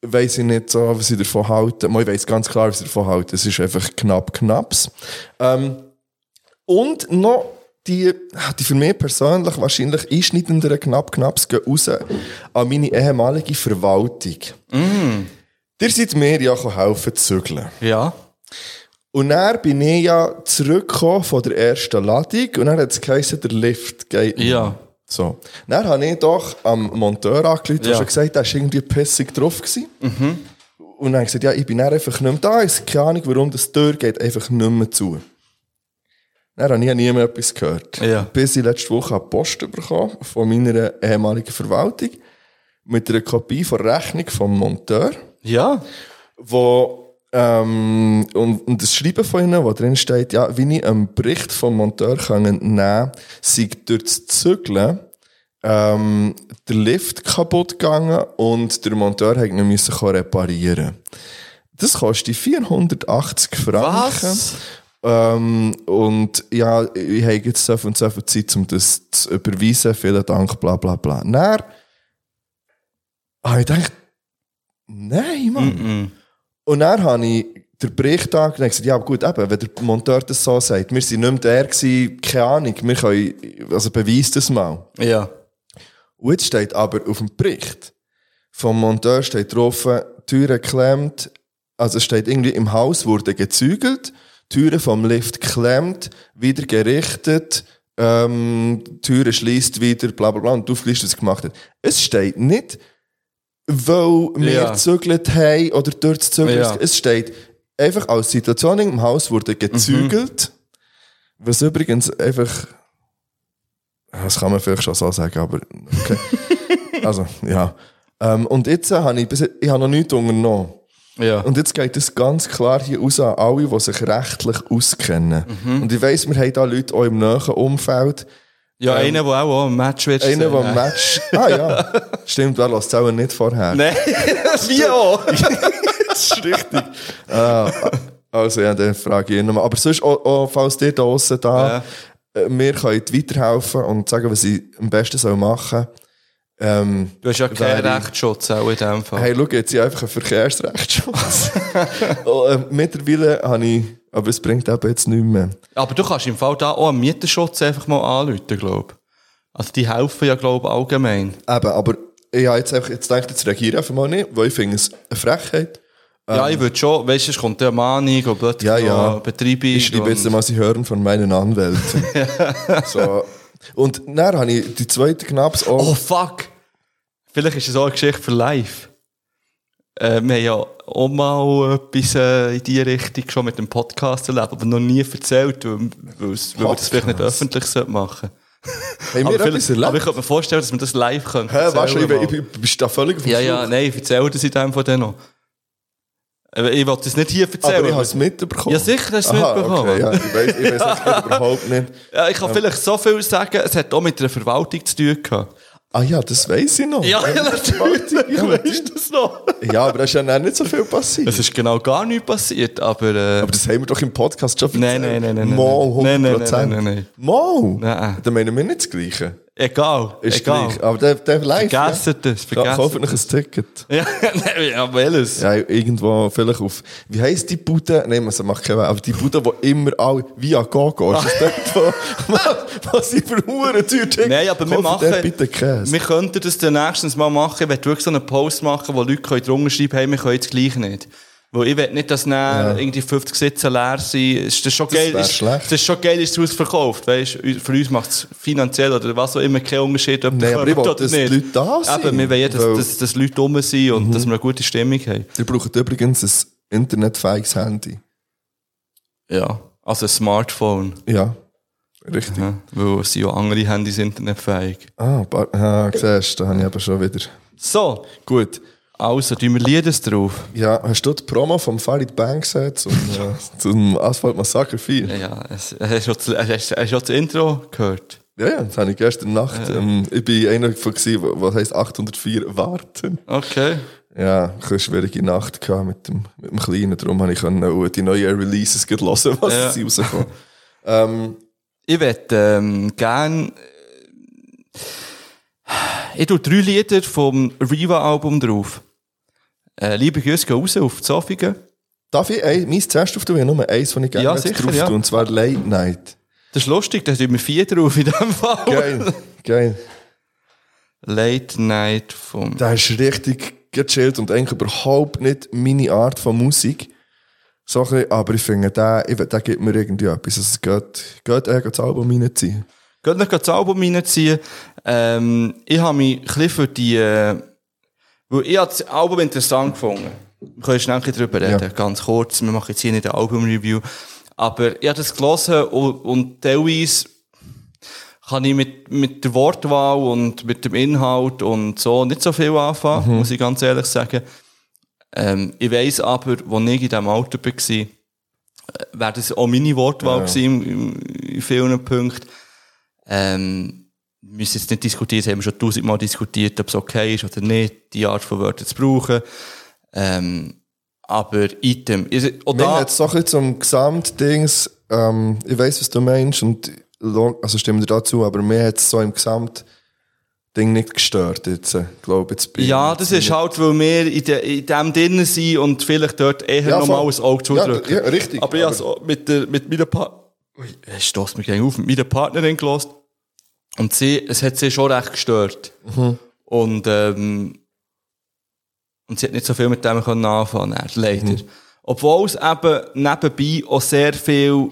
Speaker 3: weiß ich nicht so, was ich davon halte. Mal, Ich weiß ganz klar, was ich davon halte. Es ist einfach knapp, knapps. Ähm, und noch die, ah, die für mich persönlich wahrscheinlich einschneidenderen knapp, knapps gehen raus an meine ehemalige Verwaltung. Ihr seid mir ja helfen zu zügeln.
Speaker 4: Ja.
Speaker 3: Und dann bin ich ja zurückgekommen von der ersten Ladung und dann hat es geheißen, der Lift geht nicht.
Speaker 4: Ja.
Speaker 3: So. Dann habe ich doch am Monteur angerufen
Speaker 4: Ja.
Speaker 3: und schon gesagt, er war irgendwie pissig drauf. Gewesen. Und dann habe ich gesagt, ja, ich bin dann einfach nicht mehr da, ich habe keine Ahnung, warum das Tür geht einfach nicht mehr zu. Dann habe ich nie mehr etwas gehört.
Speaker 4: Ja.
Speaker 3: Bis ich letzte Woche eine Post bekommen von meiner ehemaligen Verwaltung mit einer Kopie von der Rechnung vom Monteur
Speaker 4: Ja.
Speaker 3: wo ähm, und, und das Schreiben von ihnen, wo drin steht, ja, wie ich einen Bericht vom Monteur kann entnehmen kann, sei durch das Zügeln ähm, der Lift kaputt gegangen und der Monteur hat ihn müssen kommen reparieren. Das kostet 480 Franken.
Speaker 4: Was?
Speaker 3: Ähm, und ja, ich habe jetzt so viel und so viel Zeit, um das zu überweisen. Vielen Dank, bla bla bla. Dann habe ich gedacht, nein, Mann. Und dann habe ich den Bericht angenommen und gesagt, ja gut, eben, wenn der Monteur das so sagt, wir sind nicht mehr der, gewesen, keine Ahnung, wir können, also beweist das mal.
Speaker 4: Ja.
Speaker 3: Und jetzt steht aber auf dem Bericht vom Monteur steht drauf, Türen klemmt, also es steht irgendwie im Haus wurde gezügelt, Türen vom Lift klemmt, wieder gerichtet, ähm, Türen schließt wieder, bla bla bla, und du aufgelistet, was er gemacht hat. Es steht nicht, weil wir
Speaker 4: Ja.
Speaker 3: gezügelt haben oder durchgezügelt.
Speaker 4: Ja.
Speaker 3: Es steht einfach als Situation im Haus wurde gezügelt, was übrigens einfach das kann man vielleicht schon so sagen, aber okay. also, ja. Ähm, und jetzt äh, habe ich, bis, ich habe noch nichts unternommen.
Speaker 4: Ja.
Speaker 3: Und jetzt geht es ganz klar hier raus an alle, die sich rechtlich auskennen. Und ich weiss, wir haben da Leute auch im nahen Umfeld.
Speaker 4: Ja, einer, der auch am Match wird.
Speaker 3: Einer, der im Match... Ah ja, stimmt, wer lässt es auch nicht vorher.
Speaker 4: Nein, wie auch.
Speaker 3: Das ist richtig. Ah, also ja, dann frage ich ihn nochmal. Aber sonst, auch, auch, falls ihr da draussen da, äh, mir könnt weiterhelfen und sagen, was ich am besten soll machen soll. Ähm,
Speaker 4: Du hast ja keinen
Speaker 3: Wäre-
Speaker 4: Rechtsschutz auch in dem Fall.
Speaker 3: Hey, schau, jetzt habe ich einfach einen Verkehrsrechtsschutz. oh, ähm, mittlerweile habe ich, aber es bringt eben jetzt nichts mehr.
Speaker 4: Aber du kannst im Fall da auch am Mieterschutz einfach mal anrufen, glaube ich. Also die helfen ja, glaube ich, allgemein.
Speaker 3: Eben, aber ich habe jetzt einfach, jetzt denke ich, jetzt reagiere ich einfach mal nicht, weil ich finde es eine Frechheit.
Speaker 4: Ja, ich würde schon, weißt du, es kommt der Mahnung, ob plötzlich
Speaker 3: Ja, ja.
Speaker 4: noch Betrieb ist.
Speaker 3: Ich schreibe jetzt
Speaker 4: und-
Speaker 3: mal, sie hören von meinen Anwälten. so. Und dann habe ich die zweite Knaps auch.
Speaker 4: Oh fuck! Vielleicht ist es auch eine Geschichte für live. Äh, wir haben ja auch mal etwas äh, in diese Richtung schon mit dem Podcast erlebt, aber noch nie erzählt, weil, weil es- weil wir das vielleicht nicht öffentlich sollten machen
Speaker 3: haben wir
Speaker 4: aber,
Speaker 3: etwas
Speaker 4: vielleicht- aber ich
Speaker 3: erlebt?
Speaker 4: könnte mir vorstellen, dass wir das live können.
Speaker 3: Hä, weißt du, ich, bin- ich, bin- bist da völlig auf dem
Speaker 4: ja, ja, nein, ich erzähle das in dem von denen noch. Äh, Ich wollte es nicht hier erzählen.
Speaker 3: Aber ich habe es mitbekommen.
Speaker 4: Ja, sicher hast du es
Speaker 3: Aha,
Speaker 4: mitbekommen.
Speaker 3: Okay, ja, ich weiß, ich weiß es überhaupt nicht.
Speaker 4: Ja, ich kann vielleicht so viel sagen, es hat auch mit einer Verwaltung zu tun gehabt.
Speaker 3: Ah ja, das weiß ich noch.
Speaker 4: ich weiß das noch.
Speaker 3: Ja, aber da ist ja dann nicht so viel passiert.
Speaker 4: Es ist genau gar nichts passiert, aber... Äh,
Speaker 3: Aber das haben wir doch im Podcast schon
Speaker 4: Nein, nein, nein, nein, nein,
Speaker 3: Mal 100
Speaker 4: nein. Nein, nein, nein, nein, nein, nein.
Speaker 3: Mal?
Speaker 4: Nein.
Speaker 3: Dann meinen wir nicht das Gleiche.
Speaker 4: Egal.
Speaker 3: Ist
Speaker 4: egal.
Speaker 3: gleich. Aber der, der live.
Speaker 4: Vergessen das.
Speaker 3: ja. Ja, kauft
Speaker 4: Vergessen
Speaker 3: euch ein Ticket.
Speaker 4: Ja, nee, ja, welches?
Speaker 3: Ja, irgendwo vielleicht auf. Wie heisst die Bude? Nein, man macht keine Werbung, aber die Bude, wo immer alle via Gogo ist. Das ist dort, wo, was sie für Huren teuer
Speaker 4: Nein, aber wir
Speaker 3: Kauft dort
Speaker 4: machen.
Speaker 3: bitte Käse.
Speaker 4: Wir könnten das dann nächstens mal machen, wenn wir wirklich so einen Post machen, wo Leute können drunter schreiben hey, wir können jetzt gleich nicht. Weil ich will nicht, dass nachher irgendwie 50 Sitze leer sind. Ist das schon
Speaker 3: Das
Speaker 4: geil?
Speaker 3: wär
Speaker 4: Ist,
Speaker 3: schlecht.
Speaker 4: das ist schon geil, ist es ausverkauft. Weißt? Für uns macht es finanziell oder was auch immer keinen Unterschied, ob
Speaker 3: Nein, aber ich
Speaker 4: kommt
Speaker 3: will, dass die Leute da sind.
Speaker 4: Eben, wir wollen, ja,
Speaker 3: Weil- Mhm.
Speaker 4: dass, dass, dass Leute dumm sind und dass wir eine gute Stimmung haben.
Speaker 3: Ihr braucht übrigens ein internetfähiges Handy.
Speaker 4: Ja. Also ein Smartphone.
Speaker 3: Ja. Richtig.
Speaker 4: Ja. Weil es sind ja andere Handys internetfähig.
Speaker 3: Ah, Bar ah, siehst du, da habe ich aber schon wieder.
Speaker 4: So,
Speaker 3: Gut.
Speaker 4: also tun wir Liedes drauf.
Speaker 3: Ja, hast du die Promo vom Farid Bang gesehen zum, äh, zum Asphalt Massaker 4?
Speaker 4: Ja, Ja, es- hast du schon das- hast du schon das Intro gehört?
Speaker 3: Ja, ja, das habe ich gestern Nacht. Ähm, ich bin einer von, gewesen, wo- was heisst 804 Warten.
Speaker 4: Okay.
Speaker 3: Ja, ich hatte eine schwierige Nacht gehabt mit dem, mit dem Kleinen. Darum konnte ich können auch die neuen Releases gerade hören, was
Speaker 4: Ja.
Speaker 3: sie rauskommen.
Speaker 4: Ich würde ähm, gern. äh, Ich tue drei Lieder vom Riva-Album drauf. Äh, liebe Grüße gehen raus auf die Zofingen.
Speaker 3: Darf ich ein, mein zuerst auf ja nur eins, das ich gerne
Speaker 4: Ja,
Speaker 3: jetzt
Speaker 4: sicher,
Speaker 3: drauf
Speaker 4: ja.
Speaker 3: tue, und zwar Late Night.
Speaker 4: Das ist lustig, da tun wir vier drauf in dem Fall.
Speaker 3: Geil, geil.
Speaker 4: Late Night vom.
Speaker 3: Der ist richtig gechillt und eigentlich überhaupt nicht meine Art von Musik. So ein bisschen, aber ich finde, der, ich will- der gibt mir irgendwie etwas. Also, Es geht, geht eher das Album reinziehen.
Speaker 4: Geht noch das Album reinziehen. Ähm, ich habe mich ein bisschen für die. Äh, weil ich habe das Album interessant gefunden. Wir können schnell ein bisschen darüber reden,
Speaker 3: Ja.
Speaker 4: ganz kurz. Wir machen jetzt hier nicht ein Album-Review. Aber ich habe das gelesen und, und teilweise kann ich mit, mit der Wortwahl und mit dem Inhalt und so nicht so viel anfangen, muss ich ganz ehrlich sagen. Ähm, ich weiss aber, als ich in diesem Alter war, äh, wäre das auch meine Wortwahl gewesen, in, in vielen Punkten. Ähm, wir müssen jetzt nicht diskutieren, das haben wir schon tausendmal diskutiert, ob es okay ist oder nicht, die Art von Wörtern zu brauchen. Ähm, aber Item. Ist,
Speaker 3: Mir
Speaker 4: oder
Speaker 3: hat es so ein bisschen zum Gesamtdings, ähm, ich weiss, was du meinst, und lo- also stimme dir dazu, aber mir hat es so im Gesamtding nicht gestört jetzt, äh, glaube ich. Jetzt bin
Speaker 4: ja,
Speaker 3: ich-
Speaker 4: das ist halt, weil wir in, de, in dem drinnen sind und vielleicht dort eher
Speaker 3: Ja, voll.
Speaker 4: nochmal ein Auge
Speaker 3: Ja,
Speaker 4: zudrücken.
Speaker 3: ja, richtig,
Speaker 4: Aber, ich
Speaker 3: aber-
Speaker 4: habe also mit, der, mit meiner Partnerin, ich stoss mich gegen auf, mit meiner Partnerin gelost und sie, es hat sie schon recht gestört.
Speaker 3: Mhm.
Speaker 4: Und, ähm, und sie hat nicht so viel mit dem können anfangen können, leider.
Speaker 3: Mhm.
Speaker 4: Obwohl es eben nebenbei auch sehr viel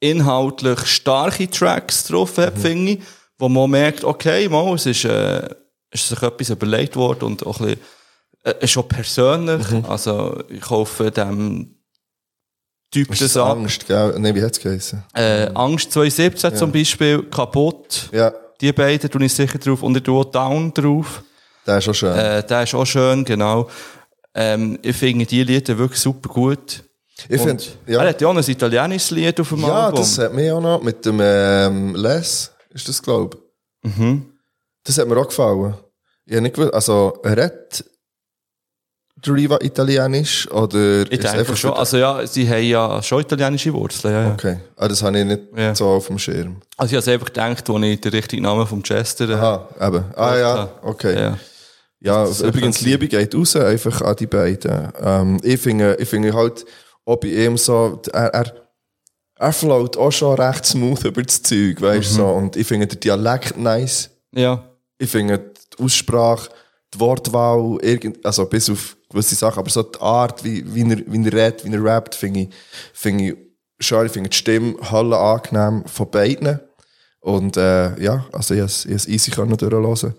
Speaker 4: inhaltlich starke Tracks drauf
Speaker 3: Mhm.
Speaker 4: hat, finde ich, wo man merkt, okay, mal, es ist, äh, ist sich etwas überlegt worden und auch ein bisschen, äh, ist schon persönlich.
Speaker 3: Mhm.
Speaker 4: Also, ich hoffe, dem Typ
Speaker 3: Ist
Speaker 4: das
Speaker 3: das
Speaker 4: an.
Speaker 3: Angst, gell? Nein, wie hat es geheißen?
Speaker 4: Äh, Angst 2017 zum Beispiel, kaputt.
Speaker 3: Ja,
Speaker 4: Die beiden tue ich sicher drauf und ich tue auch Down drauf.
Speaker 3: der ist schon schön.
Speaker 4: Äh, der ist auch schön, genau. Ähm, ich finde die Lieder wirklich super gut.
Speaker 3: ich
Speaker 4: Und
Speaker 3: finde, ja,
Speaker 4: Er hat ja auch ein italienisches Lied auf dem
Speaker 3: ja
Speaker 4: Album.
Speaker 3: das hat mir auch noch mit dem ähm, Les, ist das, glaube ich.
Speaker 4: Mhm.
Speaker 3: Das hat mir auch gefallen. Ich hab nicht gewusst, also, redet Driva italienisch oder
Speaker 4: Ich denke schon. Also ja, sie haben ja schon italienische Wurzeln. Ja, ja.
Speaker 3: Okay, ah, das habe ich nicht
Speaker 4: Ja.
Speaker 3: so auf dem Schirm.
Speaker 4: Also ich habe einfach gedacht, als ich den richtigen Namen vom Chester äh,
Speaker 3: Ah, eben. Ah ja, okay. Ja, also,
Speaker 4: ja.
Speaker 3: übrigens, Liebe geht raus einfach an die beiden. Ähm, ich finde ich finde halt, auch bei ihm so, er, er, er float auch schon recht smooth über das Zeug, weißt
Speaker 4: Mhm.
Speaker 3: du so. Und ich finde den Dialekt nice.
Speaker 4: ja.
Speaker 3: Ich finde die Aussprache, die Wortwahl, irgend, also bis auf gewisse Sachen, aber so die Art, wie, wie, er, wie er redet, wie er rappt, finde ich, finde ich schön. Ich finde die Stimme Halle angenehm von beiden. Und äh, ja, also ich habe es ich habe es easy können durchlesen.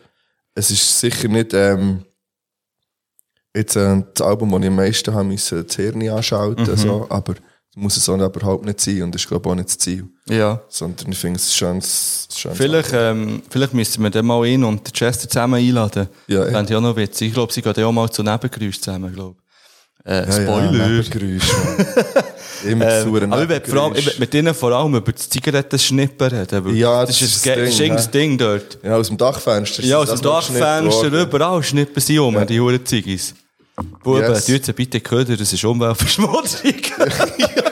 Speaker 3: Es ist sicher nicht ähm, jetzt äh, das Album, das ich am meisten habe müssen, das Hirn anschalten,
Speaker 4: Mhm.
Speaker 3: so, aber es muss es auch überhaupt nicht sein und das ist glaube ich auch nicht das Ziel.
Speaker 4: ja.
Speaker 3: Sondern ich finde es ein schönes, schönes
Speaker 4: Vielleicht, ähm, vielleicht müssen wir den mal in und den Chester zusammen einladen.
Speaker 3: Ja, ja.
Speaker 4: Fände ich auch noch witzig. Ich glaube, sie gehen ja auch mal zu Nebengeräusch zusammen, glaube ich. Äh, Spoiler. Ehm,
Speaker 3: Nebengeräusch, Mann. Immer ähm, sauer
Speaker 4: aber ich will vor allem, ich will mit denen vor allem über das Zigarettenschnippen reden. weil
Speaker 3: Ja,
Speaker 4: das, ist ein Ge- das ist
Speaker 3: ja.
Speaker 4: ein Ding dort.
Speaker 3: Ja, aus dem Dachfenster.
Speaker 4: Ja, aus
Speaker 3: Das
Speaker 4: dem
Speaker 3: ist nicht
Speaker 4: Dachfenster,
Speaker 3: wahr.
Speaker 4: überall schnippen sie um, die Huren Ziggis. Buben,
Speaker 3: Yes.
Speaker 4: yes. tut sie bitte Köder, das ist Umweltverschmutzung.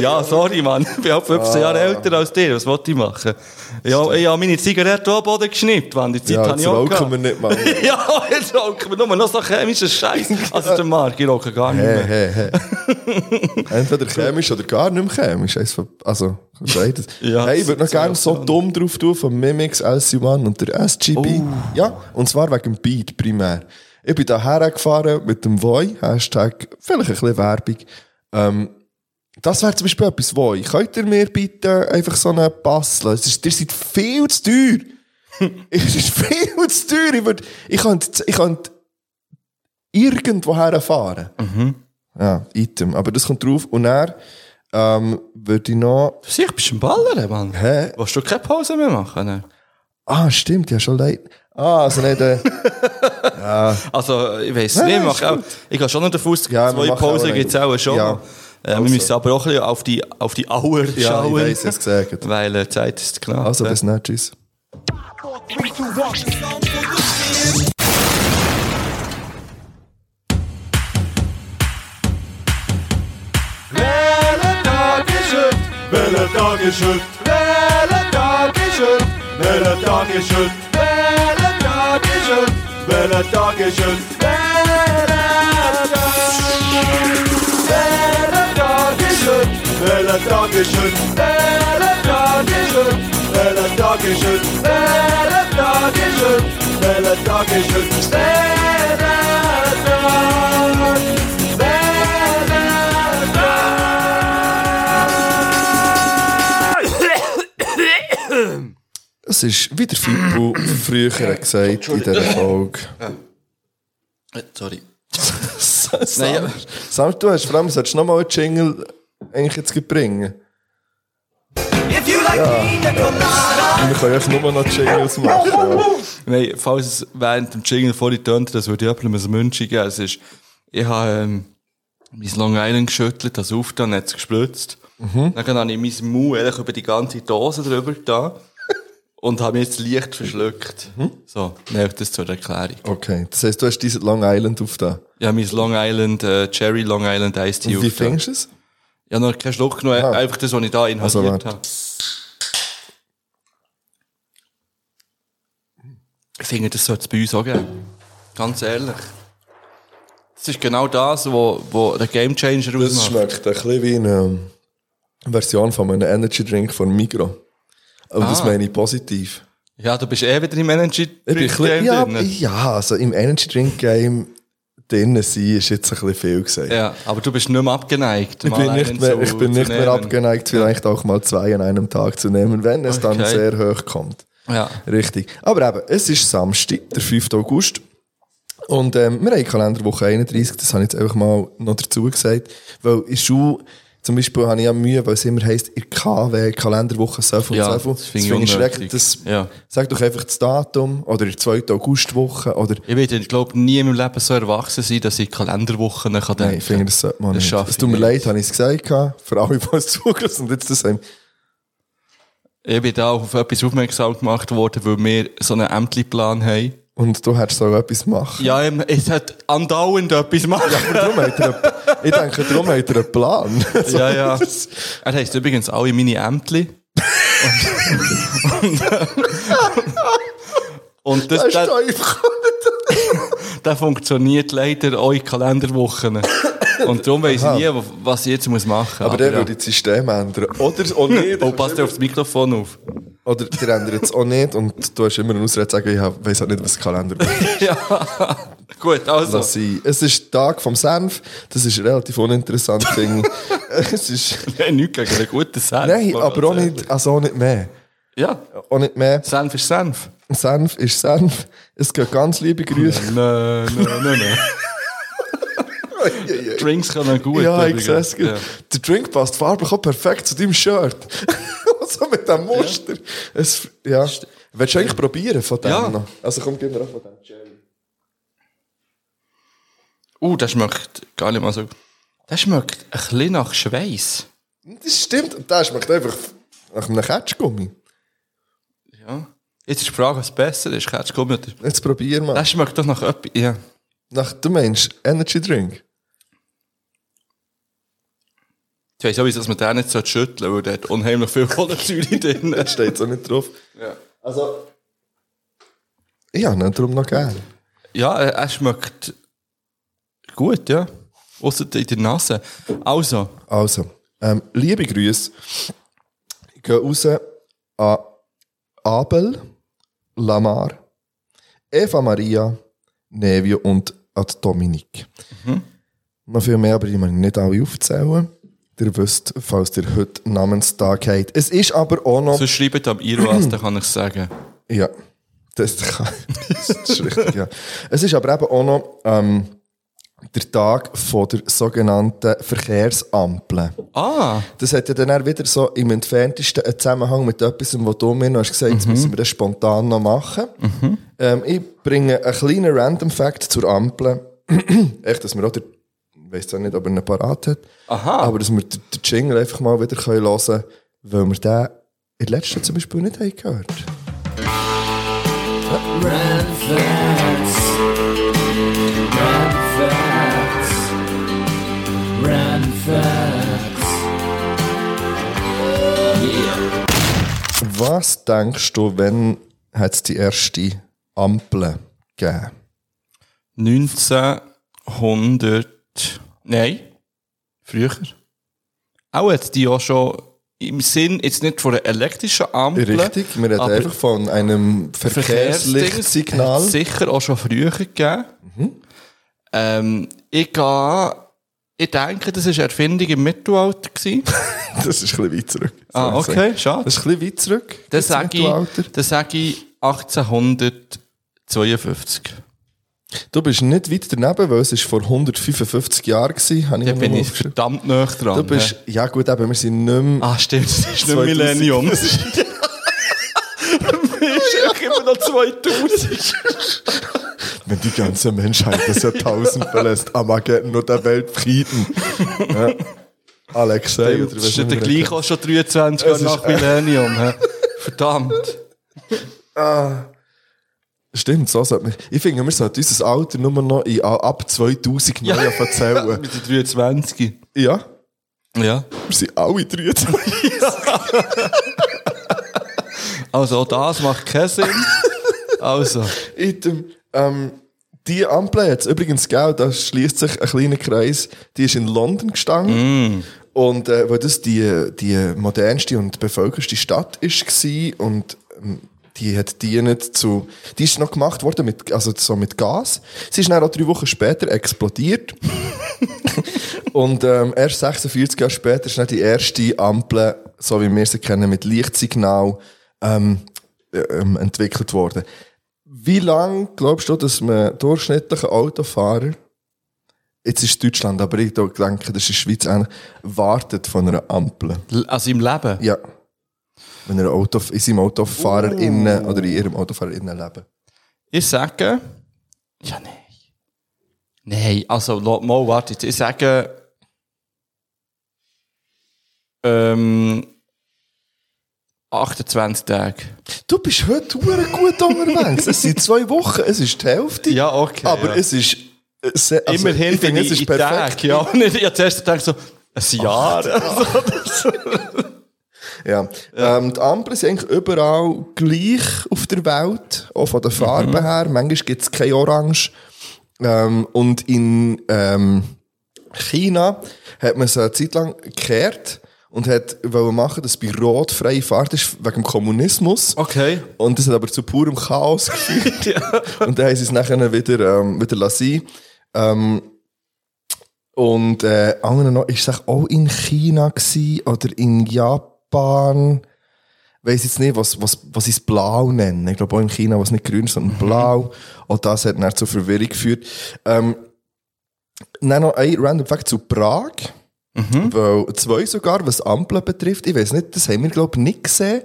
Speaker 4: Ja, sorry, Mann. Ich bin auch 15
Speaker 3: Ah.
Speaker 4: Jahre älter als dir. Was wollte ich machen? Ja, ich habe meine Zigarette am Boden geschnippt, wenn die Zeit
Speaker 3: Ja,
Speaker 4: habe
Speaker 3: jetzt
Speaker 4: ich auch
Speaker 3: rauchen wir
Speaker 4: gehabt.
Speaker 3: nicht, Mann.
Speaker 4: Ja, jetzt rauchen wir nur noch so chemischen Scheiß. Also der Marc, ich rauche gar nicht
Speaker 3: Hey,
Speaker 4: mehr.
Speaker 3: hey, hey. Entweder chemisch oder gar nicht mehr chemisch. Eins von- Also, beides.
Speaker 4: Ja,
Speaker 3: hey, ich würde noch
Speaker 4: das-
Speaker 3: gerne
Speaker 4: das-
Speaker 3: so dumm drauf tun von Mimix, LC One und der
Speaker 4: Oh.
Speaker 3: SGB. Ja, und zwar wegen dem Beat primär. Ich bin da hergefahren mit dem Voi, Hashtag, vielleicht ein bisschen Werbung. Ähm, das wäre zum Beispiel etwas, Voi. Könnt ihr mir bitte einfach so einen Pass lassen? Es ist- Ihr seid viel zu teuer. es ist viel zu teuer. Ich, würd, ich könnte ich könnt irgendwo herfahren. Ja, Item. Aber das kommt drauf. Und er ähm, würde ich noch.
Speaker 4: Sicher bist du ein Baller, Mann.
Speaker 3: Hä?
Speaker 4: Willst du keine Pause mehr machen? ne?
Speaker 3: Ah, stimmt, ja, schon leid. Ah, also nicht. Äh,
Speaker 4: Also, ich weiß
Speaker 3: Nein,
Speaker 4: nicht, ich
Speaker 3: nein, ist
Speaker 4: mache auch, ich gehe schon noch davon aus,
Speaker 3: Ja, wir
Speaker 4: zwei
Speaker 3: machen
Speaker 4: Pausen
Speaker 3: auch
Speaker 4: gibt es auch schon.
Speaker 3: Ja. Also.
Speaker 4: noch. Äh, Wir müssen aber auch ein bisschen auf die, auf die
Speaker 3: ja,
Speaker 4: Auer
Speaker 3: ich
Speaker 4: schauen,
Speaker 3: weiß, es gesagt.
Speaker 4: weil äh, Zeit ist knapp.
Speaker 3: Also,
Speaker 4: äh.
Speaker 3: bis nicht, tschüss. Es ist wieder Fippo früher gesagt in dieser Folge.
Speaker 4: Äh, Sorry.
Speaker 3: Sam,
Speaker 4: ja.
Speaker 3: Sam, du hast vor allem, solltest du nochmal einen Jingle eigentlich jetzt gleich bringen.
Speaker 5: If you like pina colada,
Speaker 3: Wir können ja nur noch Jingles machen.
Speaker 4: Nein, falls es während dem Jingle vorhin tönt, das würde ich jemandem ein München geben. Es ist, ich habe ähm, mein Long Island geschüttelt, das aufgetan, hat es gespritzt.
Speaker 3: Mhm.
Speaker 4: Dann habe ich mein Mund ehrlich über die ganze Dose drüber getan und habe mich jetzt leicht verschluckt.
Speaker 3: Mhm.
Speaker 4: So, nein, das zur Erklärung.
Speaker 3: Okay, das heisst, du hast dieses Long Island auf da.
Speaker 4: Ich habe mein Long Island, äh, Cherry Long Island Iced Tea
Speaker 3: Wie
Speaker 4: aufgetan.
Speaker 3: findest du es?
Speaker 4: Ich habe noch keinen Schluck genommen,
Speaker 3: Ah.
Speaker 4: einfach das, was ich da
Speaker 3: Also,
Speaker 4: inhaliert
Speaker 3: warte.
Speaker 4: habe. Ich finde, das sollte es bei uns auch geben. Ganz ehrlich. Das ist genau das, wo, wo der Gamechanger
Speaker 3: Das
Speaker 4: ausmacht.
Speaker 3: schmeckt ein bisschen wie eine ähm, Version von einem Energy Drink von Migro. Aber das meine ich positiv.
Speaker 4: Ja, du bist eh wieder im Energy
Speaker 3: Ich bin ein bisschen,
Speaker 4: Drink
Speaker 3: ja,
Speaker 4: drin.
Speaker 3: ja, also im Energy Drink Game drinnen sein ist jetzt ein bisschen viel gesagt.
Speaker 4: ja, aber du bist nicht mehr abgeneigt.
Speaker 3: Ich bin nicht mehr, ich bin nicht mehr abgeneigt, vielleicht auch mal zwei an einem Tag zu nehmen, wenn es dann
Speaker 4: Okay.
Speaker 3: sehr hoch kommt.
Speaker 4: Ja.
Speaker 3: Richtig. Aber eben, es ist Samstag, der 5. August. Und ähm, wir haben Kalenderwoche 31, das habe ich jetzt einfach mal noch dazu gesagt. Weil in der Schule zum Beispiel habe ich ja Mühe, weil es immer heisst, in KW, Kalenderwoche so viel und
Speaker 4: Ja,
Speaker 3: so viel.
Speaker 4: das finde ich unnötig.
Speaker 3: schrecklich. Das,
Speaker 4: Ja.
Speaker 3: Sag doch einfach das Datum oder die 2. Augustwoche oder...
Speaker 4: Ich werde, glaube nie in meinem Leben so erwachsen sein, dass ich Kalenderwochen kann
Speaker 3: Nein, ich finde, das sollte man
Speaker 4: Das
Speaker 3: nicht.
Speaker 4: schaffe
Speaker 3: Es tut mir
Speaker 4: ich
Speaker 3: leid, habe ich es gesagt, gehabt, für alle, die es zugelassen und jetzt das haben.
Speaker 4: Ich bin da auf etwas aufmerksam gemacht worden, weil wir so einen Ämterplan haben.
Speaker 3: Und du hättest so etwas machen.
Speaker 4: Ja, ähm, es hat andauernd etwas machen.
Speaker 3: Aber darum hat er einen, ich denke, darum hat er einen Plan. So,
Speaker 4: Ja, ja.
Speaker 3: das-
Speaker 4: Er heisst übrigens alle meine Ämtli. Und, und, und das,
Speaker 3: Das ist
Speaker 4: der,
Speaker 3: einfach...
Speaker 4: der funktioniert leider auch in Kalenderwochen. Und darum weiss ich nie, was ich jetzt muss machen muss.
Speaker 3: Aber der würde das System ändern. Oder auch nicht.
Speaker 4: Oh, passt dir auf das Mikrofon auf.
Speaker 3: Oder der ändert es auch nicht. Und du hast immer eine Ausrede zu sagen, ich weiß halt nicht, was Kalender ist.
Speaker 4: Gut, also.
Speaker 3: Lass sein. Es ist Tag vom Senf. Das ist relativ uninteressant, finde ich. Es ist...
Speaker 4: Nein, nichts gegen einen guten Senf.
Speaker 3: Nein,
Speaker 4: mal
Speaker 3: aber auch
Speaker 4: ganz
Speaker 3: nicht, also auch nicht mehr.
Speaker 4: ehrlich. Ja,
Speaker 3: Auch nicht mehr.
Speaker 4: Senf ist Senf.
Speaker 3: Senf ist Senf. Es geht ganz liebe Grüße.
Speaker 4: Nein, nein, nein, nein. Drinks können gut.
Speaker 3: Ja, ich
Speaker 4: übrigens.
Speaker 3: sehe es.
Speaker 4: Ja.
Speaker 3: Der Drink passt farblich auch perfekt zu deinem Shirt. so mit dem Muster. Es, ja. Willst du eigentlich probieren von dem
Speaker 4: Ja.
Speaker 3: noch? Also komm, gib mir auch von dem Jerry.
Speaker 4: Uh, das schmeckt gar nicht mal so gut. Das schmeckt ein bisschen nach Schweiß.
Speaker 3: Das stimmt. Und der schmeckt einfach nach einem Ketschgummi.
Speaker 4: Ja. Jetzt ist die Frage, was besser ist. Ketschgummi oder...
Speaker 3: Jetzt probier mal.
Speaker 4: Das schmeckt doch nach etwas... Ja.
Speaker 3: Nach, du meinst Energy Drink?
Speaker 4: Ich weiss sowieso, dass man den nicht schütteln sollte, weil der hat unheimlich viel Kohlensäure drin.
Speaker 3: Da steht es auch nicht drauf. Also, ich habe ihn darum noch gerne.
Speaker 4: Ja, er, er schmeckt gut, ja. Außer in der Nase. Also,
Speaker 3: Also, ähm, liebe Grüße gehen raus an Abel, Lamar, Eva Maria, Nevio und an die Dominik. Noch viel mehr, aber ich muss nicht alle aufzählen. Ihr wisst, falls ihr heute Namenstag habt. Es ist aber auch noch...
Speaker 4: so schreibt am Iroas, dann kann ich sagen.
Speaker 3: Ja, das, kann, das ist richtig, ja. Es ist aber eben auch noch ähm, der Tag von der sogenannten Verkehrsampel.
Speaker 4: Ah,
Speaker 3: Das hat ja dann auch wieder so im entferntesten einen Zusammenhang mit etwas, was du mir noch hast gesagt hast, das müssen wir das spontan noch machen.
Speaker 4: Mhm.
Speaker 3: Ähm, ich bringe einen kleinen Random Fact zur Ampel. Echt, dass wir auch, der, ich weiss auch nicht, ob er einen parat hat,
Speaker 4: Aha.
Speaker 3: aber dass wir den den Jingle einfach mal wieder hören können, weil wir den in der letzten zum Beispiel nicht haben gehört Was denkst du, wenn hat es die erste Ampel gegeben?
Speaker 4: 1900. Nein, früher. Auch hat die ja schon im Sinn, jetzt nicht von der elektrischen Ampel.
Speaker 3: Richtig, wir reden
Speaker 4: aber
Speaker 3: einfach von einem Verkehrslichtsignal.
Speaker 4: hat's sicher auch schon früher gegeben.
Speaker 3: Mhm.
Speaker 4: Ähm, ich, gehe, ich denke, das war eine Erfindung im Mittelalter. gewesen.
Speaker 3: Das ist ein bisschen weit zurück.
Speaker 4: ah,
Speaker 3: soll ich sagen.
Speaker 4: okay,
Speaker 3: Also,
Speaker 4: schade.
Speaker 3: Das ist ein bisschen weit zurück.
Speaker 4: Dann sage
Speaker 3: Mittelalter.
Speaker 4: ich, dann sage ich 1852.
Speaker 3: Du bist nicht weit daneben, weil es ist vor 155 Jahren war. Habe ich
Speaker 4: Da bin
Speaker 3: mal
Speaker 4: ich
Speaker 3: aufgeschrieben.
Speaker 4: verdammt nah dran.
Speaker 3: Du bist, ja gut, eben, wir sind nicht mehr...
Speaker 4: Ah, stimmt, das ist nicht
Speaker 3: 2000.
Speaker 4: Millennium. Das ist immer noch 2000.
Speaker 3: Wenn die ganze Menschheit das Jahrtausend verlässt, Armageddon und der Weltfrieden. ja. Alexei, oder
Speaker 4: Das ist
Speaker 3: weiss
Speaker 4: ja
Speaker 3: nicht, wie
Speaker 4: der
Speaker 3: der
Speaker 4: gleiche auch schon 23 Jahre
Speaker 3: Es ist-
Speaker 4: nach Millennium. hä? Verdammt.
Speaker 3: Stimmt, so sollte man. Ich finde, wir sollten unser Alter nur noch in, ab 2000 neu erzählen.
Speaker 4: Mit den 23.
Speaker 3: ja,
Speaker 4: Ja.
Speaker 3: wir sind alle 23.
Speaker 4: Also auch das macht keinen Sinn. Also,
Speaker 3: In dem, ähm, die Ampel jetzt übrigens gegeben, da schließt sich ein kleiner Kreis, die ist in London gestanden. Und äh, weil das die, die modernste und bevölkerste Stadt ist gsi und ähm, die hat dienet zu, die ist noch gemacht worden mit, also so mit Gas. Sie ist dann auch drei Wochen später explodiert. Und ähm, erst 46 Jahre später ist dann die erste Ampel, so wie wir sie kennen, mit Lichtsignal ähm, äh, ähm, entwickelt worden. Wie lange glaubst du, dass man durchschnittlicher Autofahrer, jetzt ist Deutschland, aber ich denke, das ist in der Schweiz ähnlich, wartet von einer Ampel?
Speaker 4: also im Leben.
Speaker 3: Ja. Wenn er Auto, in seinem AutofahrerInnen oder in ihrem AutofahrerInnen-Leben.
Speaker 4: Ich sage. Ja, nein. Nein, also, lo- mal, warte jetzt. Ich sage. Ähm. 28 Tage.
Speaker 3: Du bist heute hure gut unterwegs. es sind zwei Wochen, es ist die Hälfte.
Speaker 4: Ja, okay,
Speaker 3: Aber
Speaker 4: ja.
Speaker 3: es ist. äh, se- also,
Speaker 4: Immerhin
Speaker 3: ich
Speaker 4: bin
Speaker 3: finde, es
Speaker 4: ich
Speaker 3: ist
Speaker 4: in Tag, ja. Und ich habe zuerst gedacht, so, ein Jahr.
Speaker 3: Ja. Ähm, die Ampeln sind eigentlich überall gleich auf der Welt, auch von der Farbe her. Manchmal gibt es kein Orange. Ähm, und in ähm, China hat man so eine Zeit lang gekehrt und hat wollen machen, dass bei Rot freie Fahrt ist, wegen dem Kommunismus.
Speaker 4: Okay.
Speaker 3: Und das hat aber zu purem Chaos geführt. Und dann haben sie es nachher wieder, ähm, wieder lassen. Ähm, und äh, andere noch, ist es auch in China gewesen, oder in Japan? Weiß jetzt nicht, was, was, was sie es blau nennen. Ich glaube auch in China, was nicht grün, ist, sondern blau. Und das hat dann zu Verwirrung geführt. Ähm, dann noch ein random Fact zu Prag. Weil zwei sogar, was Ampeln betrifft, ich weiß nicht, das haben wir, glaube ich, nicht gesehen.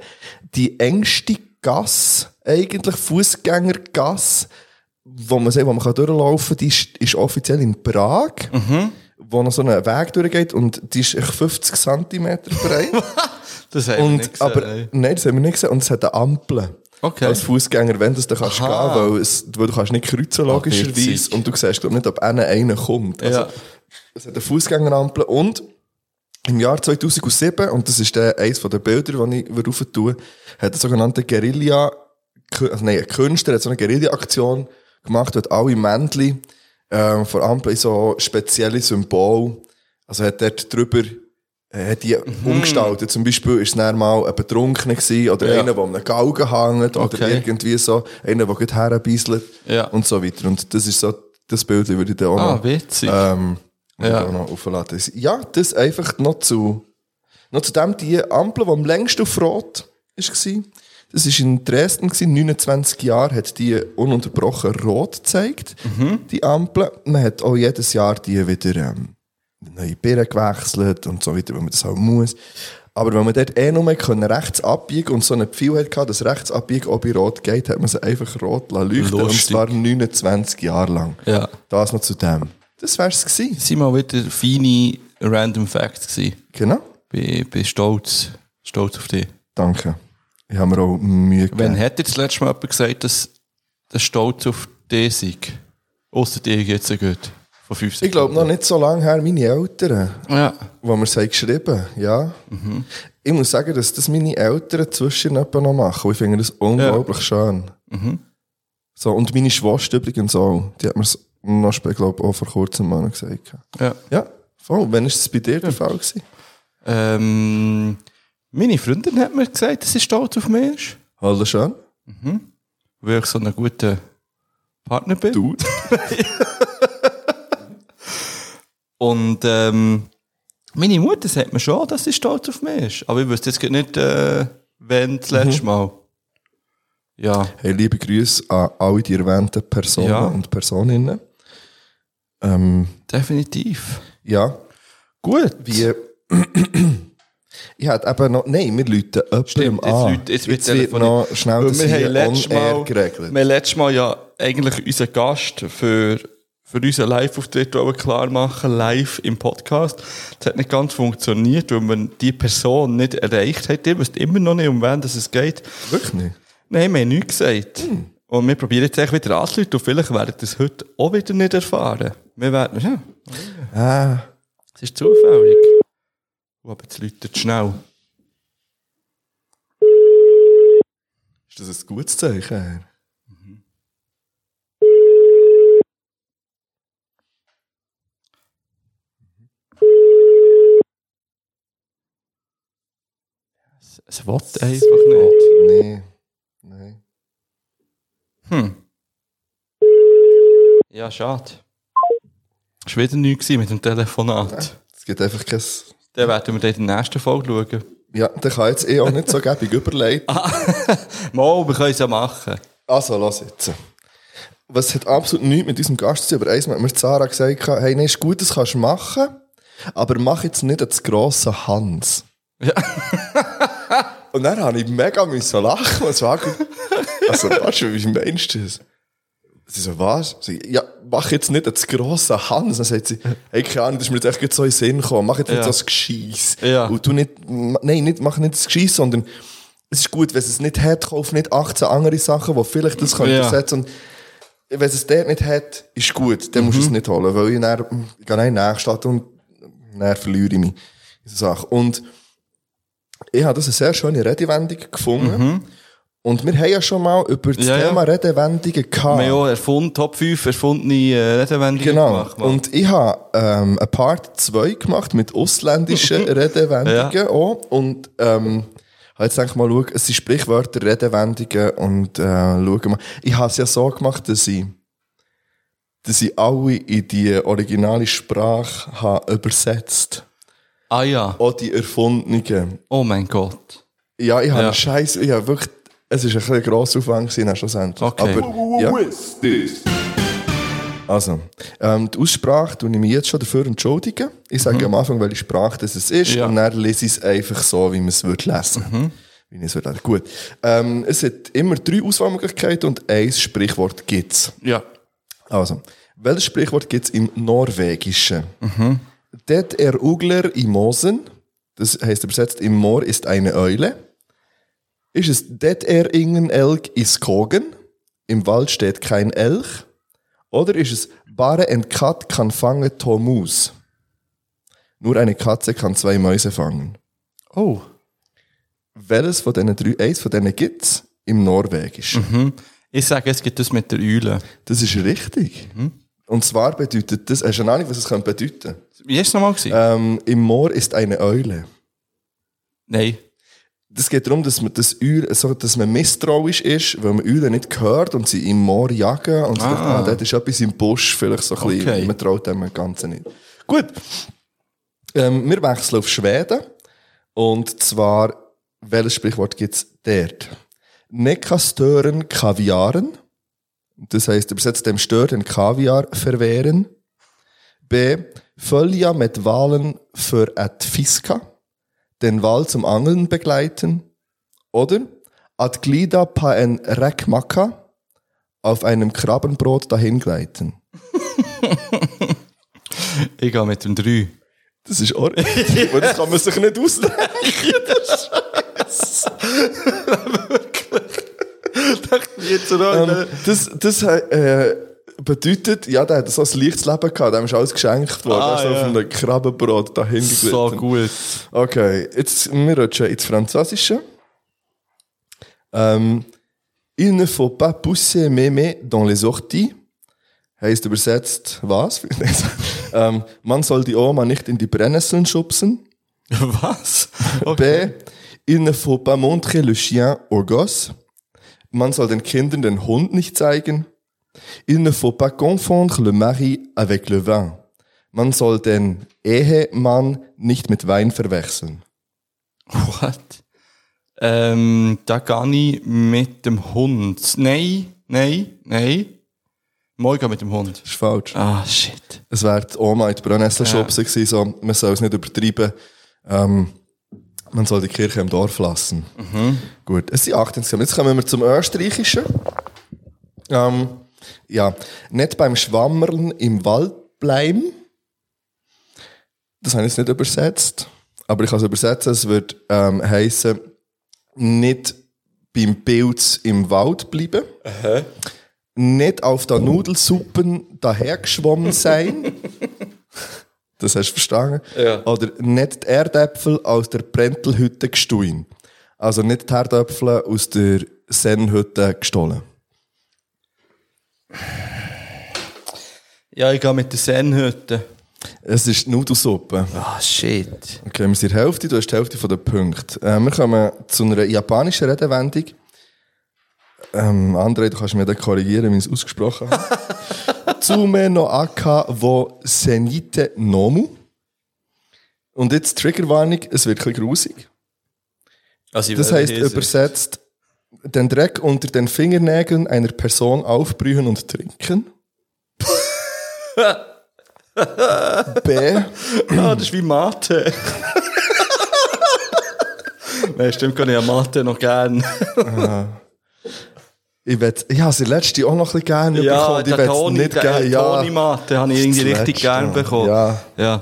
Speaker 3: Die engste Gasse, eigentlich Fußgängergasse, wo man sieht, wo man kann durchlaufen kann, die ist, ist offiziell in Prag,
Speaker 4: Mhm.
Speaker 3: wo noch so ein Weg durchgeht und die ist echt 50 cm breit.
Speaker 4: Das haben wir
Speaker 3: und,
Speaker 4: nicht gesehen,
Speaker 3: aber,
Speaker 4: nein.
Speaker 3: nein. das haben wir nicht gesehen. Und es hat eine Ampel.
Speaker 4: Okay.
Speaker 3: Als Fußgänger, wenn du das da kannst gehen,
Speaker 4: Aha. Ah,
Speaker 3: weil, es, weil du kannst nicht kreuzen, logischerweise.
Speaker 4: witzig.
Speaker 3: Und du siehst, glaube nicht, ob einer, einer kommt. Also,
Speaker 4: Ja.
Speaker 3: Es hat eine Fußgängerampel und Im Jahr 2007, und das ist der, eines der Bilder, die ich rauf tue, hat ein sogenannter Guerilla, also nein, ein Künstler hat so eine Guerilla-Aktion gemacht, hat alle Männchen, ähm, vor allem bei so spezielle Symbol, also hat dort drüber, äh, hat die
Speaker 4: Mhm.
Speaker 3: umgestaltet. Zum Beispiel ist es dann mal ein Betrunkener gewesen, oder
Speaker 4: Ja.
Speaker 3: einer, der um einen Galgen hängt, oder
Speaker 4: Okay.
Speaker 3: irgendwie so, einer, der gerade herbeißelt,
Speaker 4: Ja.
Speaker 3: und so weiter. Und das ist so, das Bild würde ich dir auch
Speaker 4: Ah,
Speaker 3: noch
Speaker 4: witzig.
Speaker 3: ähm,
Speaker 4: Ja.
Speaker 3: ja. noch aufladen. Ja, das einfach noch zu, noch zu dem, die Ampel, die am längsten auf Rot war. Das war in Dresden, gewesen, 29 Jahre hat die ununterbrochen Rot gezeigt,
Speaker 4: Mhm.
Speaker 3: die Ampel. Man hat auch jedes Jahr die wieder ähm, neue Birnen gewechselt und so weiter, weil man das auch muss. Aber wenn man dort eh nur mehr können rechts abbiegen und so eine Pfeil hatte, dass rechts abbiegen ob in Rot geht, hat man sie einfach rot lassen leuchten. Und
Speaker 4: Lustig.
Speaker 3: zwar 29 Jahre lang.
Speaker 4: Ja.
Speaker 3: Das noch zu dem. Das wär's gewesen.
Speaker 4: Das sind mal wieder feine Random Facts gewesen.
Speaker 3: Genau.
Speaker 4: Bin, bin stolz. Stolz auf dich.
Speaker 3: Danke. Ich habe mir auch Mühe gegeben.
Speaker 4: Wann hat dir das letzte Mal jemand gesagt, dass der Stolz auf dich sei? Ausser dir jetzt gut. Von fünf
Speaker 3: ich glaube, noch nicht so lange her, meine Eltern,
Speaker 4: Ja.
Speaker 3: die mir es haben geschrieben ja. Ich muss sagen, dass das meine Eltern zwischen etwa noch machen. Und Ich finde das unglaublich schön. So, und meine Schwester übrigens auch. Die hat mir es noch spät, glaube ich, auch vor kurzem mal noch gesagt.
Speaker 4: ja.
Speaker 3: Ja, voll. Wann war das bei dir der Fall? Gewesen?
Speaker 4: Ähm, meine Freundin hat mir gesagt, dass sie stolz auf mich ist.
Speaker 3: Alles schön?
Speaker 4: Weil ich so ein guter Partner bin.
Speaker 3: Du?
Speaker 4: Und ähm, meine Mutter sagt mir schon, dass sie stolz auf mich ist. Aber ich wüsste jetzt gerade nicht, äh, wann das letzte
Speaker 3: Mhm.
Speaker 4: Mal. Ja.
Speaker 3: Hey, liebe Grüße an alle die erwähnten Personen
Speaker 4: Ja.
Speaker 3: und Personinnen. Ähm,
Speaker 4: Definitiv.
Speaker 3: ja,
Speaker 4: Gut.
Speaker 3: wie. ich hatte eben noch. Nein, wir läuten jemandem
Speaker 4: Stimmt, jetzt
Speaker 3: an.
Speaker 4: läut- jetzt wird
Speaker 3: ah. wird
Speaker 4: telefoniert.
Speaker 3: noch schnell
Speaker 4: Weil
Speaker 3: das
Speaker 4: wir
Speaker 3: hier
Speaker 4: haben letztes
Speaker 3: on air
Speaker 4: Mal,
Speaker 3: geregelt.
Speaker 4: wir haben letztes Mal ja eigentlich unseren Gast für, für unseren Live-Auftritt wollen klar machen, live im Podcast. Das hat nicht ganz funktioniert, weil wir die Person nicht erreicht hat. Ihr wisst immer noch nicht, um wen das es geht.
Speaker 3: Wirklich nicht.
Speaker 4: Nein, wir haben nichts gesagt.
Speaker 3: Hm.
Speaker 4: Und wir probieren jetzt echt wieder anzuleiten und vielleicht werdet ihr es heute auch wieder nicht erfahren. Wir werden, ja,
Speaker 3: Ah,
Speaker 4: es ist zufällig. Oh, aber jetzt läutet es schnell.
Speaker 3: ist das ein gutes Zeichen? Herr?
Speaker 4: Es will einfach nicht.
Speaker 3: Nein. Nein.
Speaker 4: Ja, schade. Es war wieder nichts gewesen mit dem Telefonat.
Speaker 3: Es gibt einfach kein.
Speaker 4: Dann werden wir dann in der nächsten Folge schauen. Ah.
Speaker 3: Ja, der kann jetzt eh auch nicht so gäbig überleiten.
Speaker 4: Mal, wir können es ja machen.
Speaker 3: Also, lass jetzt. Was hat absolut nichts mit unserem Gast zu tun, aber einmal hat mir Sarah gesagt, hey, nein, ist gut, das kannst du machen, aber mach jetzt nicht einen zu grossen Hans. Und dann habe ich mega müssen lachen und sagen, also, weißt du, wie meinst du das? Sie so, was? Sie, ja, mach jetzt nicht einen zu grossen Hans. Dann sagt sie, hey, keine Ahnung, das ist mir jetzt echt gerade so in den Sinn gekommen, mach jetzt nicht
Speaker 4: Ja.
Speaker 3: so ein Gescheiss.
Speaker 4: Ja.
Speaker 3: Und du nicht, m- nein, nicht, mach nicht das Gescheiss, sondern es ist gut, wenn es es nicht hat, kauf nicht 18 andere Sachen, die vielleicht das könnte
Speaker 4: Ja.
Speaker 3: ersetzen. Und wenn es dort nicht hat, ist gut, dann musst du
Speaker 4: Mhm.
Speaker 3: es nicht holen, weil ich dann, mm, ich gehe in die Nachstadt und dann verliere ich mich. in so Sachen. Und ich habe das eine sehr schöne Redewendung gefunden. Und wir haben ja schon mal über das
Speaker 4: Mhm. Ja, ja.
Speaker 3: Thema Redewendungen gehabt.
Speaker 4: Wir haben auch erfunden, Top 5 erfundene äh, Redewendungen
Speaker 3: Ah. Genau.
Speaker 4: gemacht. Mann.
Speaker 3: und ich habe ähm, ein Part 2 gemacht mit ausländischen Redewendungen
Speaker 4: Ja.
Speaker 3: auch. Und ähm, habe jetzt denke mal, schau, es sind Sprichwörter, Redewendungen und äh, schau mal. Ich habe es ja so gemacht, dass ich, dass ich alle in die originale Sprache habe übersetzt.
Speaker 4: ah ja,
Speaker 3: Auch die erfundenen.
Speaker 4: oh mein Gott.
Speaker 3: Ja, ich habe
Speaker 4: Ja.
Speaker 3: einen Scheiß, ich habe wirklich, es ist ein bisschen ein grosser Aufwand gewesen, dann schlussendlich.
Speaker 4: Okay.
Speaker 3: Aber, ja. Also, ähm, die Aussprache tue ich mich jetzt schon dafür entschuldigen. Ich sage am Anfang, welche Sprache das es ist,
Speaker 4: Mhm. Ja. Mhm.
Speaker 3: und dann lese ich es einfach so, wie man es würde lesen. Wie ich es würde lesen. Gut. Ähm, es hat immer drei Auswahlmöglichkeiten und ein Sprichwort gibt's.
Speaker 4: Ja.
Speaker 3: Also, welches Sprichwort gibt's im Norwegischen? Det er Ugler i Mosen, das heißt übersetzt, im Moor ist eine Eule. Ist es Det er ingen Elg i Skogen, im Wald steht kein Elch? Oder ist es Bare en Kat kann fangen Tomus? Nur eine Katze kann zwei Mäuse fangen.
Speaker 7: Oh.
Speaker 3: Welches von diesen drei, eins von denen gibt's im Norwegischen?
Speaker 4: Ich sage, es gibt das mit der Eule.
Speaker 3: Das ist richtig. Und zwar bedeutet das, hast du eine Ahnung, was es könnte bedeuten?
Speaker 4: Wie hast du nochmal gesehen?
Speaker 3: Ähm, Im Moor ist eine Eule.
Speaker 4: Nein.
Speaker 3: Das geht darum, dass man, das Eule, so, dass man misstrauisch ist, weil man Eulen nicht hört und sie im Moor jagen und ah. denkt, ah, dort ist etwas im Busch, vielleicht so ein bisschen,
Speaker 4: Okay.
Speaker 3: man traut dem Ganzen nicht. Gut. Ähm, wir wechseln auf Schweden. Und zwar, welches Sprichwort gibt's dort? Nekastören kaviaren. Das heißt übersetzt dem Stör den Kaviar verwehren. B. Följa mit Walen für et Fiska. Den Wal zum Angeln begleiten. Oder ad glida pa en Rekmaka. Auf einem Krabbenbrot dahingleiten.
Speaker 4: Ich gehe mit dem 3.
Speaker 3: Das ist ordentlich. Aber das kann man sich nicht ausdenken.
Speaker 4: Jetzt oder?
Speaker 3: Ähm, das das äh, bedeutet, ja, der hat so ein leichtes Leben gehabt, dem ist alles geschenkt worden.
Speaker 4: Ah,
Speaker 3: er ist
Speaker 4: ja.
Speaker 3: auf einem Krabbenbrot dahin
Speaker 4: so
Speaker 3: gelitten.
Speaker 4: gut.
Speaker 3: Okay, jetzt, wir rutschen ins Französische. Ähm, Il ne faut pas pousser mémé dans les orties. Heißt übersetzt, was? ähm, man soll die Oma nicht in die Brennnesseln schubsen.
Speaker 4: Was?
Speaker 3: B. Il ne faut pas montrer le chien aux gosses. Man soll den Kindern den Hund nicht zeigen. Il ne faut pas confondre le mari avec le vin. Man soll den Ehemann nicht mit Wein verwechseln.
Speaker 4: What? Ähm, da gehe ich mit dem Hund. Nein, nein, nein. Morgen mit dem Hund.
Speaker 3: Das ist falsch.
Speaker 4: Ah, shit.
Speaker 3: Es wäre die Oma in die Brennnessel schubsen gewesen, so, man soll es nicht übertreiben. Ähm, man soll die Kirche im Dorf lassen. Gut, es sind 18. gewesen. Jetzt kommen wir zum Österreichischen. Ähm, ja, nicht beim Schwammerln im Wald bleiben. Das habe ich jetzt nicht übersetzt. Aber ich kann es übersetzen. Es wird ähm, heißen, nicht beim Pilz im Wald bleiben. Nicht auf der Nudelsuppen dahergeschwommen sein. Das hast du verstanden?
Speaker 7: Ja.
Speaker 3: Oder nicht die Erdäpfel aus der Brentelhütte gestohlen. Also nicht die Erdäpfel aus der Sennhütte gestohlen.
Speaker 4: Ja, ich gehe mit der Sennhütte.
Speaker 3: Es ist Nudelsuppe.
Speaker 4: Ah, shit.
Speaker 3: Okay, wir sind die Hälfte, du hast die Hälfte der Punkte. Äh, wir kommen zu einer japanischen Redewendung. Ähm, André, du kannst mir dann korrigieren, wie ich es ausgesprochen habe. Tsume no aka wo senite nomu. Und jetzt Triggerwarnung, es wird ein bisschen grusig.
Speaker 4: Also, ich
Speaker 3: Das
Speaker 4: will
Speaker 3: heißt
Speaker 4: Käse.
Speaker 3: übersetzt, den Dreck unter den Fingernägeln einer Person aufbrühen und trinken. B.
Speaker 4: Ah, das ist wie Mathe. Nein, stimmt gar nicht. Ich Mathe noch gern.
Speaker 3: Ich wett, ja, sie letzte auch noch ein bisschen gerne bekommen. Ich
Speaker 4: der
Speaker 3: wett nicht gerne.
Speaker 4: der
Speaker 3: Ja.
Speaker 4: Toni Mathe habe ich irgendwie
Speaker 3: Das
Speaker 4: richtig
Speaker 3: Letzte,
Speaker 4: gern bekommen.
Speaker 3: ja.
Speaker 4: ja.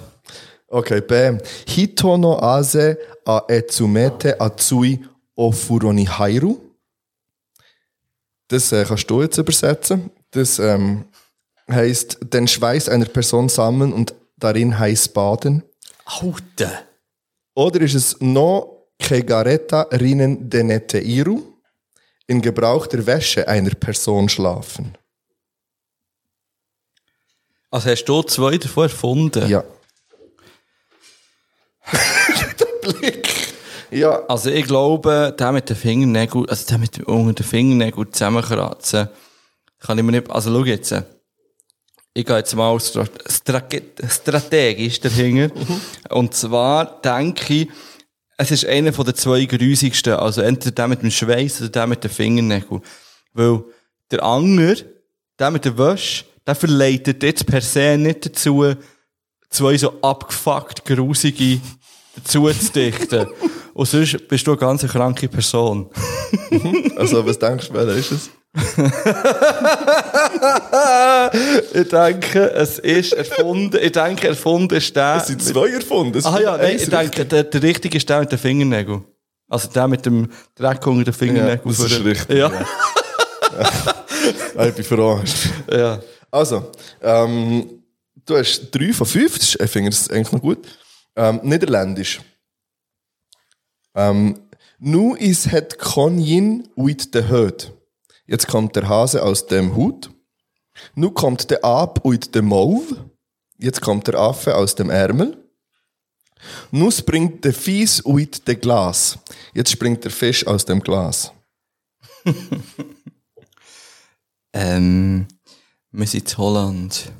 Speaker 3: Okay, B. Hito no ase a etsumete atsui o furoni hairu. Das äh, kannst du jetzt übersetzen. Das ähm, heißt den Schweiß einer Person sammeln und darin heiß baden.
Speaker 4: Alter.
Speaker 3: Oder ist es no kegareta rinen denete iru? In Gebrauch der Wäsche einer Person schlafen.
Speaker 4: Also hast du zwei davon erfunden?
Speaker 3: Ja. Der Blick. Ja.
Speaker 4: Also ich glaube, der mit den Fingernägeln, also der mit unter den Fingernägeln zusammenkratzen, kann ich mir nicht, also schau jetzt. Ich gehe jetzt mal stra strate- strategisch dahinter. Und zwar denke ich, es ist einer von den zwei grusigsten, also entweder der mit dem Schweiß oder der mit den Fingernägeln. Weil der Anger, der mit der Wäsche, der verleitet jetzt per se nicht dazu, zwei so abgefuckt grusige dazu zu dichten. Und sonst bist du eine ganz kranke Person.
Speaker 3: Also, was denkst du, welcher ist es?
Speaker 4: Ich denke, es ist erfunden. Ich denke, erfunden ist der.
Speaker 3: Es sind zwei erfunden. Es
Speaker 4: ah
Speaker 3: ist
Speaker 4: ja,
Speaker 3: nur
Speaker 4: nein,
Speaker 3: eins
Speaker 4: ich denke, der, der richtige ist der mit den Fingernägeln. Also der mit dem Dreck unter den Fingernägeln.
Speaker 3: Ja, das
Speaker 4: für
Speaker 3: ist
Speaker 4: den-
Speaker 3: richtig,
Speaker 4: Ja,
Speaker 3: richtig. Ah, Ich bin verarscht.
Speaker 4: ja.
Speaker 3: Also, ähm, du hast drei von fünf, das ist- ich finde es eigentlich noch gut. Ähm, Niederländisch. Ähm, nu is het konjin uit de Hut. Jetzt kommt der Hase aus dem Hut. Nu kommt der Ab uit de Mauve. Jetzt kommt der Affe aus dem Ärmel. Nu springt der Fies uit de Glas. Jetzt springt der Fisch aus dem Glas.
Speaker 4: Ähm, wir sind in Holland.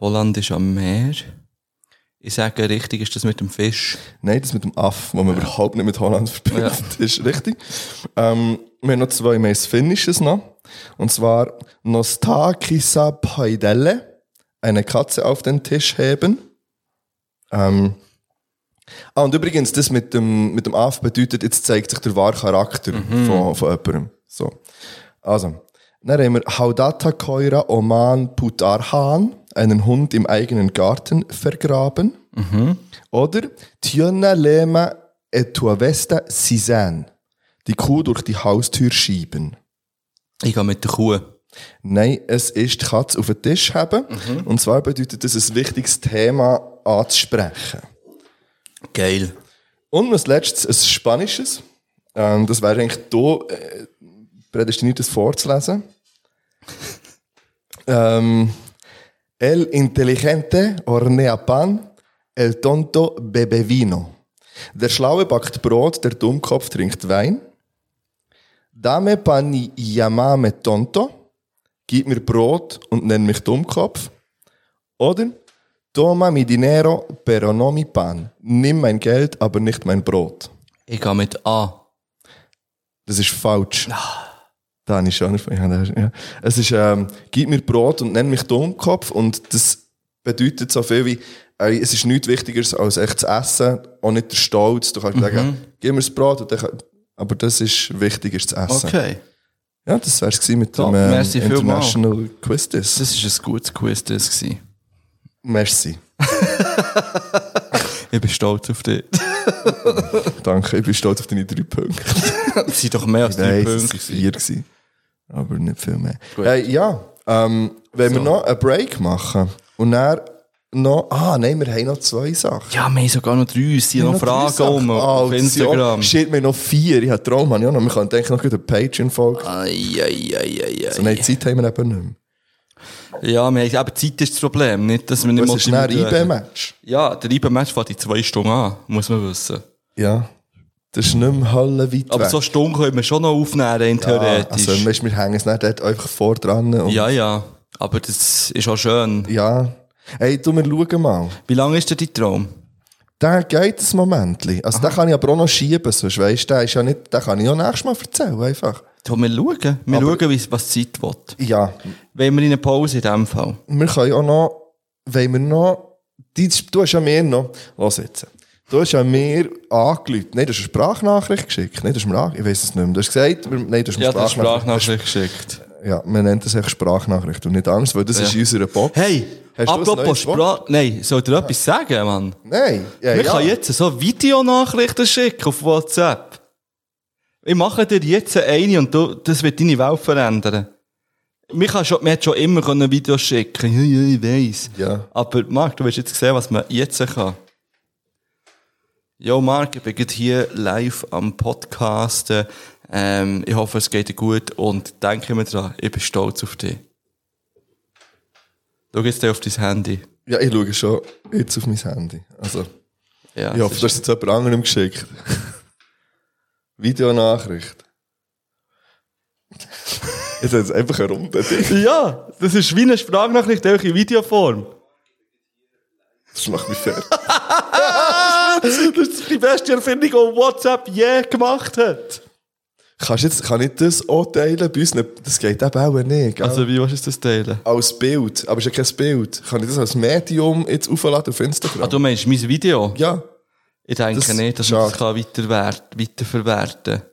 Speaker 4: Holland ist am Meer. Ich sage, richtig ist das mit dem Fisch.
Speaker 3: Nein, das mit dem Aff, wo man überhaupt nicht mit Holland verbindet, ist richtig. Ähm, wir haben noch zwei mehr Finnisches noch. Und zwar Nostakisa Paidelle, eine Katze auf den Tisch heben. Ähm, ah, und übrigens, das mit dem, mit dem Aff bedeutet, jetzt zeigt sich der wahre Charakter von, von jemandem. So. Also, dann haben wir Haudata Koira Oman Putarhan, einen Hund im eigenen Garten vergraben. Oder Tiona Lema et tua vesta sisan. Die Kuh durch die Haustür schieben.
Speaker 4: Ich gehe mit der Kuh.
Speaker 3: Nein, es ist die Katze auf den Tisch haben. Und zwar bedeutet das, ein wichtiges Thema anzusprechen.
Speaker 4: Geil.
Speaker 3: Und als letztes ein spanisches. Ähm, das wäre eigentlich hier äh, prädestiniert, das vorzulesen. ähm, el inteligente hornea pan, el tonto bebe vino. Der Schlaue backt Brot, der Dummkopf trinkt Wein. Dame pani llamame tonto. Gib mir Brot und nenn mich Dummkopf. Oder Toma mi dinero, pero no mi pan. Nimm mein Geld, aber nicht mein Brot.
Speaker 4: Ich gehe mit A.
Speaker 3: Das ist falsch.
Speaker 4: Ah.
Speaker 3: Da habe ich schon nicht- ja, das ist- ja. Es ist, ähm, gib mir Brot und nenn mich Dummkopf. Und das bedeutet so viel wie, ey, es ist nichts Wichtigeres als echt zu essen, auch nicht der Stolz. Du kannst
Speaker 4: Mhm.
Speaker 3: sagen, gib mir das Brot. Und dann, kann- aber das ist wichtiger zu essen.
Speaker 4: Okay.
Speaker 3: Ja, das wär's gewesen mit
Speaker 4: Top,
Speaker 3: dem ähm,
Speaker 4: merci vielmals.
Speaker 3: International Quiz Diss.
Speaker 4: Das war ein gutes Quiz. Das gewesen.
Speaker 3: Merci.
Speaker 4: ich bin stolz auf dich.
Speaker 3: Danke, ich bin stolz auf deine drei Punkte.
Speaker 4: Es sind doch mehr als drei
Speaker 3: Nein, es
Speaker 4: Punkte.
Speaker 3: waren vier. Gewesen. Aber nicht viel mehr. Hey, ja, ähm, wenn wir noch einen Break machen und dann noch... Ah, nein, wir haben noch zwei Sachen.
Speaker 4: Ja, wir haben sogar noch drei. Es sind noch
Speaker 3: Wir haben
Speaker 4: Fragen um
Speaker 3: drei Sachen.
Speaker 4: auf
Speaker 3: Ah, das sind auch-
Speaker 4: Instagram.
Speaker 3: Shit, wir haben noch vier. Ich habe Traum, habe ich auch noch. Wir können eigentlich noch gut eine Patreon-Folge...
Speaker 4: Eieieiei.
Speaker 3: Also, nein, Zeit haben wir eben nicht mehr.
Speaker 4: Ja, wir haben, aber Zeit ist das Problem. Nicht, dass wir nicht
Speaker 3: Was ist denn ein IB-Match?
Speaker 4: Ja, der IB-Match fährt in zwei Stunden an, muss man wissen.
Speaker 3: Ja. Das ist nicht mehr Halle weit
Speaker 4: Aber
Speaker 3: weg.
Speaker 4: so Stunden können wir schon noch aufnehmen, rein
Speaker 3: Ah,
Speaker 4: theoretisch.
Speaker 3: also, weißt, wir hängen es nicht dort einfach vor dran. Und
Speaker 4: ja, ja. Aber das ist auch schön.
Speaker 3: ja. Hey, du, wir schauen mal.
Speaker 4: Wie lange ist denn dein Traum?
Speaker 3: Der geht ein Moment. Also, den kann ich aber auch noch schieben, sonst weisst du, der ist ja nicht, den kann ich auch nächstes Mal erzählen, einfach.
Speaker 4: Du, wir schauen. Wir
Speaker 3: Aber-
Speaker 4: schauen, wie- was die Zeit will.
Speaker 3: Ja,
Speaker 4: Wenn wir in eine Pause in dem Fall.
Speaker 3: wir können ja auch noch, wenn wir noch, die- du hast ja mir noch, los jetzt. äh, Du hast ja mir angelüht. Nein, du hast eine Sprachnachricht geschickt. Nein, du hast mir an, ich weiß es nicht mehr. Du hast gesagt, wir- nein, du hast mir
Speaker 4: Ja, du hast
Speaker 3: Sprachnachricht.
Speaker 4: Sprachnachricht geschickt.
Speaker 3: Ja, wir nennen das einfach Sprachnachricht und nicht anders, weil das ist in unserer Box.
Speaker 4: Hey,
Speaker 3: Hast du ein
Speaker 4: apropos
Speaker 3: neues Wort?
Speaker 4: Sprach... Nein, soll dir etwas sagen, Mann?
Speaker 3: Nein, ja,
Speaker 4: Wir
Speaker 3: Äh, ja.
Speaker 4: können jetzt so Videonachrichten schicken auf WhatsApp. Ich mache dir jetzt eine und du, das wird deine Welt verändern. Wir kann schon, man hat schon immer können Videos schicken. Ja, ja, ich weiss.
Speaker 3: Ja.
Speaker 4: Aber Marc, du wirst jetzt sehen, was man jetzt kann. Jo, Marc, ich bin gerade hier live am Podcast. Ähm, ich hoffe, es geht dir gut und denke mir dran, ich bin stolz auf dich. Du gehst dir auf dein Handy.
Speaker 3: ja, ich schaue schon jetzt auf mein Handy. Also.
Speaker 4: Ja,
Speaker 3: Ich
Speaker 4: es
Speaker 3: hoffe,
Speaker 4: ist-
Speaker 3: du hast jetzt jemand anderem geschickt. Videonachricht. Jetzt hat es einfach eine Runde.
Speaker 4: Ja, das ist wie eine Sprachnachricht auch in Videoform.
Speaker 3: Das macht mich fertig.
Speaker 4: Das ist die beste Erfindung, die WhatsApp je gemacht hat.
Speaker 3: Kannst jetzt, kann ich das auch teilen bei uns? Das geht eben auch nicht. Gell?
Speaker 4: Also, wie willst du das teilen?
Speaker 3: als Bild. Aber es ist ja kein Bild. Kann ich das als Medium jetzt aufladen auf Instagram?
Speaker 4: Ah, du meinst mein Video?
Speaker 3: ja.
Speaker 4: Ich denke
Speaker 3: Das-
Speaker 4: nicht, dass man das
Speaker 3: schade.
Speaker 4: kann weiterwert, weiterverwerten kann.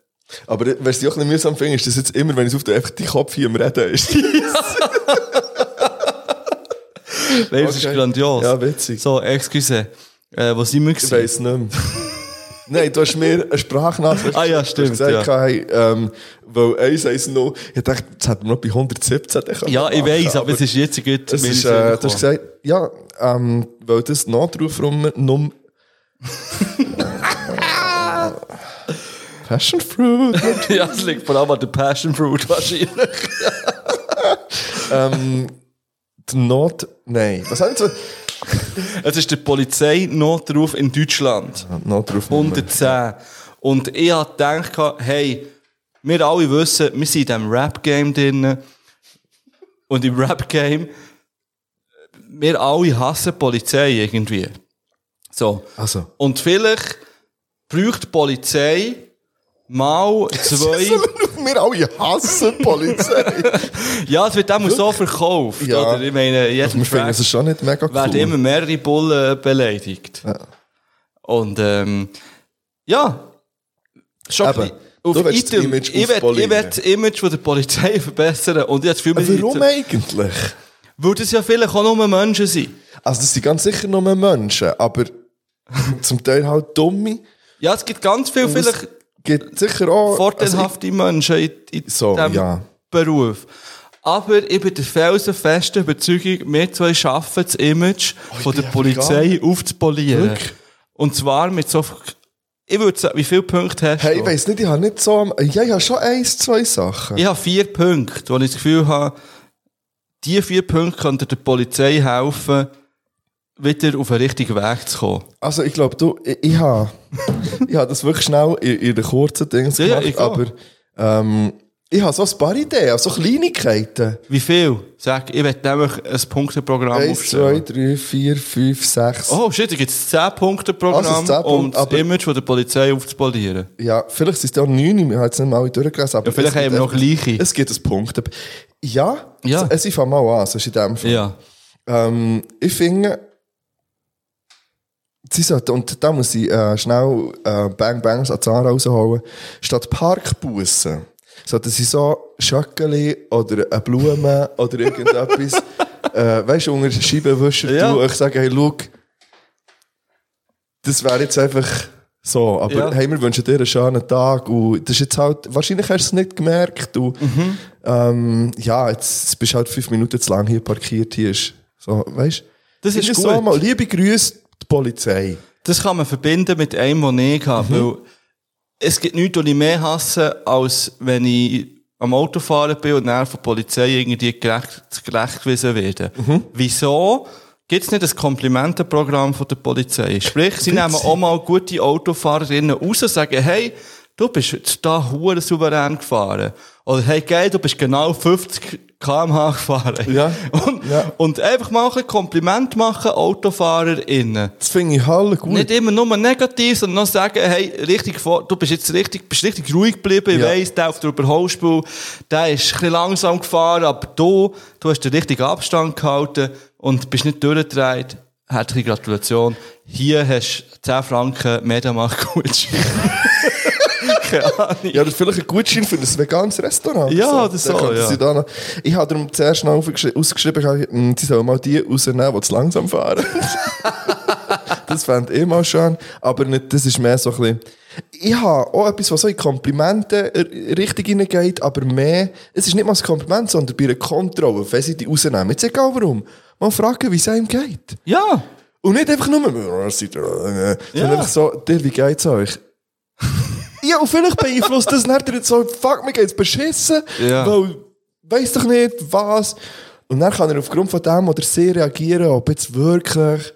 Speaker 3: Aber was ich auch ein bisschen mühsam finde, ist, dass jetzt immer, wenn ich es aufdrehe, einfach dein Kopf hier im Reden ist.
Speaker 4: Nein, das ist
Speaker 3: Okay.
Speaker 4: grandios.
Speaker 3: Ja, witzig.
Speaker 4: So, excuse. Äh, wo sind wir
Speaker 3: ich
Speaker 4: gewesen?
Speaker 3: weiss nicht mehr. Nein, du hast mir eine Sprachnachricht
Speaker 4: Ah ja,
Speaker 3: geschickt. Du hast
Speaker 4: stimmt,
Speaker 3: gesagt, hey, ähm, weil eins, eins noch, ich dachte, jetzt hätten wir noch bei 117 den können
Speaker 4: Ja, ich
Speaker 3: machen,
Speaker 4: weiß, aber es ist jetzt gut.
Speaker 3: Es ist, äh, du hast gesagt, ja, ähm, weil das Notrufnummer Num Passion Fruit.
Speaker 4: ja, es liegt vor allem an der Passion Fruit wahrscheinlich.
Speaker 3: Die Not. Nein. Was haben sie?
Speaker 4: Es ist der Polizeinotruf in Deutschland.
Speaker 3: Notrufnummer.
Speaker 4: 110. Und ich habe gedacht, hey, wir alle wissen, wir sind in diesem Rap-Game drin. Und im Rap-Game, wir alle hassen die Polizei irgendwie. So.
Speaker 3: Also.
Speaker 4: Und vielleicht braucht die Polizei mal zwei.
Speaker 3: Wir alle hassen die Polizei.
Speaker 4: ja, es wird auch so verkauft.
Speaker 3: Ja.
Speaker 4: Oder? Ich meine, jetzt
Speaker 3: Wir finden es schon nicht mega
Speaker 4: werden immer
Speaker 3: cool.
Speaker 4: mehrere Bullen äh, beleidigt. Und ähm, ja, schon
Speaker 3: Eben.
Speaker 4: ein bisschen auf
Speaker 3: Du willst das
Speaker 4: Item.
Speaker 3: Image
Speaker 4: ich will, ich
Speaker 3: aufpolieren.
Speaker 4: will das Image von der Polizei verbessern. Und jetzt fühle mich
Speaker 3: Warum eigentlich?
Speaker 4: Weil das ja vielleicht auch nur Menschen sind.
Speaker 3: Also, das sind ganz sicher nur Menschen, aber zum Teil halt dumme.
Speaker 4: Ja, es gibt ganz viele
Speaker 3: Und es Also
Speaker 4: vielleicht
Speaker 3: gibt sicher auch. also,
Speaker 4: vorteilhafte Menschen in, in
Speaker 3: So,
Speaker 4: diesem
Speaker 3: ja.
Speaker 4: Beruf. Aber ich bin der felsenfesten Überzeugung, wir zwei schaffen das Image von der
Speaker 3: Oh, bin
Speaker 4: Polizei aufzupolieren.
Speaker 3: Wirklich?
Speaker 4: Und zwar mit so... Ich würde sagen, wie viele Punkte hast
Speaker 3: Ich, hey,
Speaker 4: du?
Speaker 3: ich weiss nicht, ich habe nicht so. am- Ja, ich habe schon eins, zwei Sachen.
Speaker 4: Ich habe vier Punkte, wo ich das Gefühl habe, diese vier Punkte könnten der Polizei helfen, wieder auf den richtigen Weg zu kommen.
Speaker 3: Also ich glaube, du, ich, ich habe ich hab das wirklich schnell in, in den kurzen Dings
Speaker 4: Ja, ja,
Speaker 3: gemacht,
Speaker 4: ich auch.
Speaker 3: aber ähm, ich habe so ein paar Ideen, so Kleinigkeiten.
Speaker 4: Wie viel? Sag, ich werde nämlich ein Punkteprogramm
Speaker 3: Eins, zwei,
Speaker 4: aufstellen.
Speaker 3: drei, vier, fünf, sechs.
Speaker 4: Oh shit, da gibt es 10 Punkte Programm,
Speaker 3: Also, 10 Punkte,
Speaker 4: um das
Speaker 3: aber-
Speaker 4: Image von der Polizei aufzupolieren.
Speaker 3: Ja, vielleicht sind es ja auch neun, ich habe jetzt nicht mal alle durchgelesen. Aber
Speaker 4: Ja, vielleicht
Speaker 3: es
Speaker 4: haben
Speaker 3: gibt
Speaker 4: wir noch
Speaker 3: echt-
Speaker 4: gleiche.
Speaker 3: Es gibt ein Punkt. Ja,
Speaker 4: Ja.
Speaker 3: Es, ich fange mal an, sonst in dem Fall.
Speaker 4: Ja.
Speaker 3: Ähm, ich finde, sie sollten, und da muss ich äh, schnell äh, Bang Bangs an die Zahn rausholen, statt Parkbussen sollten sie so Schöckeli oder eine Blume oder irgendetwas, äh, weißt du, unter den Scheibenwischer
Speaker 4: Ja.
Speaker 3: tun. Ich sage, hey, schau, das wäre jetzt einfach so. Aber
Speaker 4: Ja.
Speaker 3: hey, wir wünschen dir einen schönen Tag. Und das ist jetzt halt, wahrscheinlich hast du es nicht gemerkt. Und, ähm, ja, jetzt bist du halt fünf Minuten zu lang hier parkiert. Hier ist, so, weißt
Speaker 4: Das ist
Speaker 3: Finde ich
Speaker 4: gut.
Speaker 3: So mal, liebe Grüße, die Polizei.
Speaker 4: Das kann man verbinden mit einem, den ich habe.
Speaker 3: Mhm.
Speaker 4: Weil es gibt nichts, was ich mehr hasse, als wenn ich am Autofahren bin und dann von der Polizei irgendwie gerecht, zurechtgewiesen werde.
Speaker 3: Mhm.
Speaker 4: Wieso gibt es nicht ein Komplimentenprogramm von der Polizei? Sprich, sie nehmen auch mal gute Autofahrerinnen raus und sagen, hey, du bist jetzt da hure souverän gefahren. Oder hey, geil, du bist genau 50 km/h gefahren.
Speaker 3: Ja.
Speaker 4: Und,
Speaker 3: Ja.
Speaker 4: und einfach mal ein bisschen Kompliment machen, Autofahrerinnen.
Speaker 3: Das finde ich alle gut.
Speaker 4: Nicht immer nur negativ, sondern noch sagen, hey, richtig vor, du bist jetzt richtig, bist richtig ruhig geblieben, ich
Speaker 3: Ja.
Speaker 4: weiss, der auf der Überholspur, der ist ein bisschen langsam gefahren, aber du, du hast den richtigen Abstand gehalten und bist nicht durchgedreht. Herzliche Gratulation. Hier hast du 10 Franken Mediamarkt-Gutschein. Keine Ahnung.
Speaker 3: Ja, das ist vielleicht ein Gutschein für ein veganes Restaurant.
Speaker 4: Ja, oder so,
Speaker 3: Dann könnten
Speaker 4: ja.
Speaker 3: Sie da noch, ich habe darum zuerst noch aufgeschri- ausgeschrieben, ich habe, mm, sie sollen mal die rausnehmen, die zu langsam fahren. das fände ich eh mal schön. Aber nicht, das ist mehr so ein bisschen... Ich habe auch etwas, was so in Komplimente r- richtig hineingeht, aber mehr... Es ist nicht mal ein Kompliment, sondern bei einer Kontrolle, wenn sie die rausnehmen. Jetzt egal warum. Mal fragen, wie es einem geht.
Speaker 4: Ja.
Speaker 3: Und nicht einfach nur, äh, seid ihr, äh, sondern
Speaker 4: Ja.
Speaker 3: einfach so, dir, wie geht's euch? ja, und vielleicht beeinflusst das nicht jetzt so, fuck, mir geht's beschissen,
Speaker 4: Ja.
Speaker 3: weil, weiss doch nicht, was. Und dann kann er aufgrund von dem oder sie reagieren, ob jetzt wirklich,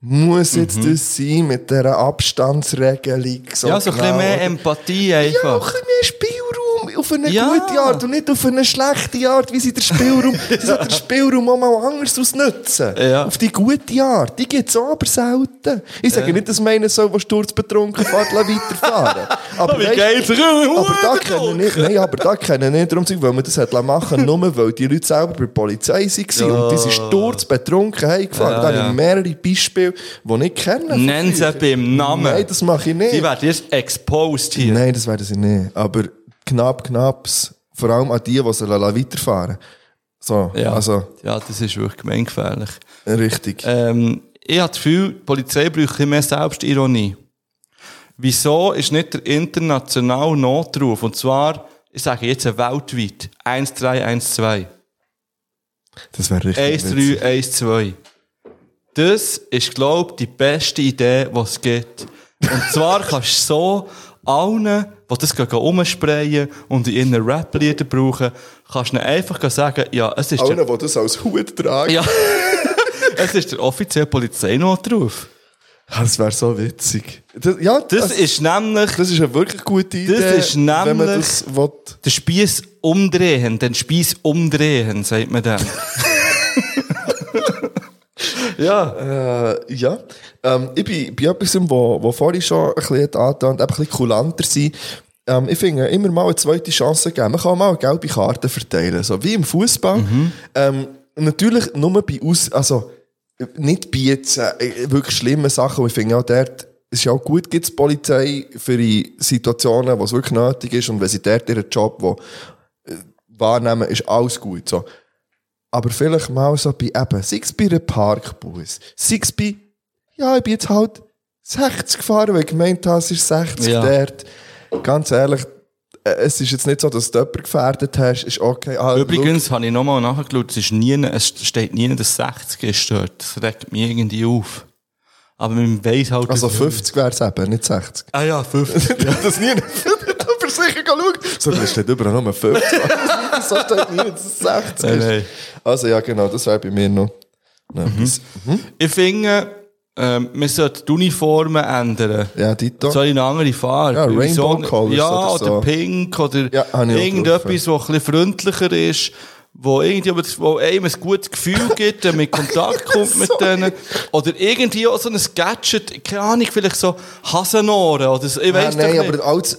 Speaker 3: muss jetzt das sein mit dieser Abstandsregelung. So
Speaker 4: Mhm. Ja, so
Speaker 3: genau,
Speaker 4: ein bisschen mehr
Speaker 3: oder-
Speaker 4: Empathie
Speaker 3: ja, auch
Speaker 4: einfach.
Speaker 3: ein bisschen mehr Spielraum auf eine
Speaker 4: Ja.
Speaker 3: gute Art und nicht auf eine schlechte Art, wie sie den Spielraum, sie sollten den Spielraum auch mal anders ausnutzen.
Speaker 4: Ja.
Speaker 3: Auf die gute Art. Die gibt es aber selten. Ich sage nicht, dass meinen soll, der sturzbetrunken fährt, lass weiterfahren. Aber
Speaker 4: Oh, Wie
Speaker 3: weisst-
Speaker 4: geht's?
Speaker 3: aber da kennen nicht, nein, aber da kennen nicht darum sein, weil man das hat lassen machen, nur weil die Leute selber bei der Polizei waren und die sind sturzbetrunken heimgefahren.
Speaker 4: Ja,
Speaker 3: da habe
Speaker 4: ja.
Speaker 3: ich mehrere Beispiele, die ich kenne.
Speaker 4: Nenn sie beim Namen.
Speaker 3: Nein, das mache ich nicht.
Speaker 4: Die werden jetzt exposed hier.
Speaker 3: Nein, das werden sie nicht. Aber knapp, knapps. Vor allem an die, die sie lassen weiterfahren So,
Speaker 4: Ja.
Speaker 3: also,
Speaker 4: ja, das ist wirklich gemeingefährlich.
Speaker 3: richtig.
Speaker 4: Äh, Ähm, ich habe das Gefühl, die Polizei braucht ein bisschen mehr Selbstironie. Wieso ist nicht der internationale Notruf, und zwar, ich sage jetzt weltweit, 1312?
Speaker 3: Das wäre richtig. witzig.
Speaker 4: 1312. Das ist, glaube ich, die beste Idee, die es gibt. Und zwar kannst du so allen, die das gehen umsprayen und in ihren Rap-Lieder brauchen, kannst du ihnen einfach sagen, ja, es ist,
Speaker 3: Allen,
Speaker 4: der,
Speaker 3: die das als Hut tragen.
Speaker 4: ja, es ist der offizielle Polizeinotruf.
Speaker 3: Ah, Das wäre so witzig. Das, ja,
Speaker 4: Das
Speaker 3: das,
Speaker 4: ist nämlich
Speaker 3: das ist eine wirklich gute Idee.
Speaker 4: ist
Speaker 3: Wenn man
Speaker 4: nämlich-
Speaker 3: das will.
Speaker 4: den Spieß umdrehen, den Spieß umdrehen, sagt man dem. ja.
Speaker 3: Äh, ja. Ähm, ich bin bei etwas, wo, wo vorhin schon ein bisschen hat angetan, eben ein bisschen kulanter sein. Ähm, ich finde, immer mal eine zweite Chance geben. Man kann auch mal eine gelbe Karte verteilen. So wie im Fußball. Ähm, natürlich nur bei Aus, also, äh, nicht bei jetzt äh, wirklich schlimmen Sachen. Und ich finde auch dort, es ist ja auch gut, gibt es Polizei für die Situationen, wo es wirklich nötig ist. Und wenn sie dort ihren Job wo, äh, wahrnehmen, ist alles gut. So. Aber vielleicht mal so bei eben, sei es bei einem Parkbus, sei es bei, ja, ich bin jetzt halt 60 gefahren, weil ich gemeint habe, es ist 60
Speaker 4: Ja.
Speaker 3: dort. Ganz ehrlich, äh, es ist jetzt nicht so, dass du jemanden gefährdet hast, ist okay. Ah,
Speaker 4: Übrigens habe ich nochmal nachgeschaut, es, ist nie, es steht nie, dass 60 ist dort. Das regt mich irgendwie auf. Aber man weiss halt...
Speaker 3: schau, also
Speaker 4: dass-
Speaker 3: 50 wäre es eben, nicht 60.
Speaker 4: Ah ja, 50.
Speaker 3: Ich habe das nie für sicher geschaut. So, das steht überall nur 50. so steht nie, dass es 60
Speaker 4: Nein,
Speaker 3: ist.
Speaker 4: nein. Mhm.
Speaker 3: Also ja, genau, das wäre bei mir noch. etwas.
Speaker 4: ich finde, ähm, man sollte die Uniformen ändern.
Speaker 3: Ja, Dito.
Speaker 4: Soll ich eine andere Farbe?
Speaker 3: Ja,
Speaker 4: Weil
Speaker 3: Rainbow
Speaker 4: so-
Speaker 3: Colours
Speaker 4: Ja,
Speaker 3: oder
Speaker 4: oder,
Speaker 3: so.
Speaker 4: Pink oder
Speaker 3: Ja, habe ich auch
Speaker 4: irgendetwas, was ein bisschen freundlicher ist, wo, irgendwie, aber das- wo einem ein gutes Gefühl gibt, der mit Kontakt kommt mit denen. Oder irgendwie auch so ein Gadget, keine Ahnung, vielleicht so Hasenohren oder so, ich
Speaker 3: Ah,
Speaker 4: weiss doch
Speaker 3: nein,
Speaker 4: nicht.
Speaker 3: aber als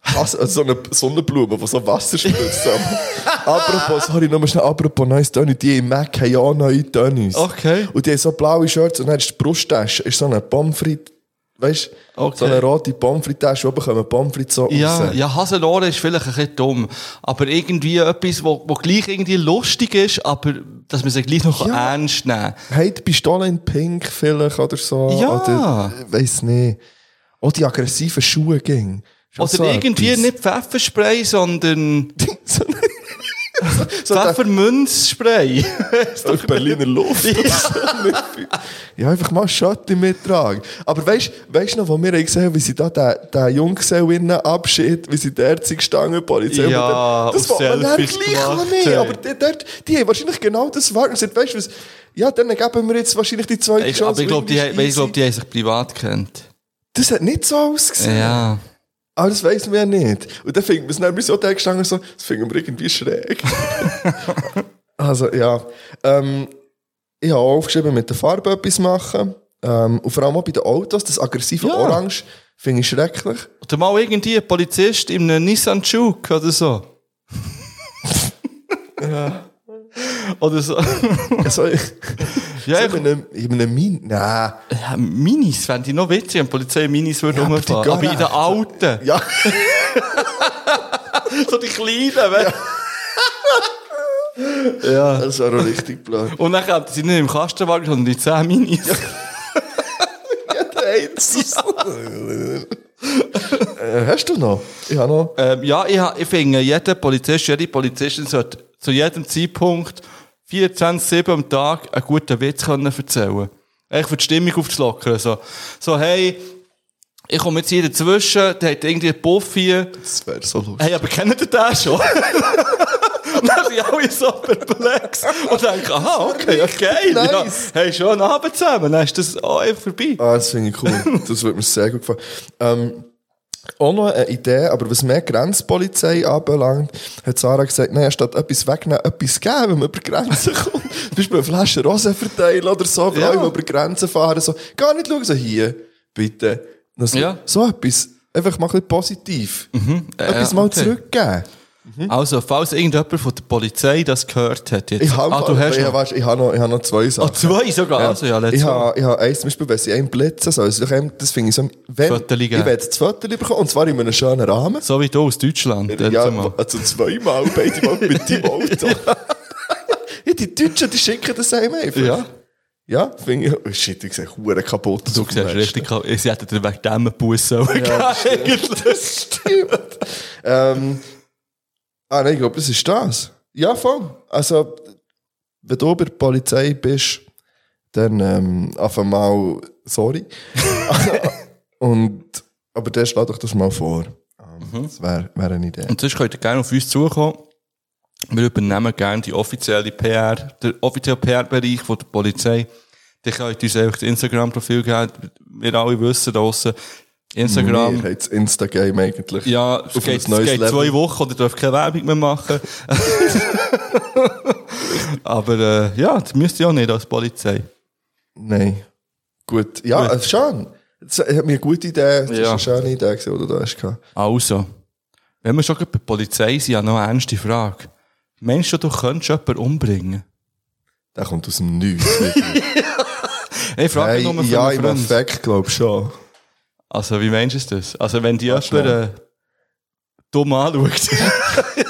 Speaker 3: Hass, also so eine Sonnenblume, die so Wasser spritzt. apropos, sorry, nur schnell, apropos neues Tönnies. Die im Mac haben ja auch neue Tönnies.
Speaker 4: Okay.
Speaker 3: Und die haben so blaue Shirts und dann ist die Brusttasche, ist so eine Pommes frites, weißt du?
Speaker 4: Okay.
Speaker 3: So eine rote Pommes frites Tasche, oben kommen Pommes frites so
Speaker 4: Ja,
Speaker 3: raus.
Speaker 4: ja, Hasenohren ist vielleicht ein bisschen dumm, aber irgendwie etwas, wo, wo gleich irgendwie lustig ist, aber dass man es gleich noch
Speaker 3: Ja.
Speaker 4: ernst nehmen kann.
Speaker 3: Hey, die Pistole in Pink vielleicht oder so.
Speaker 4: Ja.
Speaker 3: Oder, ich weiss nicht. Auch die aggressiven Schuhe ging.
Speaker 4: Oder irgendwie nicht Pfefferspray, sondern
Speaker 3: so
Speaker 4: Pfeffermünzspray.
Speaker 3: Auf Berliner Luft. oder so. Nicht viel. ja, einfach mal Schotti mittragen. Aber weißt weißt du noch, wo wir haben gesehen haben, wie sie da den, den Junggesellinnen abschied, wie sie dort sind gestanden, Polizei.
Speaker 4: Ja,
Speaker 3: Und dann- das
Speaker 4: und
Speaker 3: war man dann
Speaker 4: Selfies
Speaker 3: gleich
Speaker 4: gemacht
Speaker 3: noch nicht.
Speaker 4: haben.
Speaker 3: Aber die, dort, die haben wahrscheinlich genau das wahrgenommen. Sie haben gesagt, Weißt du was? Ja, dann geben wir jetzt wahrscheinlich die zweite
Speaker 4: Ich,
Speaker 3: Chance.
Speaker 4: aber ich glaube, die,
Speaker 3: Irgendwie
Speaker 4: haben- ich
Speaker 3: ist
Speaker 4: glaub,
Speaker 3: easy.
Speaker 4: die haben sich privat kennt.
Speaker 3: Das hat nicht so ausgesehen.
Speaker 4: Ja.
Speaker 3: Aber Ah, das weiss man ja nicht. Und dann finden wir es dann, wir sind auch da gestanden, so, das finden wir irgendwie schräg. also, ja. Ähm, ich habe auch aufgeschrieben, mit der Farbe etwas machen. Ähm, und vor allem auch bei den Autos, das aggressive
Speaker 4: Ja.
Speaker 3: Orange, finde ich schrecklich.
Speaker 4: Oder mal irgendwie ein Polizist in einem Nissan Juke oder so. Oder so.
Speaker 3: Also, ich,
Speaker 4: Ja,
Speaker 3: so mit einem, mit einem Min, nein.
Speaker 4: Ja, Minis fände ich noch witzig, wenn die Polizei Minis würde
Speaker 3: Ja, aber die
Speaker 4: rumfahren.
Speaker 3: gehen
Speaker 4: Aber in den
Speaker 3: nicht.
Speaker 4: alten.
Speaker 3: Ja,
Speaker 4: So die kleinen, weißt du? Ja.
Speaker 3: das war auch richtig blöd.
Speaker 4: Und dann haben sie nicht im Kastenwagen, sondern die 10 Minis.
Speaker 3: Ja, nein, das ist so. äh, hast du noch? Ich habe noch.
Speaker 4: Ähm, ja, ich, ha- ich finde, jeder Polizist, jede Polizistin sollte zu jedem Zeitpunkt 24-7 am Tag einen guten Witz können erzählen Echt für die Stimmung aufzulockern. So, so hey, ich komme jetzt hier dazwischen, der hat irgendwie einen Puff hier.
Speaker 3: Das wäre so lustig.
Speaker 4: Hey, aber kennt ihr den schon? Und dann sind alle so perplex und denken, aha, okay, okay. Ja,
Speaker 3: nice.
Speaker 4: hey, schon einen Abend zusammen, dann ist das auch einfach vorbei.
Speaker 3: Ah, das finde ich cool. Das würde mir sehr gut gefallen. Ähm, auch noch eine Idee, aber was mehr Grenzpolizei anbelangt, hat Sarah gesagt, nein, statt etwas wegnehmen, etwas geben, wenn man über Grenzen kommt. Zum Beispiel eine Flasche Rosé verteilen oder so, für
Speaker 4: Ja.
Speaker 3: alle, die über Grenzen fahren. So, gar nicht schauen, so hier, bitte. Das,
Speaker 4: Ja. Mhm. Äh,
Speaker 3: So etwas, einfach mal ein bisschen positiv. etwas mal
Speaker 4: okay.
Speaker 3: zurückgeben.
Speaker 4: Also, falls irgendjemand von der Polizei das gehört hat, jetzt.
Speaker 3: Ich habe
Speaker 4: ah, du
Speaker 3: ich,
Speaker 4: hast noch-
Speaker 3: weißt, ich habe noch, ich habe noch zwei Sachen.
Speaker 4: Ah, zwei sogar. Also, ja, letztes
Speaker 3: ich
Speaker 4: Mal.
Speaker 3: habe, ich habe eins, zum Beispiel, wenn sie einen blitzen, soll sie doch einem, das finde ich so, wenn,
Speaker 4: Fotos
Speaker 3: ich
Speaker 4: geben.
Speaker 3: will das Viertel bekommen, und zwar in einem schönen Rahmen.
Speaker 4: So wie du aus Deutschland. letztes
Speaker 3: Ja,
Speaker 4: Mal.
Speaker 3: also zweimal, beide Mal mit dem Auto. ja, die Deutschen, die schicken das einem einfach.
Speaker 4: Ja.
Speaker 3: Ja, finde ich. Oh shit, ich sehe Huren kaputt.
Speaker 4: Du siehst richtig, sie hätten dir wegen dem einen Bus sollen.
Speaker 3: Ja, das stimmt. Das stimmt. ähm, ah, nein, ich glaube, das ist das. Ja, voll. Also, wenn du bei der Polizei bist, dann ähm, einfach mal sorry. Und, aber dann schlag doch das mal vor.
Speaker 4: Mhm.
Speaker 3: Ähm, Das wäre wär eine Idee.
Speaker 4: Und sonst könnt ihr gerne auf uns zukommen. Wir übernehmen gerne die offizielle PR, den offiziellen PR-Bereich von der Polizei. Ihr könnt uns einfach das Instagram-Profil geben. Wir alle wissen draussen, Instagram.
Speaker 3: Wir haben jetzt Instagram eigentlich.
Speaker 4: Ähm, Ja, es
Speaker 3: Auf
Speaker 4: geht,
Speaker 3: ein neues
Speaker 4: es geht
Speaker 3: Level.
Speaker 4: zwei Wochen und ihr dürft keine Werbung mehr machen. Aber äh, ja, das müsst ihr auch nicht als Polizei.
Speaker 3: Nein. Gut. Ja,
Speaker 4: Gut.
Speaker 3: äh, schön. Das hat mir eine gute Idee. Das
Speaker 4: Ja.
Speaker 3: ist eine schöne Idee, gewesen, die du da hast. gehabt.
Speaker 4: Also, wenn wir schon gerade bei der Polizei sind, ja noch eine ernste Frage. Meinst du, du könntest jemanden umbringen?
Speaker 3: Der kommt aus dem Nichts. wirklich.
Speaker 4: Ich frage
Speaker 3: Nein,
Speaker 4: nur für
Speaker 3: ja,
Speaker 4: einen
Speaker 3: im
Speaker 4: Freund.
Speaker 3: Effekt glaube ich schon.
Speaker 4: Also, wie meinst du das? Also, wenn die jemand
Speaker 3: schnell.
Speaker 4: äh, dumm anschaut.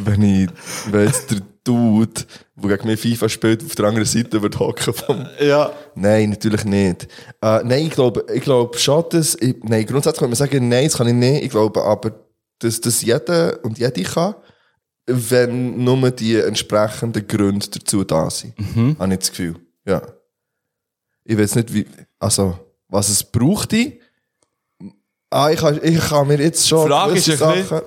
Speaker 3: Wenn ich, wenn jetzt der Dude, der gegen mich FIFA spielt, auf der anderen Seite wird hocken vom
Speaker 4: ja.
Speaker 3: Nein, natürlich nicht. Äh, nein, ich glaube, ich glaube schon, dass, ich, nein, grundsätzlich könnte man sagen, nein, das kann ich nicht. Ich glaube aber, dass das jeder und jede kann, wenn nur die entsprechenden Gründe dazu da sind.
Speaker 4: Mhm.
Speaker 3: Habe ich das Gefühl. Ja. Ich weiß nicht, wie, also, was es brauchte. Ah, ich kann, ich kann mir jetzt schon
Speaker 4: Frage ist
Speaker 3: gewisse
Speaker 4: ein bisschen-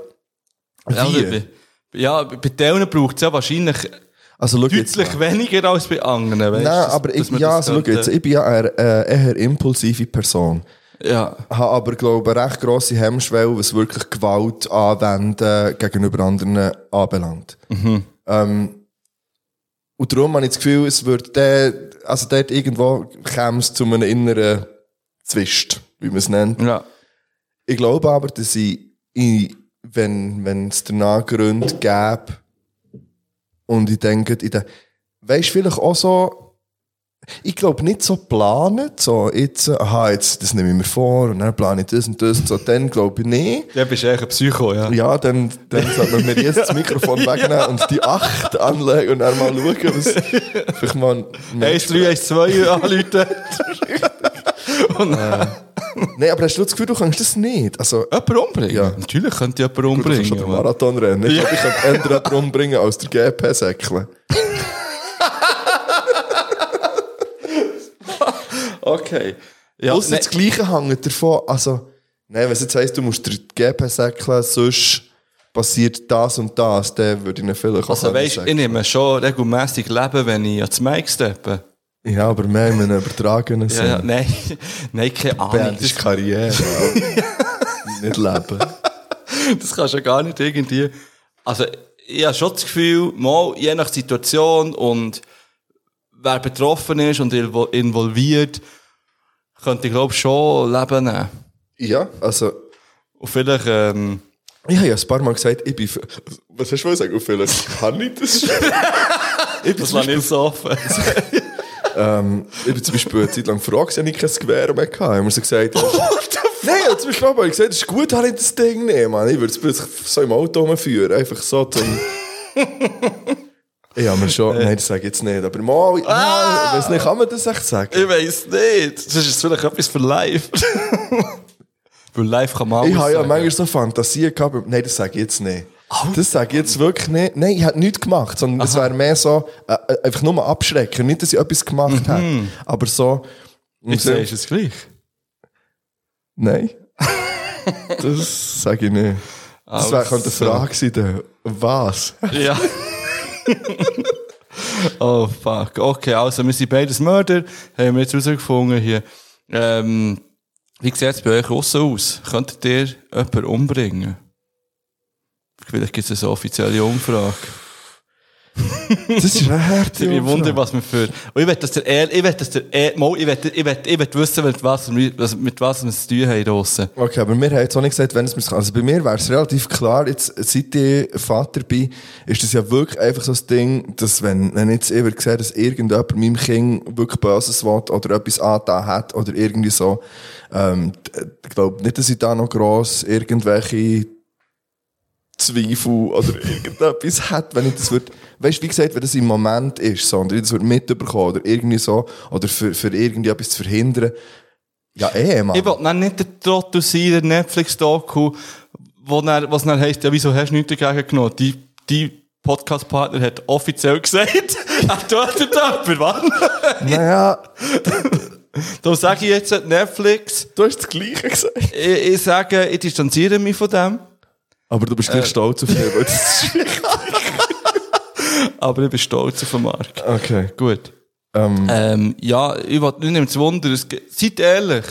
Speaker 4: Also,
Speaker 3: Wie?
Speaker 4: bei- Ja, bei denen braucht es ja wahrscheinlich
Speaker 3: Also, schau jetzt mal.
Speaker 4: deutlich weniger als bei anderen. Weißt,
Speaker 3: Nein, Nou, aber
Speaker 4: dus
Speaker 3: ich, ja, also, schau jetzt, ich bin ja eine äh, eher impulsive Person.
Speaker 4: Ja.
Speaker 3: habe aber, glaube ich, eine recht grosse Hemmschwelle, was wirklich Gewalt anwenden gegenüber anderen eh, anbelangt. Ähm, und darum habe ich das Gefühl, es wird der, also dort irgendwo käme es zu einem inneren Zwist, wie man es nennt.
Speaker 4: ja.
Speaker 3: Ich glaube aber, dass ich, ich wenn, wenn es danach Gründe gäbe, und ich denke, in der, weisst vielleicht auch so, ich glaube nicht so planen, so jetzt, äh, aha, jetzt, das nehme ich mir vor, und dann plane ich das und das und so, dann glaube ich nicht.
Speaker 4: Du bist echt ein Psycho, ja.
Speaker 3: Ja, dann, dann sollte man mir jetzt das Mikrofon wegnehmen und die 8 anlegen und dann mal schauen, was, vielleicht mal, ein Mensch-
Speaker 4: 1-3, 1-2 anrufen. Und äh.
Speaker 3: nein, aber hast du das Gefühl, du kannst das nicht? Also,
Speaker 4: jemanden umbringen?
Speaker 3: Ja.
Speaker 4: Natürlich könnte ich jemanden
Speaker 3: Gut, das ist schon
Speaker 4: umbringen.
Speaker 3: der
Speaker 4: aber-
Speaker 3: Marathonrennen. Ich glaube, ich könnte eher jemanden umbringen als der GP-Säckle.
Speaker 4: okay. Ja,
Speaker 3: Ja, Plus
Speaker 4: nee.
Speaker 3: das Gleiche hängt davon. Also, nein, wenn es jetzt heisst, du musst dir die GPS erklären, sonst passiert das und das, dann würde ich ihn vielleicht auch
Speaker 4: Also
Speaker 3: können
Speaker 4: weißt, ich nehme schon regelmäßig Leben, wenn ich ans Mike steppe.
Speaker 3: Ja, aber mehr in einem übertragenen
Speaker 4: Ja,
Speaker 3: Sinn.
Speaker 4: ja, nein, nein, keine Ahnung.
Speaker 3: Band ist
Speaker 4: Das,
Speaker 3: Karriere. aber nicht Leben.
Speaker 4: das kannst du ja gar nicht irgendwie. Also ich habe schon das Gefühl, mal je nach Situation und wer betroffen ist und invo- involviert, könnte ich glaube schon Leben nehmen.
Speaker 3: Ja, also,
Speaker 4: Und vielleicht, ähm,
Speaker 3: ich habe ja ein paar Mal gesagt, ich bin... für- Was hast du gesagt? Auf welches kann ich das schon? ich bin
Speaker 4: das
Speaker 3: zum
Speaker 4: lasse
Speaker 3: Beispiel,
Speaker 4: ich so offen.
Speaker 3: ich bin zum Beispiel eine Zeit lang fragt, ich kein Gewehr mehr hatte. Ich habe mir so gesagt... Nein, ich habe zum Beispiel aber gesagt, es ist gut, dass ich das Ding nehme. Mann. Ich würde es plötzlich so im Auto rumführen. Einfach so zum... ich habe mir schon...
Speaker 4: Äh.
Speaker 3: Nein, das sage ich jetzt nicht. Aber mal... mal ah! Weiss nicht, kann man das echt sagen?
Speaker 4: Ich weiß nicht. Das ist jetzt vielleicht etwas für live. Weil live kann
Speaker 3: Ich,
Speaker 4: man alles
Speaker 3: habe ja
Speaker 4: sagen.
Speaker 3: manchmal so Fantasien gehabt. aber- Nein, das sage ich jetzt nicht. Das sage ich jetzt wirklich nicht. Nein, ich habe nichts gemacht, sondern es wäre mehr so, äh, äh, einfach nur abschrecken. Nicht, dass ich etwas gemacht habe, aber so...
Speaker 4: Mhm. Ich sehe es gleich.
Speaker 3: Nein. das sage ich nicht. Das wäre könnte eine Frage sein. dann. Was?
Speaker 4: Ja. oh fuck. Okay, also wir sind beides Mörder, haben wir jetzt herausgefunden hier. Ähm, wie sieht es bei euch aussen aus? Könntet ihr jemanden umbringen? Vielleicht gibt es eine offizielle Umfrage.
Speaker 3: Das ist eine harte
Speaker 4: Ich bin
Speaker 3: Umfrage.
Speaker 4: wundern, was wir für. Und ich will, dass der Er, ich will, dass der Er, Mo, ich will, ich will, ich will wissen, mit was, wir- was- mit was wir es zu tun haben draussen.
Speaker 3: Okay, aber mir haben jetzt auch nicht gesagt, wenn es mir Also bei mir wäre es relativ klar, jetzt, seit ich Vater bin, ist das ja wirklich einfach so das Ding, dass wenn, wenn jetzt jemand sieht, dass irgendjemand meinem Kind wirklich Böses will oder etwas angetan hat oder irgendwie so, ähm, d- ich glaube nicht, dass ich da noch gross irgendwelche Zweifel oder irgendetwas hätte, wenn ich das würde, weißt du, wie gesagt, wenn das im Moment ist, so, und ich das würde mitbekommen oder irgendwie so, oder für, für irgendetwas zu verhindern. Ja, eh, Mann.
Speaker 4: Ich will dann nicht der Trottel sein, der Netflix-Doku, wo dann, was dann heisst, ja, wieso hast du nichts dagegen genommen? Die, die Podcast-Partner hat offiziell gesagt, er tötet jemanden, Mann.
Speaker 3: naja,
Speaker 4: Darum sage ich jetzt Netflix,
Speaker 3: du hast das Gleiche gesagt.
Speaker 4: ich, ich sage, ich distanziere mich von dem,
Speaker 3: Aber du bist gleich stolz auf mich, weil das ist
Speaker 4: aber ich bin stolz auf den Markt.
Speaker 3: Okay.
Speaker 4: Gut. Ähm, ja, ich wollte nicht ins Wunder. Es, gibt- seid ehrlich.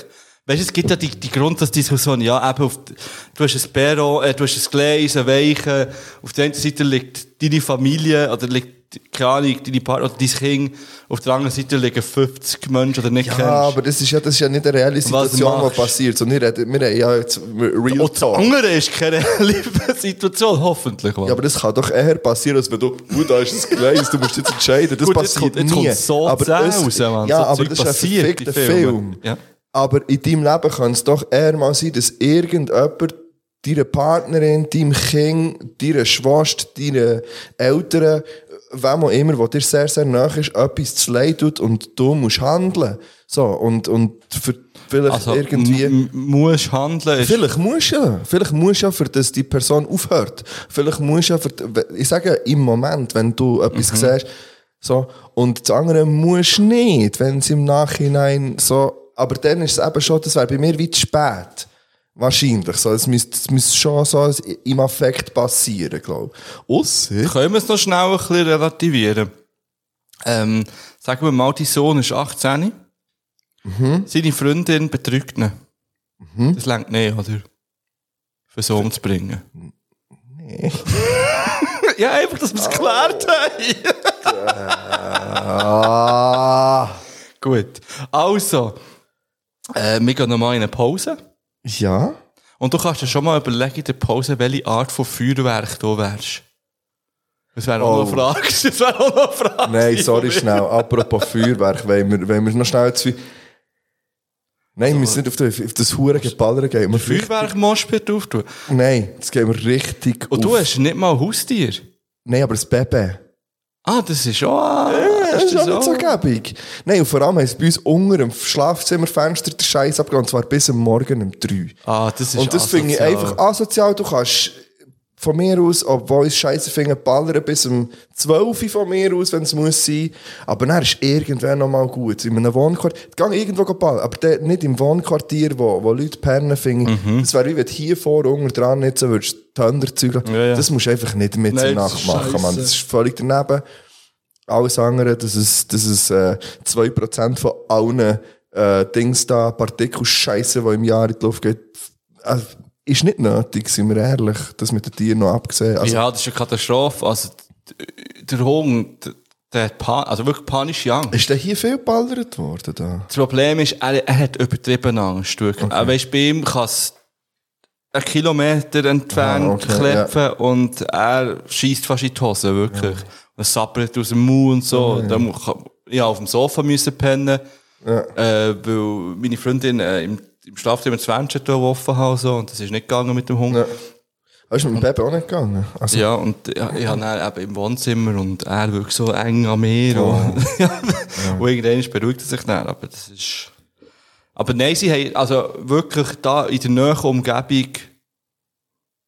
Speaker 4: Weißt du, es gibt ja die, die Grundsatzdiskussion, ja, eben auf, du hast ein Perro, äh, du hast ein Gleis, ein Weichen. Auf der einen Seite liegt deine Familie, oder liegt, keine Ahnung, deine Partner oder dein Kind. Auf der anderen Seite liegen 50 Menschen, oder nicht
Speaker 3: Ja,
Speaker 4: kennst.
Speaker 3: Ah, aber das ist ja, das ist ja nicht eine reale
Speaker 4: Was
Speaker 3: Situation, die
Speaker 4: machst du?
Speaker 3: passiert. So, wir, reden, wir haben ja jetzt Real
Speaker 4: Und das
Speaker 3: Talk.
Speaker 4: andere ist keine liebe Situation, hoffentlich. Mann.
Speaker 3: Ja, aber das kann doch eher passieren, als wenn du, gut, da ist ein Gleis, du musst jetzt entscheiden. Das
Speaker 4: Gut, jetzt
Speaker 3: passiert
Speaker 4: kommt- jetzt
Speaker 3: nie.
Speaker 4: kommt so
Speaker 3: aber
Speaker 4: zäh
Speaker 3: das,
Speaker 4: raus, Mann.
Speaker 3: Ja,
Speaker 4: So
Speaker 3: aber
Speaker 4: Zeug
Speaker 3: das ist ein
Speaker 4: passiert in
Speaker 3: verfickter
Speaker 4: Filmen.
Speaker 3: Film.
Speaker 4: Ja.
Speaker 3: Aber in deinem Leben kann es doch eher mal sein, dass irgendjemand deiner Partnerin, deinem Kind, deiner Schwester, deinen Eltern, wem auch immer, der dir sehr, sehr nahe ist, etwas zu leid tut und du musst handeln. So, und, und für, vielleicht
Speaker 4: also,
Speaker 3: irgendwie...
Speaker 4: m- m- musst handeln. Ist,
Speaker 3: Vielleicht musst du ja. Vielleicht musst du ja, für dass die Person aufhört. Vielleicht musst du ja, für, ich sage ja, im Moment, wenn du etwas siehst, so, und das andere musst du nicht, wenn es im Nachhinein so, aber dann ist es eben schon, das wäre bei mir wie zu spät. Wahrscheinlich, so, es müsste, es müsste schon so ein- im Affekt passieren, glaube ich. Ausser,
Speaker 4: Können wir es noch schnell ein bisschen relativieren? Ähm, sagen wir mal, dein Sohn ist 18. Seine Freundin betrügt ihn. Das längt nicht, oder? Für so um umzubringen. Nee. ja, einfach, dass wir es geklärt haben.
Speaker 3: ah,
Speaker 4: Gut. Also, äh, wir gehen nochmal in eine Pause.
Speaker 3: ja,
Speaker 4: Und du kannst dir schon mal überlegen, in der Pause, welche Art von Feuerwerk du wärst. Das wäre auch noch eine Frage. Das wäre auch noch eine Frage.
Speaker 3: nein,
Speaker 4: von
Speaker 3: sorry,
Speaker 4: mir.
Speaker 3: schnell, apropos Feuerwerk, wenn wir, wenn wir noch schnell zu viel, nein, wir müssen nicht auf, das- auf das hure Geballer gehen, wir fürchten-
Speaker 4: Feuerwerk Moschpit auftun.
Speaker 3: Nein, das geht mir richtig
Speaker 4: Und
Speaker 3: auf.
Speaker 4: Oh, du hast nicht mal ein Haustier.
Speaker 3: Nein, aber das Baby.
Speaker 4: Ah, das ist schon. Ah,
Speaker 3: Das ist auch nicht so gäbig. Nein, und vor allem haben sie bei uns unter dem Schlafzimmerfenster den Scheiß abgegangen, und zwar bis am Morgen um 3.
Speaker 4: Ah, das ist
Speaker 3: und das finde ich
Speaker 4: asozial.
Speaker 3: einfach asozial. Du kannst von mir aus, obwohl ich Scheiße finde, ballern bis um 12 Uhr von mir aus, wenn es muss sein. Aber dann ist irgendwann nochmal gut. In einem Wohnquartier. Gang irgendwo ballern, aber dort nicht im Wohnquartier, wo, wo Leute pennen, finde ich.
Speaker 4: Mhm.
Speaker 3: Das wäre wie wenn du hier vor, unten dran, nicht so würdest, die Hände zügeln.
Speaker 4: Ja, ja.
Speaker 3: Das musst du einfach nicht mit
Speaker 4: Nein,
Speaker 3: zur
Speaker 4: das
Speaker 3: Nacht
Speaker 4: ist
Speaker 3: machen, Mann.
Speaker 4: scheisse.
Speaker 3: Das ist völlig daneben. Alles andere, dass es, dass es äh, 2% von allen äh, Dings da, Partikelscheiße, die im Jahr in die Luft geht, äh, ist nicht nötig, sind wir ehrlich, das mit den Tieren noch abgesehen. Also,
Speaker 4: ja, das ist eine Katastrophe. Also, d- der Hund, d- der hat Pan also wirklich panische Angst.
Speaker 3: Ist denn hier viel geballert worden? Da?
Speaker 4: Das Problem ist, er, er hat übertrieben Angst. wirklich. Er weißt, bei ihm kann es einen Kilometer entfernt
Speaker 3: Ah, okay,
Speaker 4: klepfen und er schießt fast in die Hose, wirklich. Er sabbert aus dem Mund und so. Da mu- kann- ich musste auf dem Sofa müssen pennen, äh, weil meine Freundin äh, im, im Schlafzimmer das Fenster hier offen hat und, so, und das ist nicht gegangen mit dem Hund. Ja,
Speaker 3: Das ist mit dem Baby auch nicht gegangen. Also,
Speaker 4: und ich, ich habe dann eben im Wohnzimmer und er wirklich so eng an mir.
Speaker 3: Oh.
Speaker 4: Und, und irgendwann beruhigt er sich dann, aber das ist... Aber nein, sie haben, also wirklich da in der näheren Umgebung,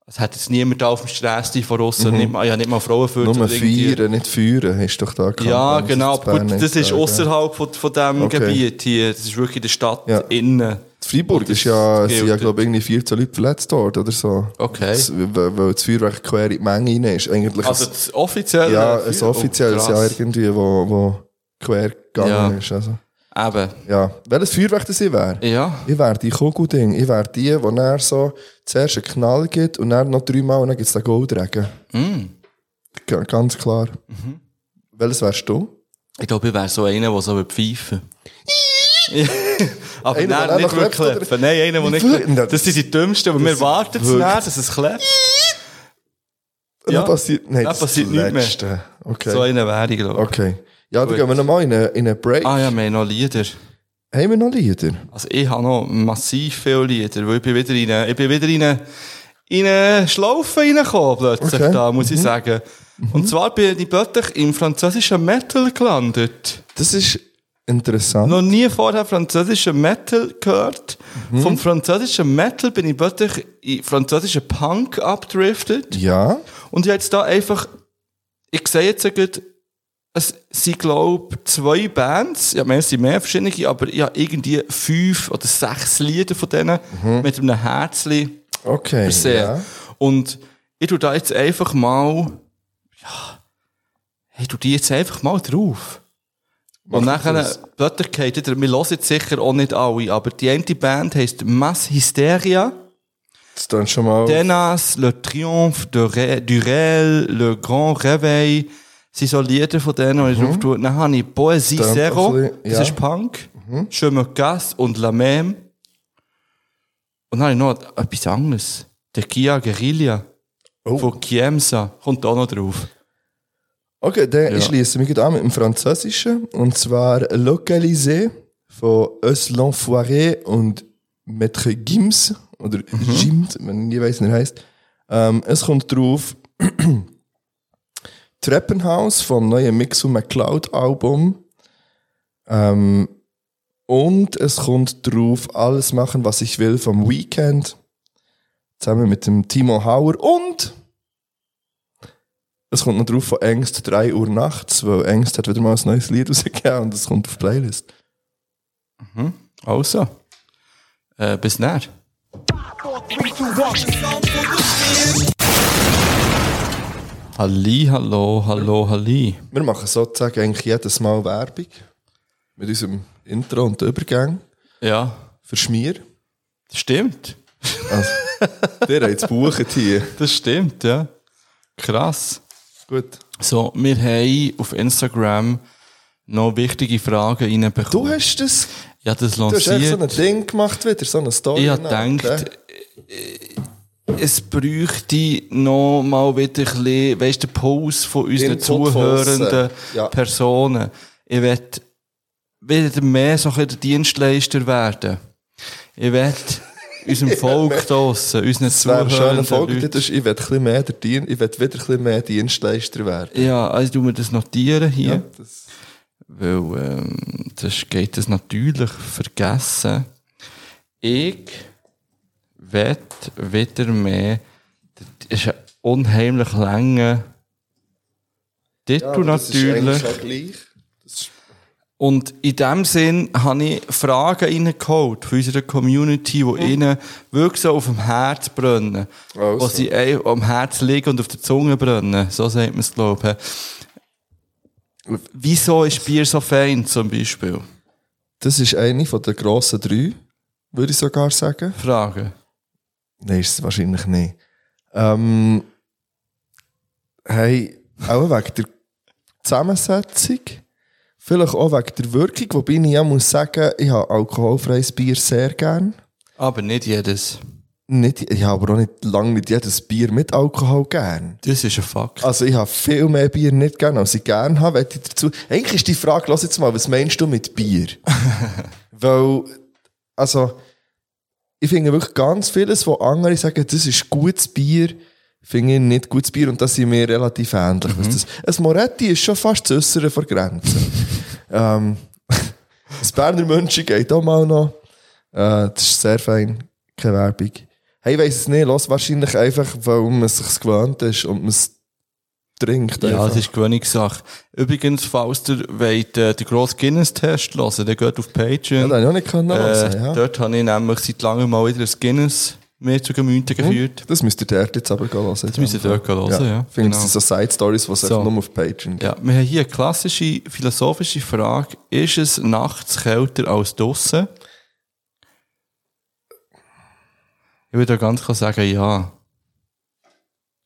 Speaker 4: es hat jetzt niemand da auf dem Stress von außen, nicht mal, ja, nicht mal Frauen für
Speaker 3: Mhm. nur feiern, nicht feuern, hast du doch da gehabt.
Speaker 4: Ja,
Speaker 3: wenn es
Speaker 4: genau,
Speaker 3: in Bern
Speaker 4: gut,
Speaker 3: nicht
Speaker 4: das ist
Speaker 3: gegeben hat.
Speaker 4: außerhalb von, von diesem
Speaker 3: Okay.
Speaker 4: Gebiet hier, das ist wirklich in der Stadt
Speaker 3: Ja.
Speaker 4: innen.
Speaker 3: In Freiburg ist
Speaker 4: Und
Speaker 3: ja,
Speaker 4: das
Speaker 3: sind ja,
Speaker 4: gilt.
Speaker 3: glaube ich, irgendwie 14 Leute verletzt worden oder so.
Speaker 4: Okay.
Speaker 3: Das, weil weil das Feuerwerk quer in die Menge rein ist. Eigentlich
Speaker 4: Also
Speaker 3: ein-
Speaker 4: das offizielle.
Speaker 3: ja, ein offizielles
Speaker 4: Oh,
Speaker 3: ja
Speaker 4: krass.
Speaker 3: irgendwie, wo, wo quer gegangen
Speaker 4: Ja.
Speaker 3: ist. Also,
Speaker 4: Eben,
Speaker 3: ja. Welches Feuerwerk das ich wäre?
Speaker 4: ja.
Speaker 3: Ich wäre die Kugelding. Ich wäre die, wo er so zuerst einen Knall gibt und dann noch dreimal und dann gibt es den Goldregen.
Speaker 4: Hmm.
Speaker 3: G- Ganz klar.
Speaker 4: Mhm.
Speaker 3: Welches wärst du?
Speaker 4: Ich glaube, ich wäre so einer, der so pfeifen würde. Ja. aber
Speaker 3: Einer, der
Speaker 4: einer,
Speaker 3: einfach
Speaker 4: nicht wirklich
Speaker 3: klepft,
Speaker 4: klepfen. Nein, einer, der nicht
Speaker 3: Wirklich?
Speaker 4: klepft. Das sind die Dümmsten, aber wir warten es
Speaker 3: wirkt.
Speaker 4: näher, dass es klepft.
Speaker 3: Und
Speaker 4: Ja.
Speaker 3: Dann passiert, nein,
Speaker 4: Dann
Speaker 3: das
Speaker 4: passiert
Speaker 3: ist das
Speaker 4: nichts mehr.
Speaker 3: Letzte. Okay.
Speaker 4: So einer wäre ich, glaube ich.
Speaker 3: okay. Ja, dann
Speaker 4: Gut.
Speaker 3: gehen wir nochmal in einen in eine Break.
Speaker 4: Ah ja, wir haben noch Lieder.
Speaker 3: Haben wir noch Lieder?
Speaker 4: Also ich habe noch massiv viele Lieder, weil ich bin wieder in, eine- ich bin wieder in, eine- in eine Schlaufe reingekommen, plötzlich
Speaker 3: Okay. Mhm.
Speaker 4: da, muss ich sagen. Und zwar bin ich plötzlich im französischen Metal gelandet.
Speaker 3: Das ist interessant.
Speaker 4: Noch nie vorher französischen Metal gehört. Vom französischen Metal bin ich plötzlich in französischen Punk abdriftet.
Speaker 3: ja.
Speaker 4: Und jetzt da einfach, ich sehe jetzt gerade, es sind, glaube ich, zwei Bands, ja, es sind mehr verschiedene, aber ich habe irgendwie fünf oder sechs Lieder von denen mit einem Herzchen
Speaker 3: Okay.
Speaker 4: versehen.
Speaker 3: Ja.
Speaker 4: Und ich tue da jetzt einfach mal, ja, ich tue die jetzt einfach mal drauf. Und
Speaker 3: Macht
Speaker 4: nachher,
Speaker 3: das.
Speaker 4: plötzlich geht wieder, wir hören jetzt sicher auch nicht alle, aber die eine Band heisst Mass Hysteria.
Speaker 3: Das dann schon mal.
Speaker 4: Tenas, Le Triomphe de Re du Réel, Le Grand Réveil, sind so Lieder von denen, die ich drauf tue. Dann habe ich Poesie
Speaker 3: Klingt
Speaker 4: Zero,
Speaker 3: ein bisschen,
Speaker 4: das
Speaker 3: Mhm. also, ja. Mhm.
Speaker 4: ist Punk, Je me casse und La Meme. Und dann habe ich noch etwas anderes. Der Kia Guerilla
Speaker 3: Oh.
Speaker 4: von Kiemsa kommt auch noch drauf.
Speaker 3: Okay, dann
Speaker 4: Ja.
Speaker 3: schließe mich gerade an mit dem Französischen. Und zwar Localisé von Eus l'Enfoiré und Maître Gims. Oder Gims, wenn ich nie weiss, wie er heisst. Ähm, es kommt drauf Treppenhaus vom neuen Mixu McCloud Album. Ähm, und es kommt drauf Alles machen, was ich will vom Weekend. Zusammen mit dem Timo Hauer und es kommt noch drauf von Angst 3 Uhr nachts, weil Angst hat wieder mal ein neues Lied rausgegeben und es kommt auf die Playlist.
Speaker 4: Also, äh, bis näher. Halli, hallo, hallo, halli.
Speaker 3: Wir machen sozusagen eigentlich jedes Mal Werbung mit unserem Intro und Übergang
Speaker 4: Ja,
Speaker 3: für Schmier.
Speaker 4: das stimmt.
Speaker 3: Also, der hat jetzt buchen hier.
Speaker 4: Das stimmt, ja. Krass.
Speaker 3: Gut.
Speaker 4: So, wir haben auf Instagram noch wichtige Fragen
Speaker 3: Du
Speaker 4: reinbekommen.
Speaker 3: hast das,
Speaker 4: ja, das
Speaker 3: du hast echt so ein
Speaker 4: lanciert.
Speaker 3: Ding gemacht wieder, so eine Story.
Speaker 4: Ich habe gedacht, äh, es bräuchte noch mal wieder ein bisschen, weißt, den Puls von unseren
Speaker 3: Input von aussen.
Speaker 4: zuhörenden
Speaker 3: Ja.
Speaker 4: Personen. Ich will wieder mehr so ein bisschen der Dienstleister werden. Ich will unserem Volk draussen, unseren
Speaker 3: es wäre eine schöne
Speaker 4: zuhörenden
Speaker 3: Folge,
Speaker 4: Leuten-
Speaker 3: die ist, ich will, ein bisschen mehr der Dien, ich will wieder ein bisschen mehr Dienstleister werden.
Speaker 4: Ja, also du mir das notieren dus hier.
Speaker 3: Das,
Speaker 4: Weil ähm, das geht das natürlich vergessen. Ich will wieder mehr. Das ist ein unheimlich langer Titel
Speaker 3: aber das ist
Speaker 4: natürlich.
Speaker 3: eigentlich auch gleich.
Speaker 4: Und in dem Sinn habe ich Fragen reingeholt von unserer Community, die
Speaker 3: Mhm.
Speaker 4: ihnen wirklich so auf dem Herz brennen.
Speaker 3: Also.
Speaker 4: Was sie eh am Herz liegen und auf der Zunge brennen. So sagt man es, glaube ich. Wieso ist Bier so fein, zum Beispiel?
Speaker 3: Das ist eine von den grossen drei, würde ich sogar sagen.
Speaker 4: Frage.
Speaker 3: Nein, ist es wahrscheinlich nicht. Ähm, hey, auch wegen der Zusammensetzung, vielleicht auch wegen der Wirkung, wobei ich ja muss sagen, ich habe alkoholfreies Bier sehr gern.
Speaker 4: Aber nicht jedes.
Speaker 3: Nicht, ich habe aber auch nicht lange nicht jedes Bier mit Alkohol gern.
Speaker 4: Das ist ein Fakt.
Speaker 3: Also ich habe viel mehr Bier nicht gern, als ich gern habe. Wette ich dazu. Eigentlich ist die Frage, lass jetzt mal, was meinst du mit Bier? Weil, also, ich finde wirklich ganz vieles, wo andere sagen, das ist gutes Bier, finde ich nicht gutes Bier und das sind wir relativ ähnlich.
Speaker 4: Mhm.
Speaker 3: was Das, ein Moretti ist schon fast zu äußern vor Grenze. ähm, das Berner München geht auch mal noch. Äh, das ist sehr fein, keine Werbung. Hey, ich weiss es nicht, los wahrscheinlich einfach, weil man es sich gewöhnt ist und man es trinkt.
Speaker 4: Ja,
Speaker 3: einfach.
Speaker 4: das ist Gewöhnungssache. Übrigens, falls ihr wollt, äh, den grossen Guinness-Test hören dann geht auf
Speaker 3: Ja,
Speaker 4: Patreon.
Speaker 3: das habe ich auch nicht können
Speaker 4: äh,
Speaker 3: hören, ja.
Speaker 4: Dort habe ich nämlich seit langem mal wieder ein Guinness mehr zu
Speaker 3: Mhm.
Speaker 4: Gemüte geführt.
Speaker 3: Das müsst ihr dort jetzt aber hören. Das
Speaker 4: müsst ihr dort hören, ja,
Speaker 3: Finde
Speaker 4: genau.
Speaker 3: das sind so Side-Stories, die es
Speaker 4: So.
Speaker 3: einfach nur auf Patreon gibt.
Speaker 4: Ja, wir haben hier eine klassische philosophische Frage. Ist es nachts kälter als draussen? Ich würde da ganz klar sagen, ja.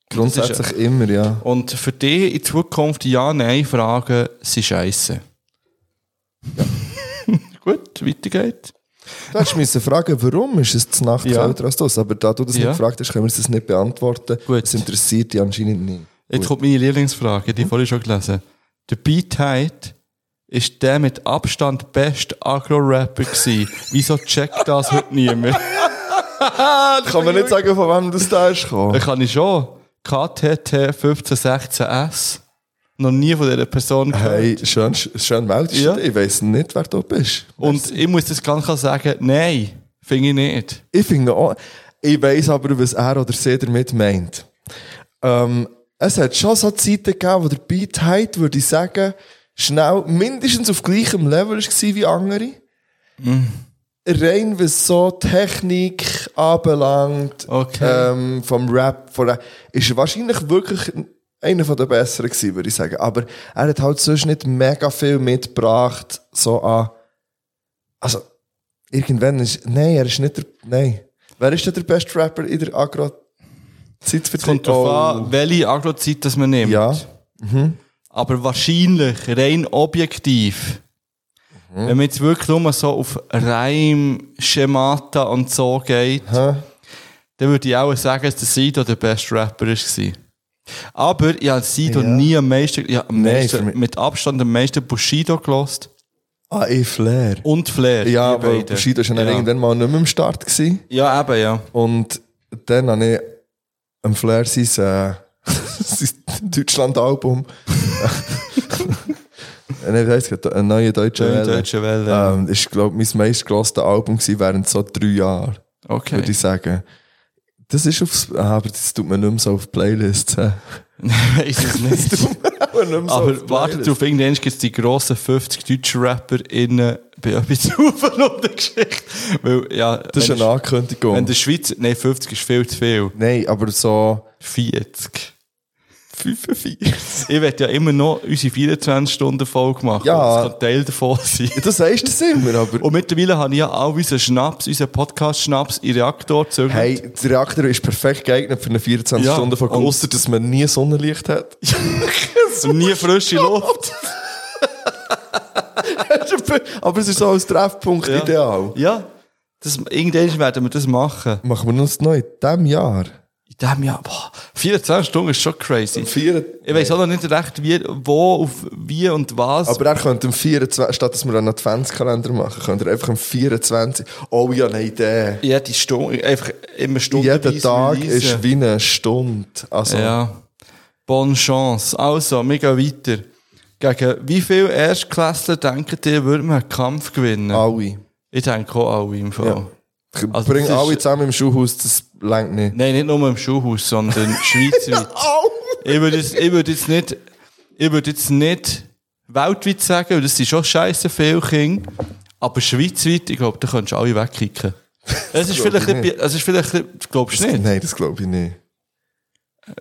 Speaker 3: Grundsätzlich
Speaker 4: Das
Speaker 3: immer, ja.
Speaker 4: Und für dich in Zukunft Ja-Nein-Fragen sind scheiße. Gut, weiter geht's.
Speaker 3: Du hättest müssen fragen, warum ist es zu Nacht
Speaker 4: Ja.
Speaker 3: kälter als das? Aber da du das
Speaker 4: Ja.
Speaker 3: nicht gefragt hast, können wir es nicht beantworten.
Speaker 4: Gut.
Speaker 3: Das interessiert dich anscheinend nicht.
Speaker 4: Jetzt kommt meine Lieblingsfrage, die ich vorhin schon gelesen Der Beatheit ist der mit Abstand beste Agro-Rapper gewesen. Wieso checkt das heute niemand?
Speaker 3: Kann man nicht sagen, von wem das da ist gekommen.
Speaker 4: Dann kann ich schon. KTT 1516S. Noch nie von dieser Person gehört.
Speaker 3: Hey, schön, schön meldest du
Speaker 4: Ja.
Speaker 3: dich. Ich weiss nicht, wer du bist.
Speaker 4: Und ich muss das ganz klar sagen, nein, finde ich nicht.
Speaker 3: Ich finde auch, ich weiss aber, was er oder sie damit meint. Ähm, es hat schon so Zeiten gegeben, wo der Beat Height, würde ich sagen, schnell mindestens auf gleichem Level war wie andere. Rein was so Technik anbelangt,
Speaker 4: Okay.
Speaker 3: ähm, vom Rap, von der, ist er wahrscheinlich wirklich einer von den Besseren gewesen, würde ich sagen. Aber er hat halt sonst nicht mega viel mitgebracht, so an, also, irgendwann ist, nein, er ist nicht der, nein. Wer ist denn der beste Rapper in der Agro-Zeit für
Speaker 4: Es kommt darauf an, welche Agro-Zeit das man
Speaker 3: Oh.
Speaker 4: nimmt.
Speaker 3: Ja.
Speaker 4: Aber wahrscheinlich, rein objektiv,
Speaker 3: Mhm.
Speaker 4: wenn man jetzt wirklich nur so auf Reim, Schemata und so geht,
Speaker 3: Hä?
Speaker 4: dann würde ich auch sagen, dass der Sido der beste Rapper war. Aber ich habe Sido
Speaker 3: Ja.
Speaker 4: nie am meisten, ich habe am
Speaker 3: Nein,
Speaker 4: meisten
Speaker 3: für mich-
Speaker 4: mit Abstand am meisten Bushido gelost
Speaker 3: Ah, eh Flair.
Speaker 4: und Flair.
Speaker 3: Ja,
Speaker 4: die
Speaker 3: aber
Speaker 4: beiden.
Speaker 3: Bushido war ja.
Speaker 4: ja.
Speaker 3: irgendwann mal nicht mehr im Start. Gewesen.
Speaker 4: Ja, eben, ja.
Speaker 3: Und dann habe ich am ah, Flair sein, äh, sein Deutschland-Album. Nein, wie heisst es? Eine neue deutsche
Speaker 4: Schöne
Speaker 3: Welle.
Speaker 4: äh, deutsche Welle.
Speaker 3: Ähm, ist, glaube ich, mein meistgelostes Album gewesen während so drei Jahren,
Speaker 4: okay.
Speaker 3: würde ich sagen. Das ist aufs, ah, aber das tut man nicht mehr so auf Playlists. hä?
Speaker 4: Weiss es nicht.
Speaker 3: Aber nicht mehr so auf
Speaker 4: Aber wartet
Speaker 3: Playlists.
Speaker 4: drauf, irgendwann gibt es die grossen 50 deutschen RapperInnen bei etwas auf und der Geschichte. Weil, ja,
Speaker 3: Das ist
Speaker 4: wenn
Speaker 3: eine Ankündigung.
Speaker 4: Wenn der Schweiz, nein, 50 ist viel zu viel.
Speaker 3: Nein, aber so
Speaker 4: 40.
Speaker 3: 45.
Speaker 4: Ich werde ja immer noch unsere 24-Stunden-Folge machen.
Speaker 3: Ja.
Speaker 4: Das kann Teil davon sein.
Speaker 3: Ja, das sagst du immer, aber.
Speaker 4: Und mittlerweile habe ich ja auch unseren Schnaps, unseren Podcast-Schnaps in den Reaktor gezündet.
Speaker 3: Hey, der Reaktor ist perfekt geeignet für eine 24
Speaker 4: Ja,
Speaker 3: stunden folge
Speaker 4: und-
Speaker 3: außer dass man nie Sonnenlicht hat.
Speaker 4: Und nie frische Luft.
Speaker 3: aber es ist so als Treffpunkt
Speaker 4: Ja.
Speaker 3: ideal.
Speaker 4: Ja. Das, irgendwann werden wir das machen.
Speaker 3: Machen wir uns neu in diesem Jahr.
Speaker 4: In diesem Jahr, boah, 24 Stunden ist schon crazy.
Speaker 3: Vier,
Speaker 4: Ich weiß auch noch nicht recht, wie, wo, auf wie und was.
Speaker 3: aber er könnte am 24, statt dass wir einen Adventskalender machen, könnte er einfach am 24. Oh ja, nein, der.
Speaker 4: jede Stunde, einfach immer Stunden.
Speaker 3: Jeder Tag ist wie eine Stunde. Also,
Speaker 4: Ja. Bonne Chance. Also, wir gehen weiter. Gegen wie viele Erstklässler denken ihr, würde man einen Kampf gewinnen?
Speaker 3: alle.
Speaker 4: Ich denke auch alle im Fall.
Speaker 3: Ah. Ja.
Speaker 4: Also,
Speaker 3: Bring
Speaker 4: das ist-
Speaker 3: alle zusammen im Schuhhaus, das lenkt nicht.
Speaker 4: Nein, nicht nur im Schulhaus, sondern schweizweit. ich würde jetzt, ich würde jetzt nicht, ich würde jetzt nicht weltweit sagen, weil das sind schon scheisse viele Kinder. Aber schweizweit, ich glaube, da könntest du alle wegkicken. Es ist
Speaker 3: glaub
Speaker 4: vielleicht,
Speaker 3: ich
Speaker 4: ein bisschen- es ist vielleicht, ein bisschen- glaubst du nicht?
Speaker 3: Nein, das glaube ich nicht.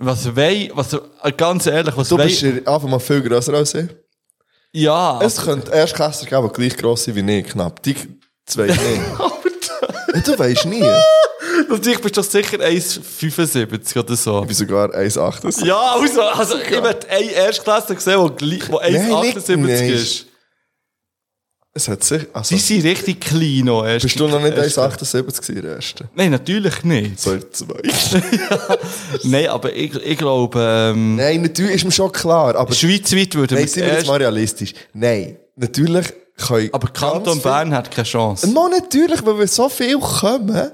Speaker 4: Was wei, was, ganz ehrlich, was
Speaker 3: Du
Speaker 4: wei,
Speaker 3: bist Also, ja einfach mal viel grösser als ich.
Speaker 4: ja.
Speaker 3: Es könnte Erstklässler geben, die gleich gross sind wie ich, knapp. Die zwei nicht. du weißt nie. Ich
Speaker 4: Und ich bin doch sicher 1,75 oder so.
Speaker 3: bin sogar 1,8.
Speaker 4: Ja, also, also ich werde einen Erstklässler gesehen, der gleich- der
Speaker 3: nicht.
Speaker 4: 1,78 ist.
Speaker 3: Es hat sich... Also,
Speaker 4: Die sind richtig klein noch. Erst
Speaker 3: bist du noch nicht
Speaker 4: erst-
Speaker 3: 1,78 gewesen, der erste?
Speaker 4: Nein, natürlich nicht.
Speaker 3: Zwei, zwei.
Speaker 4: Nein, aber ich, ich glaube, ähm,
Speaker 3: Nein, natürlich ist mir schon klar, aber...
Speaker 4: schweizweit würde
Speaker 3: Nein,
Speaker 4: mit
Speaker 3: sind wir jetzt
Speaker 4: erst-
Speaker 3: mal realistisch. Nein, natürlich können...
Speaker 4: Aber Kanton
Speaker 3: ganz viel-
Speaker 4: Bern hat keine Chance.
Speaker 3: Noch natürlich, weil wir so viel kommen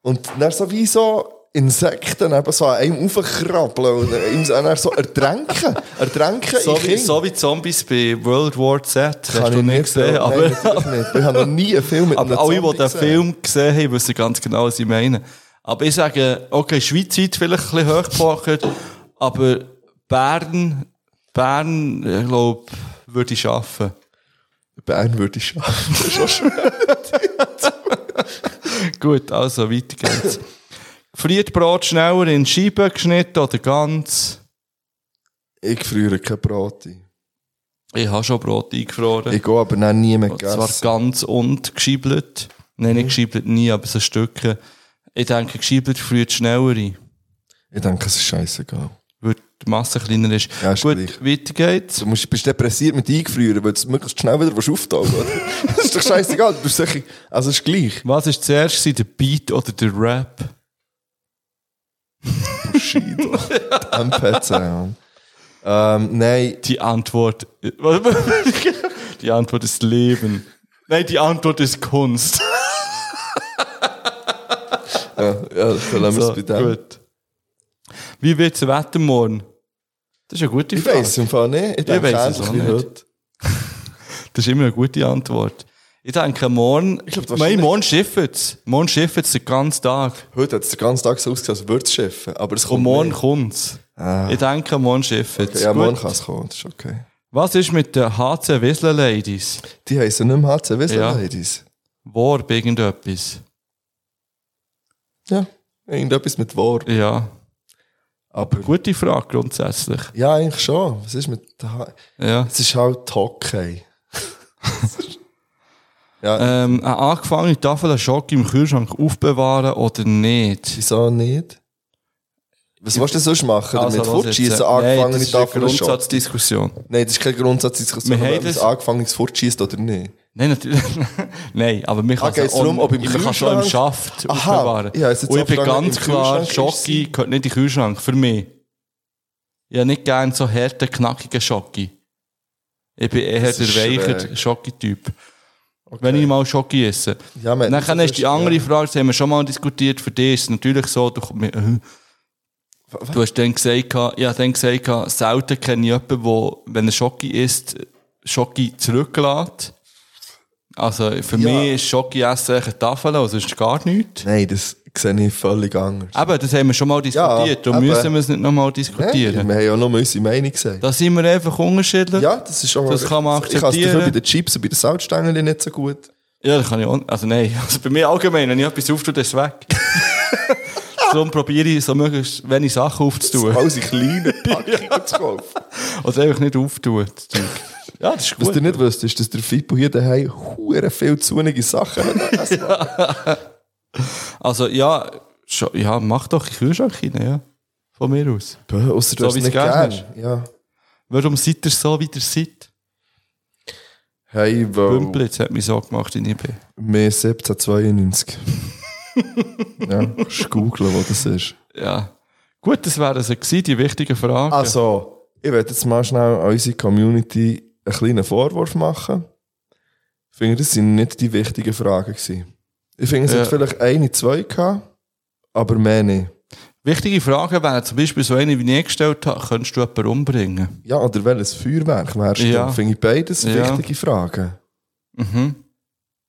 Speaker 3: und dann so wie so Insekten eben so an einem raufkrabbeln und ihm so- dann so ertränken. Ertränken
Speaker 4: So
Speaker 3: in
Speaker 4: wie,
Speaker 3: Kinder.
Speaker 4: so wie Zombies bei World War Z. Das
Speaker 3: Kann
Speaker 4: hast du
Speaker 3: ich
Speaker 4: nicht
Speaker 3: nicht
Speaker 4: gesehen.
Speaker 3: sehen,
Speaker 4: Aber,
Speaker 3: Nein, natürlich nicht. Wir haben noch nie einen Film mit
Speaker 4: aber
Speaker 3: einem
Speaker 4: alle,
Speaker 3: Zombie
Speaker 4: die den
Speaker 3: gesehen.
Speaker 4: Film gesehen haben, wissen ganz genau, was ich meine. Aber ich sage, okay, Schweizweit vielleicht ein bisschen hochgepackt, aber Bern, Bern, ich glaube, würde ich schaffen.
Speaker 3: Bern würde ich schaffen. Das ist schon schön.
Speaker 4: Gut, also weiter geht's. Friert Brot schneller in Scheiben geschnitten oder ganz?
Speaker 3: Ich friere kein Brot ein.
Speaker 4: Ich habe schon Brot eingefroren.
Speaker 3: Ich gehe aber dann nie mehr
Speaker 4: Zwar
Speaker 3: gegessen.
Speaker 4: ganz und geschiebelt. Nein,
Speaker 3: Mhm.
Speaker 4: nicht geschiebelt nie, aber so Stücke. Ich denke, geschiebelt früht schneller rein,
Speaker 3: Ich denke, es ist scheißegal.
Speaker 4: weil die Masse kleiner ist.
Speaker 3: Ja, ist
Speaker 4: Gut,
Speaker 3: gleich.
Speaker 4: weiter geht's.
Speaker 3: Du musst, bist depressiert mit eingefrieren, weil du es möglichst schnell wieder willst auftauchen willst. Das ist doch scheißegal. Dus Du bist sicher, also es ist gleich.
Speaker 4: Was ist zuerst gewesen, der Beat oder der Rap?
Speaker 3: Bushido. MPC, Mann. Ähm, nein,
Speaker 4: Die Antwort. die Antwort ist Leben. Nein, die Antwort ist Kunst.
Speaker 3: Ja, ja dann lassen wir es bei dem.
Speaker 4: Also, gut. Wie wird das Wetter morgen?
Speaker 7: Das ist eine gute
Speaker 3: Ich
Speaker 7: Frage.
Speaker 3: weiß im Fall nicht. Ich denke,
Speaker 4: weiss
Speaker 3: ähnlich
Speaker 4: es auch
Speaker 3: wie
Speaker 4: nicht.
Speaker 3: heute.
Speaker 4: Das ist immer eine gute Antwort. Ich denke, morgen. Ich
Speaker 3: glaub, das
Speaker 4: glaube, mein,
Speaker 3: ist-
Speaker 4: morgen schifft es. Morgen schifft es den ganzen Tag.
Speaker 3: Heute hat es den ganzen Tag so ausgesehen, als würde es schiffen. Aber es
Speaker 4: Und
Speaker 3: kommt
Speaker 4: morgen
Speaker 3: nicht.
Speaker 4: kommt es. Ich denke, morgen schifft es.
Speaker 3: Ja, morgen
Speaker 4: Gut.
Speaker 3: kann es kommen, das ist okay.
Speaker 4: Was ist mit den HC Wiesler Ladies?
Speaker 3: Die heissen nicht mehr HC Wiesel
Speaker 4: Ja.
Speaker 3: Ladies.
Speaker 4: Warb irgendetwas.
Speaker 3: Ja, irgendetwas mit Wort.
Speaker 4: Ja.
Speaker 3: Aber
Speaker 4: Gute Frage grundsätzlich.
Speaker 3: ja, eigentlich schon. Was ist mit der H
Speaker 4: Ja.
Speaker 3: Es ist halt Hockey. ja,
Speaker 4: Ähm, eine angefangene Tafel Schock im Kühlschrank aufbewahren oder nicht?
Speaker 3: wieso nicht? Was willst du denn sonst machen?
Speaker 4: Also,
Speaker 3: Damit
Speaker 4: los jetzt.
Speaker 3: Fortschießen,
Speaker 4: Nein, das
Speaker 3: angefangene
Speaker 4: ist eine
Speaker 3: Tafel schon.
Speaker 4: Grundsatzdiskussion.
Speaker 3: Nein, das ist keine Grundsatzdiskussion,
Speaker 4: Wir
Speaker 3: ob
Speaker 4: haben
Speaker 3: etwas
Speaker 4: das-
Speaker 3: angefangenes fortschießt oder nicht.
Speaker 4: Nein, natürlich. Nein, aber mich
Speaker 3: Ah, geht's darum, ob im
Speaker 4: ich kann schon im
Speaker 3: Kühlschrank-
Speaker 4: Schaft
Speaker 3: Aha,
Speaker 4: aufbewahren.
Speaker 3: ja, ist jetzt
Speaker 4: Und ich bin
Speaker 3: abgegangen,
Speaker 4: ganz
Speaker 3: im
Speaker 4: klar,
Speaker 3: Kühlschrank ist
Speaker 4: Schocki gehört nicht in den Kühlschrank, für mich. Ich habe nicht gerne so harten, knackigen Schocki. Ich bin eher
Speaker 3: Das
Speaker 4: der
Speaker 3: ist äh,
Speaker 4: weiche
Speaker 3: schräg.
Speaker 4: Schocki-Typ. Wenn ich mal Schocki esse.
Speaker 3: Ja, man-
Speaker 4: Dann ist die andere Frage, das haben wir schon mal diskutiert, für dich ist es natürlich so, du, du hast dann gesagt, gehabt- ich habe dann gesagt, gehabt, selten kenne ich jemanden, der, wenn er Schocki isst, Schocki zurücklässt. Also für
Speaker 3: Ja.
Speaker 4: mich ist Schocki essen echt eine Tafel, also ist gar nichts.
Speaker 3: Nein, das sehe ich völlig anders.
Speaker 4: Aber das haben wir schon mal diskutiert,
Speaker 3: Ja,
Speaker 4: darum
Speaker 3: eben.
Speaker 4: müssen wir es nicht nochmal
Speaker 3: Nein, wir
Speaker 4: diskutieren.
Speaker 3: haben ja nur unsere Meinung gesagt.
Speaker 4: Da sind wir einfach unterschiedlich.
Speaker 3: Ja, das ist schon
Speaker 4: Das kann man
Speaker 3: Ich kann es
Speaker 4: akzeptieren.
Speaker 3: dafür bei den Chips und bei den Salzstängeln nicht so gut.
Speaker 4: Ja, das kann ich auch. Also nein, also bei mir allgemein, wenn ich etwas auftue, dann ist es weg. Darum probiere ich, so möglichst wenig Sachen aufzutun.
Speaker 3: All diese kleinen Packungen zu kaufen.
Speaker 4: Also einfach nicht auftun. das Zeug. Ja, das ist
Speaker 3: Was ihr
Speaker 4: gut.
Speaker 3: nicht wisst, ist, dass der Fippo hier daheim hure viel zunige Sachen hat. Das war-
Speaker 4: Also ja, schon, ja, mach doch in den Kühlschrank rein, ja. Von mir aus.
Speaker 3: Bö, Ausser du
Speaker 4: So
Speaker 3: hast
Speaker 4: wie
Speaker 3: es nicht
Speaker 4: es
Speaker 3: gern.
Speaker 4: gern ist.
Speaker 3: Ja.
Speaker 4: Warum seid ihr so, wie ihr seid?
Speaker 3: Hey, wow.
Speaker 4: Pümpel, jetzt hat mich so gemacht in IB.
Speaker 3: Mehr 1792. ja, kannst du googeln, wo das ist.
Speaker 4: Ja. Gut, das wären sie gewesen, die wichtigen Fragen.
Speaker 3: Also, ich werde jetzt mal schnell an unsere Community einen kleinen Vorwurf machen. Ich finde, das sind nicht die wichtigen Fragen gewesen. Ich finde, es
Speaker 4: Ja.
Speaker 3: hat vielleicht eine, zwei gehabt, aber mehr nicht.
Speaker 4: Wichtige Fragen wären zum Beispiel so eine, wie ich gestellt habe, könntest du jemanden umbringen?
Speaker 3: Ja, oder welches Feuerwerk wärst du?
Speaker 4: Ja.
Speaker 3: Finde ich beides
Speaker 4: Ja.
Speaker 3: wichtige Fragen.
Speaker 4: Mhm.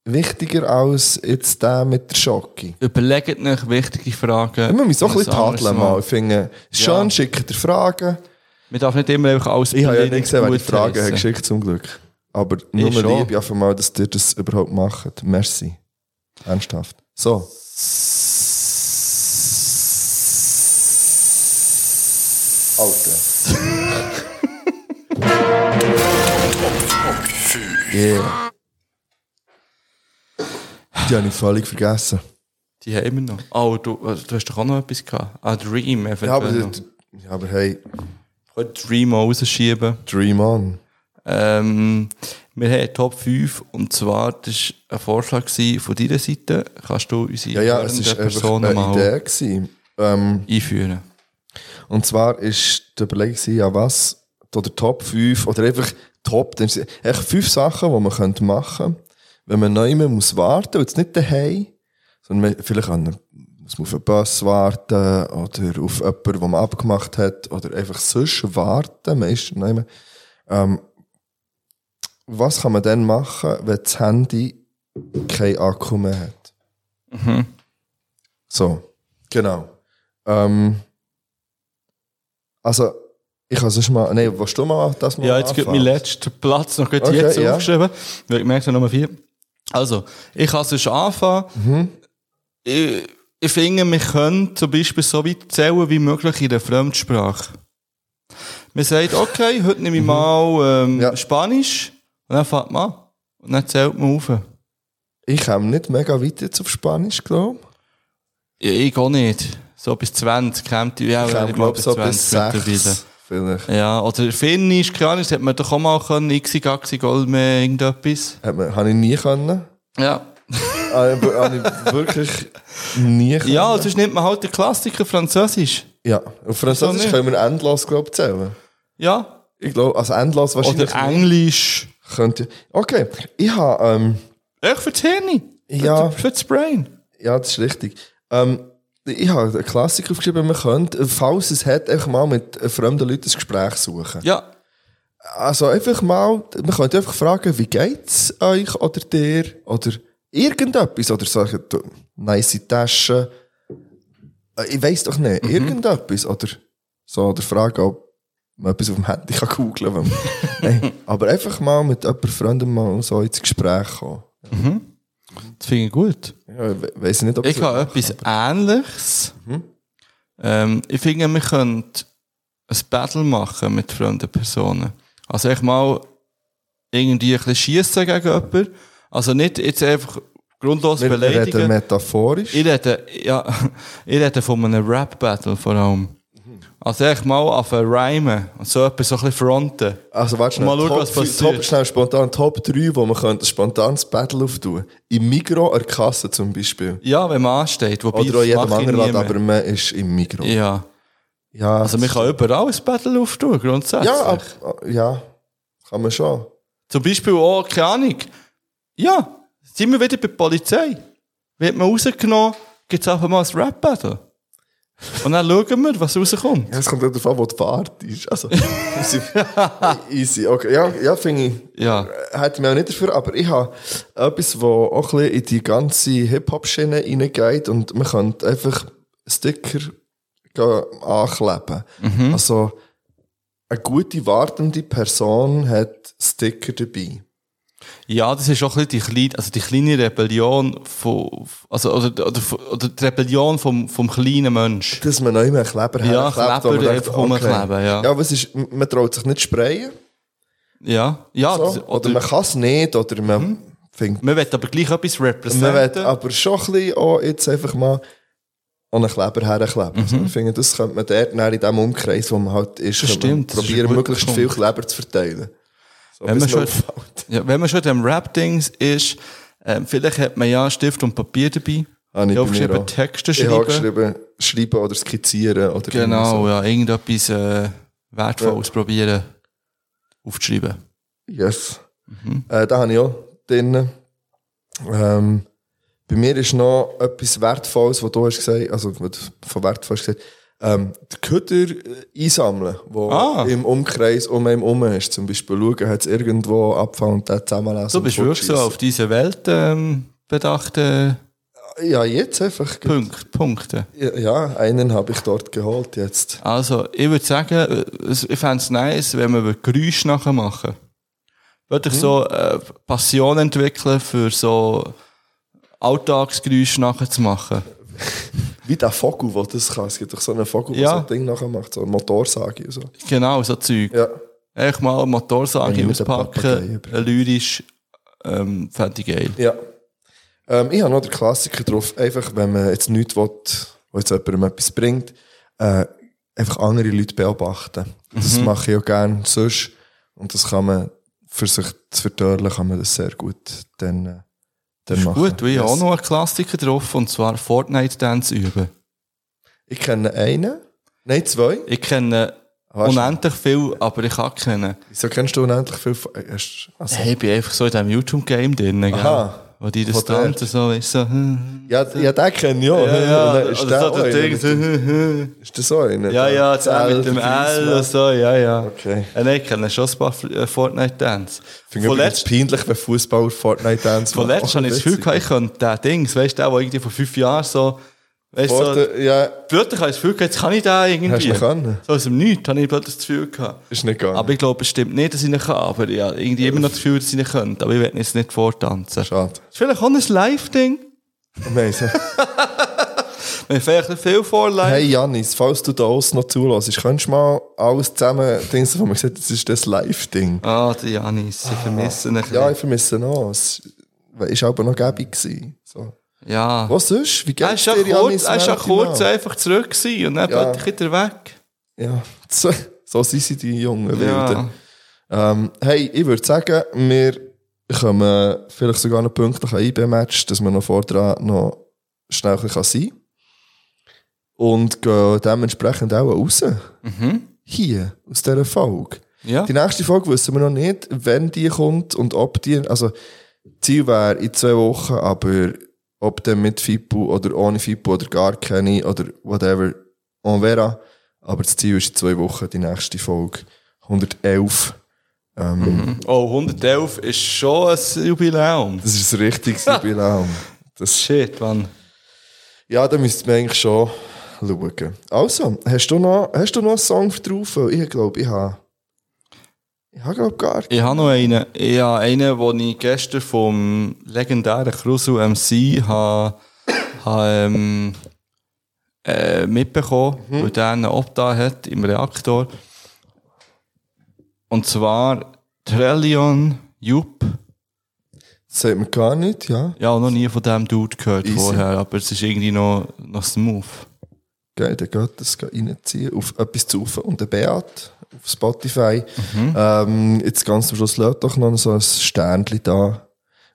Speaker 3: Wichtiger als jetzt der mit der Schocke.
Speaker 4: Überlegt euch wichtige Fragen.
Speaker 3: Ich muss mich so ein
Speaker 4: Für
Speaker 3: bisschen
Speaker 4: anderes
Speaker 3: tadeln mal. Ich finde, schön,
Speaker 4: Ja.
Speaker 3: schickt ihr Fragen.
Speaker 4: Man darf nicht immer einfach alles
Speaker 3: Ich habe ja
Speaker 4: blind
Speaker 3: nicht gesehen, wer die
Speaker 4: gut
Speaker 3: Fragen hat
Speaker 4: heissen.
Speaker 3: geschickt zum Glück. Aber nur
Speaker 4: Ich schon.
Speaker 3: liebe ich einfach mal, dass ihr das überhaupt macht. Merci. Ernsthaft. So. Alter. yeah. Die habe ich völlig vergessen.
Speaker 4: Die haben wir noch. Oh, du, du hast doch auch noch etwas gehabt. Ah, Dream eventuell.
Speaker 3: Ja, aber,
Speaker 4: noch.
Speaker 3: ja, aber hey,
Speaker 4: Könnt Dream auch rausschieben.
Speaker 3: dream on.
Speaker 4: Ähm, wir haben Top 5 und zwar, das war ein Vorschlag gewesen von deiner Seite. Kannst du unsere
Speaker 3: Ja, ja, es
Speaker 4: hörenden
Speaker 3: ist einfach
Speaker 4: Personen
Speaker 3: eine
Speaker 4: mal
Speaker 3: Idee gewesen. Ähm,
Speaker 4: einführen?
Speaker 3: Und zwar ist die Überlegung, gewesen, ja was, oder Top 5, oder einfach Top, dann sind echt fünf Sachen, die man könnte machen könnte, wenn man noch immer muss warten, und jetzt nicht daheim, sondern man, vielleicht an, muss man auf einen Bus warten, oder auf jemanden, den man abgemacht hat, oder einfach sonst warten, man ist noch immer, ähm, was kann man dann machen, wenn das Handy kein Akku mehr hat?
Speaker 4: Mhm.
Speaker 3: So, genau. Ähm, also, ich kann sonst mal. Nein, willst du mal das mal
Speaker 4: Ja, jetzt geht
Speaker 3: anfangen?
Speaker 4: mein letzter Platz noch gerade
Speaker 3: Ah, Okay,
Speaker 4: jetzt
Speaker 3: ja.
Speaker 4: aufgeschrieben. Weil ich merke, Nummer 4. Also, ich kann sonst anfangen.
Speaker 3: Mhm.
Speaker 4: Ich, ich finde, wir können zum Beispiel so weit zählen wie möglich in der Fremdsprache. Man sagt, okay, heute nehme ich mal ähm,
Speaker 3: Mhm. Ja.
Speaker 4: Spanisch. Und dann fängt man an. Und dann zählt man auf.
Speaker 3: Ich komme nicht mega weit jetzt auf Spanisch, glaube
Speaker 4: Ja, ich auch nicht. So bis 20 käme die, ja,
Speaker 3: ich. Ich komme,
Speaker 4: wenn ich
Speaker 3: glaube Äh, so
Speaker 4: mal
Speaker 3: bis
Speaker 4: 20 mittlerweile.
Speaker 3: 6. Vielleicht.
Speaker 4: Ja, oder Finnisch, keine Ahnung, das hätte man doch auch mal können. Ixi, Gaxi, Golme, irgendetwas.
Speaker 3: Hat man- Habe ich nie können.
Speaker 4: Ja.
Speaker 3: Aber habe ich wirklich nie können.
Speaker 4: Ja, sonst nimmt man halt den Klassiker Französisch.
Speaker 3: ja. Auf Französisch
Speaker 4: nicht?
Speaker 3: können wir endlos, glaube ich, zählen.
Speaker 4: Ja.
Speaker 3: Ich glaube, also endlos wahrscheinlich.
Speaker 4: Oder Englisch.
Speaker 3: könnte. Okay, ich habe. Ähm,
Speaker 4: Echt für das Hirn.
Speaker 3: Ja.
Speaker 4: Für, für das Brain.
Speaker 3: ja, das ist richtig. Ähm, Ich habe einen Klassiker aufgeschrieben, man könnte, falls es hat, einfach mal mit fremden Leuten ein Gespräch suchen.
Speaker 7: Ja.
Speaker 3: Also einfach mal, man könnte einfach fragen, wie geht's euch oder dir oder irgendetwas oder sagen, du, nice Taschen. Äh, Ich weiß doch
Speaker 4: Mhm.
Speaker 3: nicht, irgendetwas oder so oder fragen, ob man etwas auf dem Handy kann googeln kann. Nein, aber einfach mal mit jemandem Freunden mal so ins Gespräch kommen.
Speaker 4: Das finde ich gut.
Speaker 3: Ja, ich we- weiss nicht, ob
Speaker 4: Ich
Speaker 3: das-
Speaker 4: habe etwas Ähnliches.
Speaker 3: Mhm.
Speaker 4: Ähm, ich finde, wir können ein Battle machen mit fremden Personen. Also echt mal irgendwie ein bisschen schiessen gegen jemanden. Also nicht jetzt einfach grundlos
Speaker 3: wir, wir reden
Speaker 4: beleidigen.
Speaker 3: metaphorisch.
Speaker 4: Ich rede, ja, ich rede von einem Rap-Battle vor allem. Also echt mal auf Reimen und so etwas so ein bisschen fronten.
Speaker 3: Also warte schnell,
Speaker 4: Mal schauen,
Speaker 3: Top,
Speaker 4: was
Speaker 3: fünf-
Speaker 4: passiert.
Speaker 3: Top, schnell spontan, Top 3, wo man könnte ein spontanes Battle auftun. Im Migro an der Kasse zum Beispiel.
Speaker 4: Ja, wenn man ansteht. Wobei,
Speaker 3: Oder auch
Speaker 4: das
Speaker 3: jedem
Speaker 4: mache ich
Speaker 3: anderen
Speaker 4: nie
Speaker 3: Laden,
Speaker 4: mehr.
Speaker 3: aber man ist im Migro.
Speaker 4: Ja.
Speaker 3: Ja,
Speaker 4: Also man kann überall ein Battle auftun, grundsätzlich.
Speaker 3: ja, ab, ja, kann man schon.
Speaker 4: Zum Beispiel auch, keine Ahnung. Ja, sind wir wieder bei der Polizei. Wird man rausgenommen, gibt es einfach mal ein Rap-Battle. Und dann schauen wir, was rauskommt.
Speaker 3: Ja, es kommt auch darauf an, wo die Fahrt ist. Also, easy. easy. Okay. Ja, ja finde ich.
Speaker 4: Ja.
Speaker 3: Hätte mir auch nicht dafür, aber ich habe etwas, das auch ein bisschen in die ganze Hip-Hop-Schiene reingeht und man könnte einfach Sticker gehen ankleben. Also, eine gute, wartende Person hat Sticker dabei.
Speaker 4: Ja, das ist auch ein bisschen die kleine, also die kleine Rebellion von, also, oder, oder, oder die Rebellion vom, vom kleinen Mensch.
Speaker 3: Dass man noch immer einen Kleber
Speaker 4: Ja,
Speaker 3: herklebt, wo
Speaker 4: Kleber
Speaker 3: man denkt,
Speaker 4: einfach rumkleben, ja.
Speaker 3: Ja, aber es ist, man traut sich nicht sprayen.
Speaker 4: Ja. Ja,
Speaker 3: So.
Speaker 4: das,
Speaker 3: oder, man kann es nicht, oder man
Speaker 4: Mhm.
Speaker 3: findet
Speaker 4: man will aber gleich etwas
Speaker 3: Man will
Speaker 4: repräsentieren.
Speaker 3: aber schon ein bisschen auch jetzt einfach mal an einen Kleber herkleben.
Speaker 4: Mhm.
Speaker 3: Also ich finde, das könnte man dort dann in dem Umkreis, wo man halt ist,
Speaker 4: Das
Speaker 3: könnte man
Speaker 4: stimmt, das ist ein
Speaker 3: probieren,
Speaker 4: guter
Speaker 3: möglichst
Speaker 4: Punkt.
Speaker 3: viel Kleber zu verteilen. So,
Speaker 4: Wenn
Speaker 3: bis
Speaker 4: man schon-
Speaker 3: auffällt.
Speaker 4: Ja, wenn man schon dem Rap-Dings ist, ähm, vielleicht hat man ja Stift und Papier dabei.
Speaker 3: Ah, nicht
Speaker 4: ich
Speaker 3: bei
Speaker 4: habe
Speaker 3: mir
Speaker 4: geschrieben,
Speaker 3: auch.
Speaker 4: Texte
Speaker 3: Ich habe
Speaker 4: schreiben.
Speaker 3: geschrieben, schreiben oder skizzieren. Oder
Speaker 4: Genau,
Speaker 3: irgendwie
Speaker 4: ja, irgendetwas äh, Wertvolles probieren aufzuschreiben.
Speaker 3: So. Yes.
Speaker 4: Mhm.
Speaker 3: Äh, da habe ich auch drin. Ähm, bei mir ist noch etwas Wertvolles, was du hast gesagt also was du von wertvoll hast gesagt ähm, die Köder äh, einsammeln, die
Speaker 4: Ah.
Speaker 3: im Umkreis um einen herum ist. Zum Beispiel schauen, hat es irgendwo Abfall und dann zusammenlesen.
Speaker 4: Du
Speaker 3: und
Speaker 4: bist wirklich so
Speaker 3: fortschiessen.
Speaker 4: auf diese Welt ähm, bedachte
Speaker 3: Ja, jetzt einfach.
Speaker 4: Punkt, Punkte.
Speaker 3: Ja, Ja, einen habe ich dort geholt jetzt.
Speaker 4: Also, ich würde sagen, äh, es- ich fände es nice, wenn wir Geräusche nachher machen. Würde
Speaker 3: Mhm.
Speaker 4: ich so äh, Passion entwickeln, für so Alltagsgeräusche nachher zu machen.
Speaker 3: Wie der Vogel, der das kann. Es gibt doch so einen Vogel, der
Speaker 4: Ja.
Speaker 3: so ein Ding nachher macht, so eine Motorsage und so.
Speaker 4: Genau, so Zeug.
Speaker 3: Ja.
Speaker 4: Echt mal eine Motorsage
Speaker 3: Wenn ich mit dem Papagei
Speaker 4: auspacken, äh,
Speaker 3: über-
Speaker 4: lyrisch, ähm, fände ich geil.
Speaker 3: Ja. Ähm, ich habe noch den Klassiker drauf, einfach wenn man jetzt nichts will, wo jetzt jemandem etwas bringt, äh, einfach andere Leute beobachten.
Speaker 4: Mhm.
Speaker 3: Das mache ich auch gerne sonst. Und das kann man, für sich zu verdörlen, kann man das sehr gut dann, äh, dann machen.
Speaker 4: Gut, wir haben auch
Speaker 3: Yes.
Speaker 4: noch einen Klassiker drauf, und zwar Fortnite-Dance üben.
Speaker 3: Ich kenne einen, nein, zwei.
Speaker 4: Ich kenne
Speaker 3: Hast du-
Speaker 4: unendlich viel, aber ich kann kennen.
Speaker 3: Wieso kennst du unendlich viel? von- äh, hast- Also,
Speaker 4: Hey, ich bin einfach so in diesem YouTube-Game drin, gell?
Speaker 3: Aha.
Speaker 4: Wo die das
Speaker 3: Von dort.
Speaker 4: tanzen, so, weißt du, so, hm.
Speaker 3: ja, ja, den kenne ich auch.
Speaker 4: Ja, ja,
Speaker 3: Und dann
Speaker 4: oder
Speaker 3: der
Speaker 4: so
Speaker 3: auch
Speaker 4: das
Speaker 3: einer
Speaker 4: Ding,
Speaker 3: mit
Speaker 4: so,
Speaker 3: dem-
Speaker 4: hm, hm.
Speaker 3: Ist das so einer?
Speaker 4: Ja, ja,
Speaker 3: Der
Speaker 4: das L mit dem L,
Speaker 3: Fleissmann.
Speaker 4: und so, Ah, ja, ja.
Speaker 3: Okay.
Speaker 4: Ja, nein, ich kenne schon ein paar äh, Fortnite-Dance.
Speaker 3: Finde ich übrigens peinlich, wenn Fußballer Fortnite Dance
Speaker 4: Von letztem habe ich das Gefühl gehabt, ich könnte den Dings, weißt du, der, der irgendwie vor fünf Jahren so, weißt du, so,
Speaker 3: Forte, ja,
Speaker 4: plötzlich habe ich das Gefühl gehabt, jetzt kann ich den irgendwie.
Speaker 3: Hast du ihn können?
Speaker 4: So aus dem Nichts habe ich plötzlich das Gefühl gehabt.
Speaker 3: ist nicht gegangen.
Speaker 4: Aber ich glaube, es stimmt nicht, dass ich ihn kann, aber ich habe irgendwie immer noch das Gefühl, dass ich ihn könnte, aber ich werde jetzt nicht vortanzen. Ist
Speaker 3: Schade.
Speaker 4: vielleicht auch ein Live-Ding?
Speaker 3: Nein, so.
Speaker 4: Wir haben vielleicht viel vor live.
Speaker 3: hey Janis, falls du da aus noch zulässt, könntest du mal alles zusammen Dings, wo man gesagt das ist das Live-Ding.
Speaker 4: Ah, die Janis, sie vermissen ihn.
Speaker 3: Ja,
Speaker 4: Ja,
Speaker 3: ich vermisse ihn auch. Es war aber noch gäbig. gewesen. So.
Speaker 4: ja.
Speaker 3: Was sonst? Wie
Speaker 4: Er
Speaker 3: geht's
Speaker 4: Ah, ist ja
Speaker 3: dir, Janis?
Speaker 4: kurz, er ist ja
Speaker 3: Mertimann?
Speaker 4: kurz einfach zurück gewesen und dann
Speaker 3: Ja.
Speaker 4: plötzlich wieder weg.
Speaker 3: Ja, so, so sind sie die jungen
Speaker 4: Ja.
Speaker 3: Wilden. Ähm, hey, ich würde sagen, wir kommen vielleicht sogar noch pünktlich ein IB-Match, dass man noch vorher noch schnell ein bisschen sein kann. Und gehen dementsprechend auch raus. Hier, aus dieser Folge.
Speaker 4: Ja.
Speaker 3: Die nächste Folge wissen wir noch nicht, wenn die kommt und ob die. Also, Ziel wäre in zwei Wochen, aber ob dann mit FIPU oder ohne FIPU oder gar keine oder whatever, on verra. Aber das Ziel ist in zwei Wochen die nächste Folge. 111.
Speaker 4: Oh, 111 ist schon ein Jubiläum.
Speaker 3: Das ist ein richtiges Jubiläum. Das,
Speaker 4: Shit, Mann.
Speaker 3: ja, da müsste man eigentlich schon schauen. Also, hast du noch, hast du noch einen Song für drauf? Weil Ich glaube, ich habe. Ich habe, glaube gar keinen.
Speaker 4: Ich habe noch einen. Ich habe einen, den ich gestern vom legendären Krusel MC habe, habe, ähm, äh, mitbekommen weil der einen Obda hat im Reaktor. Und zwar Trellion Jupp.
Speaker 3: Das sagt mir gar nicht, ja.
Speaker 4: Ja, noch nie von dem Dude gehört
Speaker 3: Easy.
Speaker 4: vorher, aber es ist irgendwie noch, noch smooth.
Speaker 3: Geil, der geht das geht reinziehen auf etwas zu rauf und der Beat auf Spotify. Ähm, jetzt ganz zum Schluss lädt doch noch so ein Sternchen da.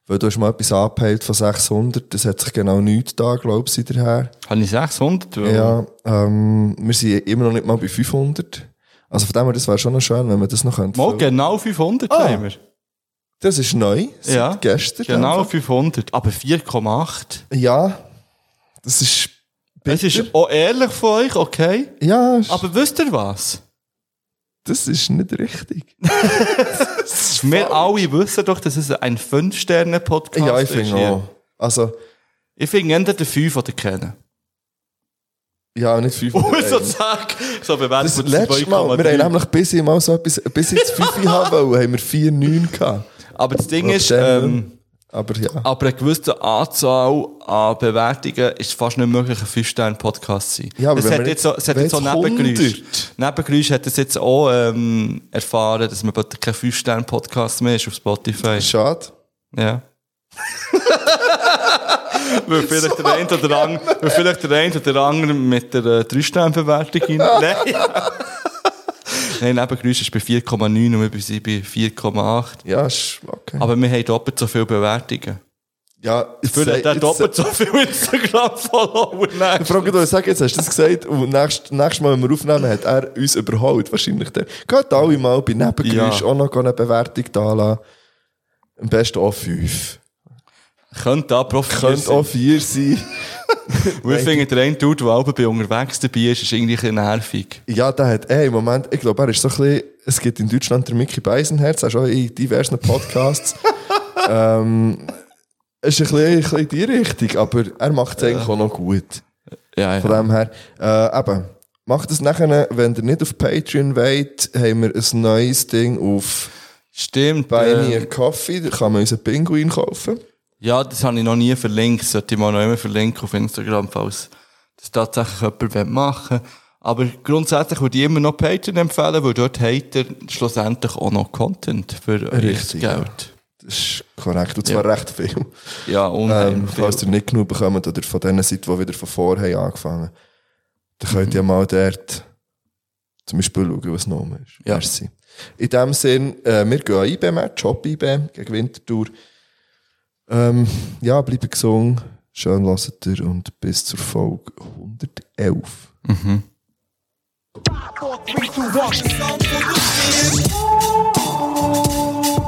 Speaker 3: Weil du hast mal etwas angepeilt von 600, das hat sich genau nichts da, glaube ich, seither.
Speaker 4: Habe ich 600? Weil-
Speaker 3: Ja, ähm, wir sind immer noch nicht mal bei 500. Also von dem her, das wäre schon noch schön, wenn wir das noch könnten.
Speaker 4: Mal genau 500
Speaker 3: Ah.
Speaker 4: haben wir.
Speaker 3: Das ist neu, seit
Speaker 4: Ja,
Speaker 3: gestern.
Speaker 4: Genau
Speaker 3: einfach.
Speaker 4: 500. Aber 4,8.
Speaker 3: Ja, das ist...
Speaker 4: Es ist auch ehrlich von euch, okay?
Speaker 3: Ja,
Speaker 4: Aber wisst ihr was?
Speaker 3: das ist nicht richtig.
Speaker 4: Wir alle wissen doch, dass es ein 5-Sterne-Podcast ist.
Speaker 3: ja, ich finde
Speaker 4: hier.
Speaker 3: auch. Also,
Speaker 4: Ich finde entweder den 5 oder kennen.
Speaker 3: ja, nicht 500.
Speaker 4: Und so
Speaker 3: eigentlich.
Speaker 4: zack, so bewertet
Speaker 3: Das letzte Mal, wir haben nämlich bis ich mal so etwas, bis ich das 5 haben wollte, haben wir 4, 9 gehabt.
Speaker 4: Aber das Ding
Speaker 3: Rob
Speaker 4: ist,
Speaker 3: Schengen.
Speaker 4: ähm,
Speaker 3: Aber ja,
Speaker 4: aber eine gewisse Anzahl an Bewertungen ist fast nicht möglich, ein 5-Sterne-Podcast zu sein.
Speaker 3: Ja, aber
Speaker 4: es
Speaker 3: wenn
Speaker 4: hat
Speaker 3: wir
Speaker 4: jetzt so, es hat
Speaker 3: wenn
Speaker 4: jetzt so
Speaker 3: jetzt 100.
Speaker 4: Nebengeräusche. Nebengeräusche hat es jetzt auch ähm, erfahren, dass man bald kein 5-Sterne-Podcast mehr ist auf Spotify.
Speaker 3: schade.
Speaker 4: Ja. weil, vielleicht der ein oder andere, weil vielleicht der ein oder andere mit der äh, 3-Sterne-Bewertung rein. Nein! Nein, Nebengeräusch ist bei 4,9 und wir sind bei 4,8.
Speaker 3: Ja, ist okay.
Speaker 4: Aber wir haben doppelt so viele Bewertungen.
Speaker 3: ja, jetzt
Speaker 4: Für
Speaker 3: sei-
Speaker 4: den
Speaker 3: jetzt
Speaker 4: doppelt so viele Instagram-Follower. nein.
Speaker 3: Ich frage dich, sag jetzt, hast du das gesagt? Und nächstes, nächstes Mal, wenn wir aufnehmen, hat er uns überholt. Wahrscheinlich der. Geht alle mal bei Nebengeräusch
Speaker 4: Ja.
Speaker 3: auch noch eine Bewertung da lassen. Am besten auch 5.
Speaker 4: Könnte auch profitieren.
Speaker 3: Könnte auch 4 sein.
Speaker 4: Wir finden, der eine Dude, der Alben bei unterwegs dabei ist, ist irgendwie ein bisschen nervig.
Speaker 3: Ja, der hat, ey, im Moment, ich glaube, er ist so ein bisschen, es gibt in Deutschland den Mickey Beisenherz, er ist auch in diversen Podcasts. ähm, es ist ein bisschen, ein bisschen in die Richtung, aber er macht es eigentlich auch noch gut.
Speaker 4: Ja,
Speaker 3: Von
Speaker 4: ja.
Speaker 3: dem her, äh, eben, macht es nachher, wenn ihr nicht auf Patreon wollt, haben wir ein neues Ding auf
Speaker 4: Stimmt.
Speaker 3: Buy
Speaker 4: ähm,
Speaker 3: Me a Coffee, da kann man unseren Pinguin kaufen.
Speaker 4: Ja, das habe ich noch nie verlinkt. Sollte ich mal noch immer verlinken auf Instagram, falls das tatsächlich jemand machen will. Aber grundsätzlich würde ich immer noch Patreon empfehlen, weil dort habt ihr schlussendlich auch noch Content für euer
Speaker 3: Richtig, ja.
Speaker 4: Geld.
Speaker 3: Das ist korrekt, und zwar recht viel.
Speaker 4: Ja, unheimlich
Speaker 3: Ähm,
Speaker 4: viel.
Speaker 3: falls ihr nicht genug bekommt oder von denen seid, die wieder von vorher haben angefangen dann könnt
Speaker 4: Mhm.
Speaker 3: ihr mal dort zum Beispiel schauen, was noch rum ist.
Speaker 4: Ja.
Speaker 3: Merci. In dem Sinn, äh, wir gehen an IB-Match, Hop-IB gegen Winterthur. Ähm, ja, bleibt gesund, schön lasst ihr und bis zur Folge 111.
Speaker 5: Song for the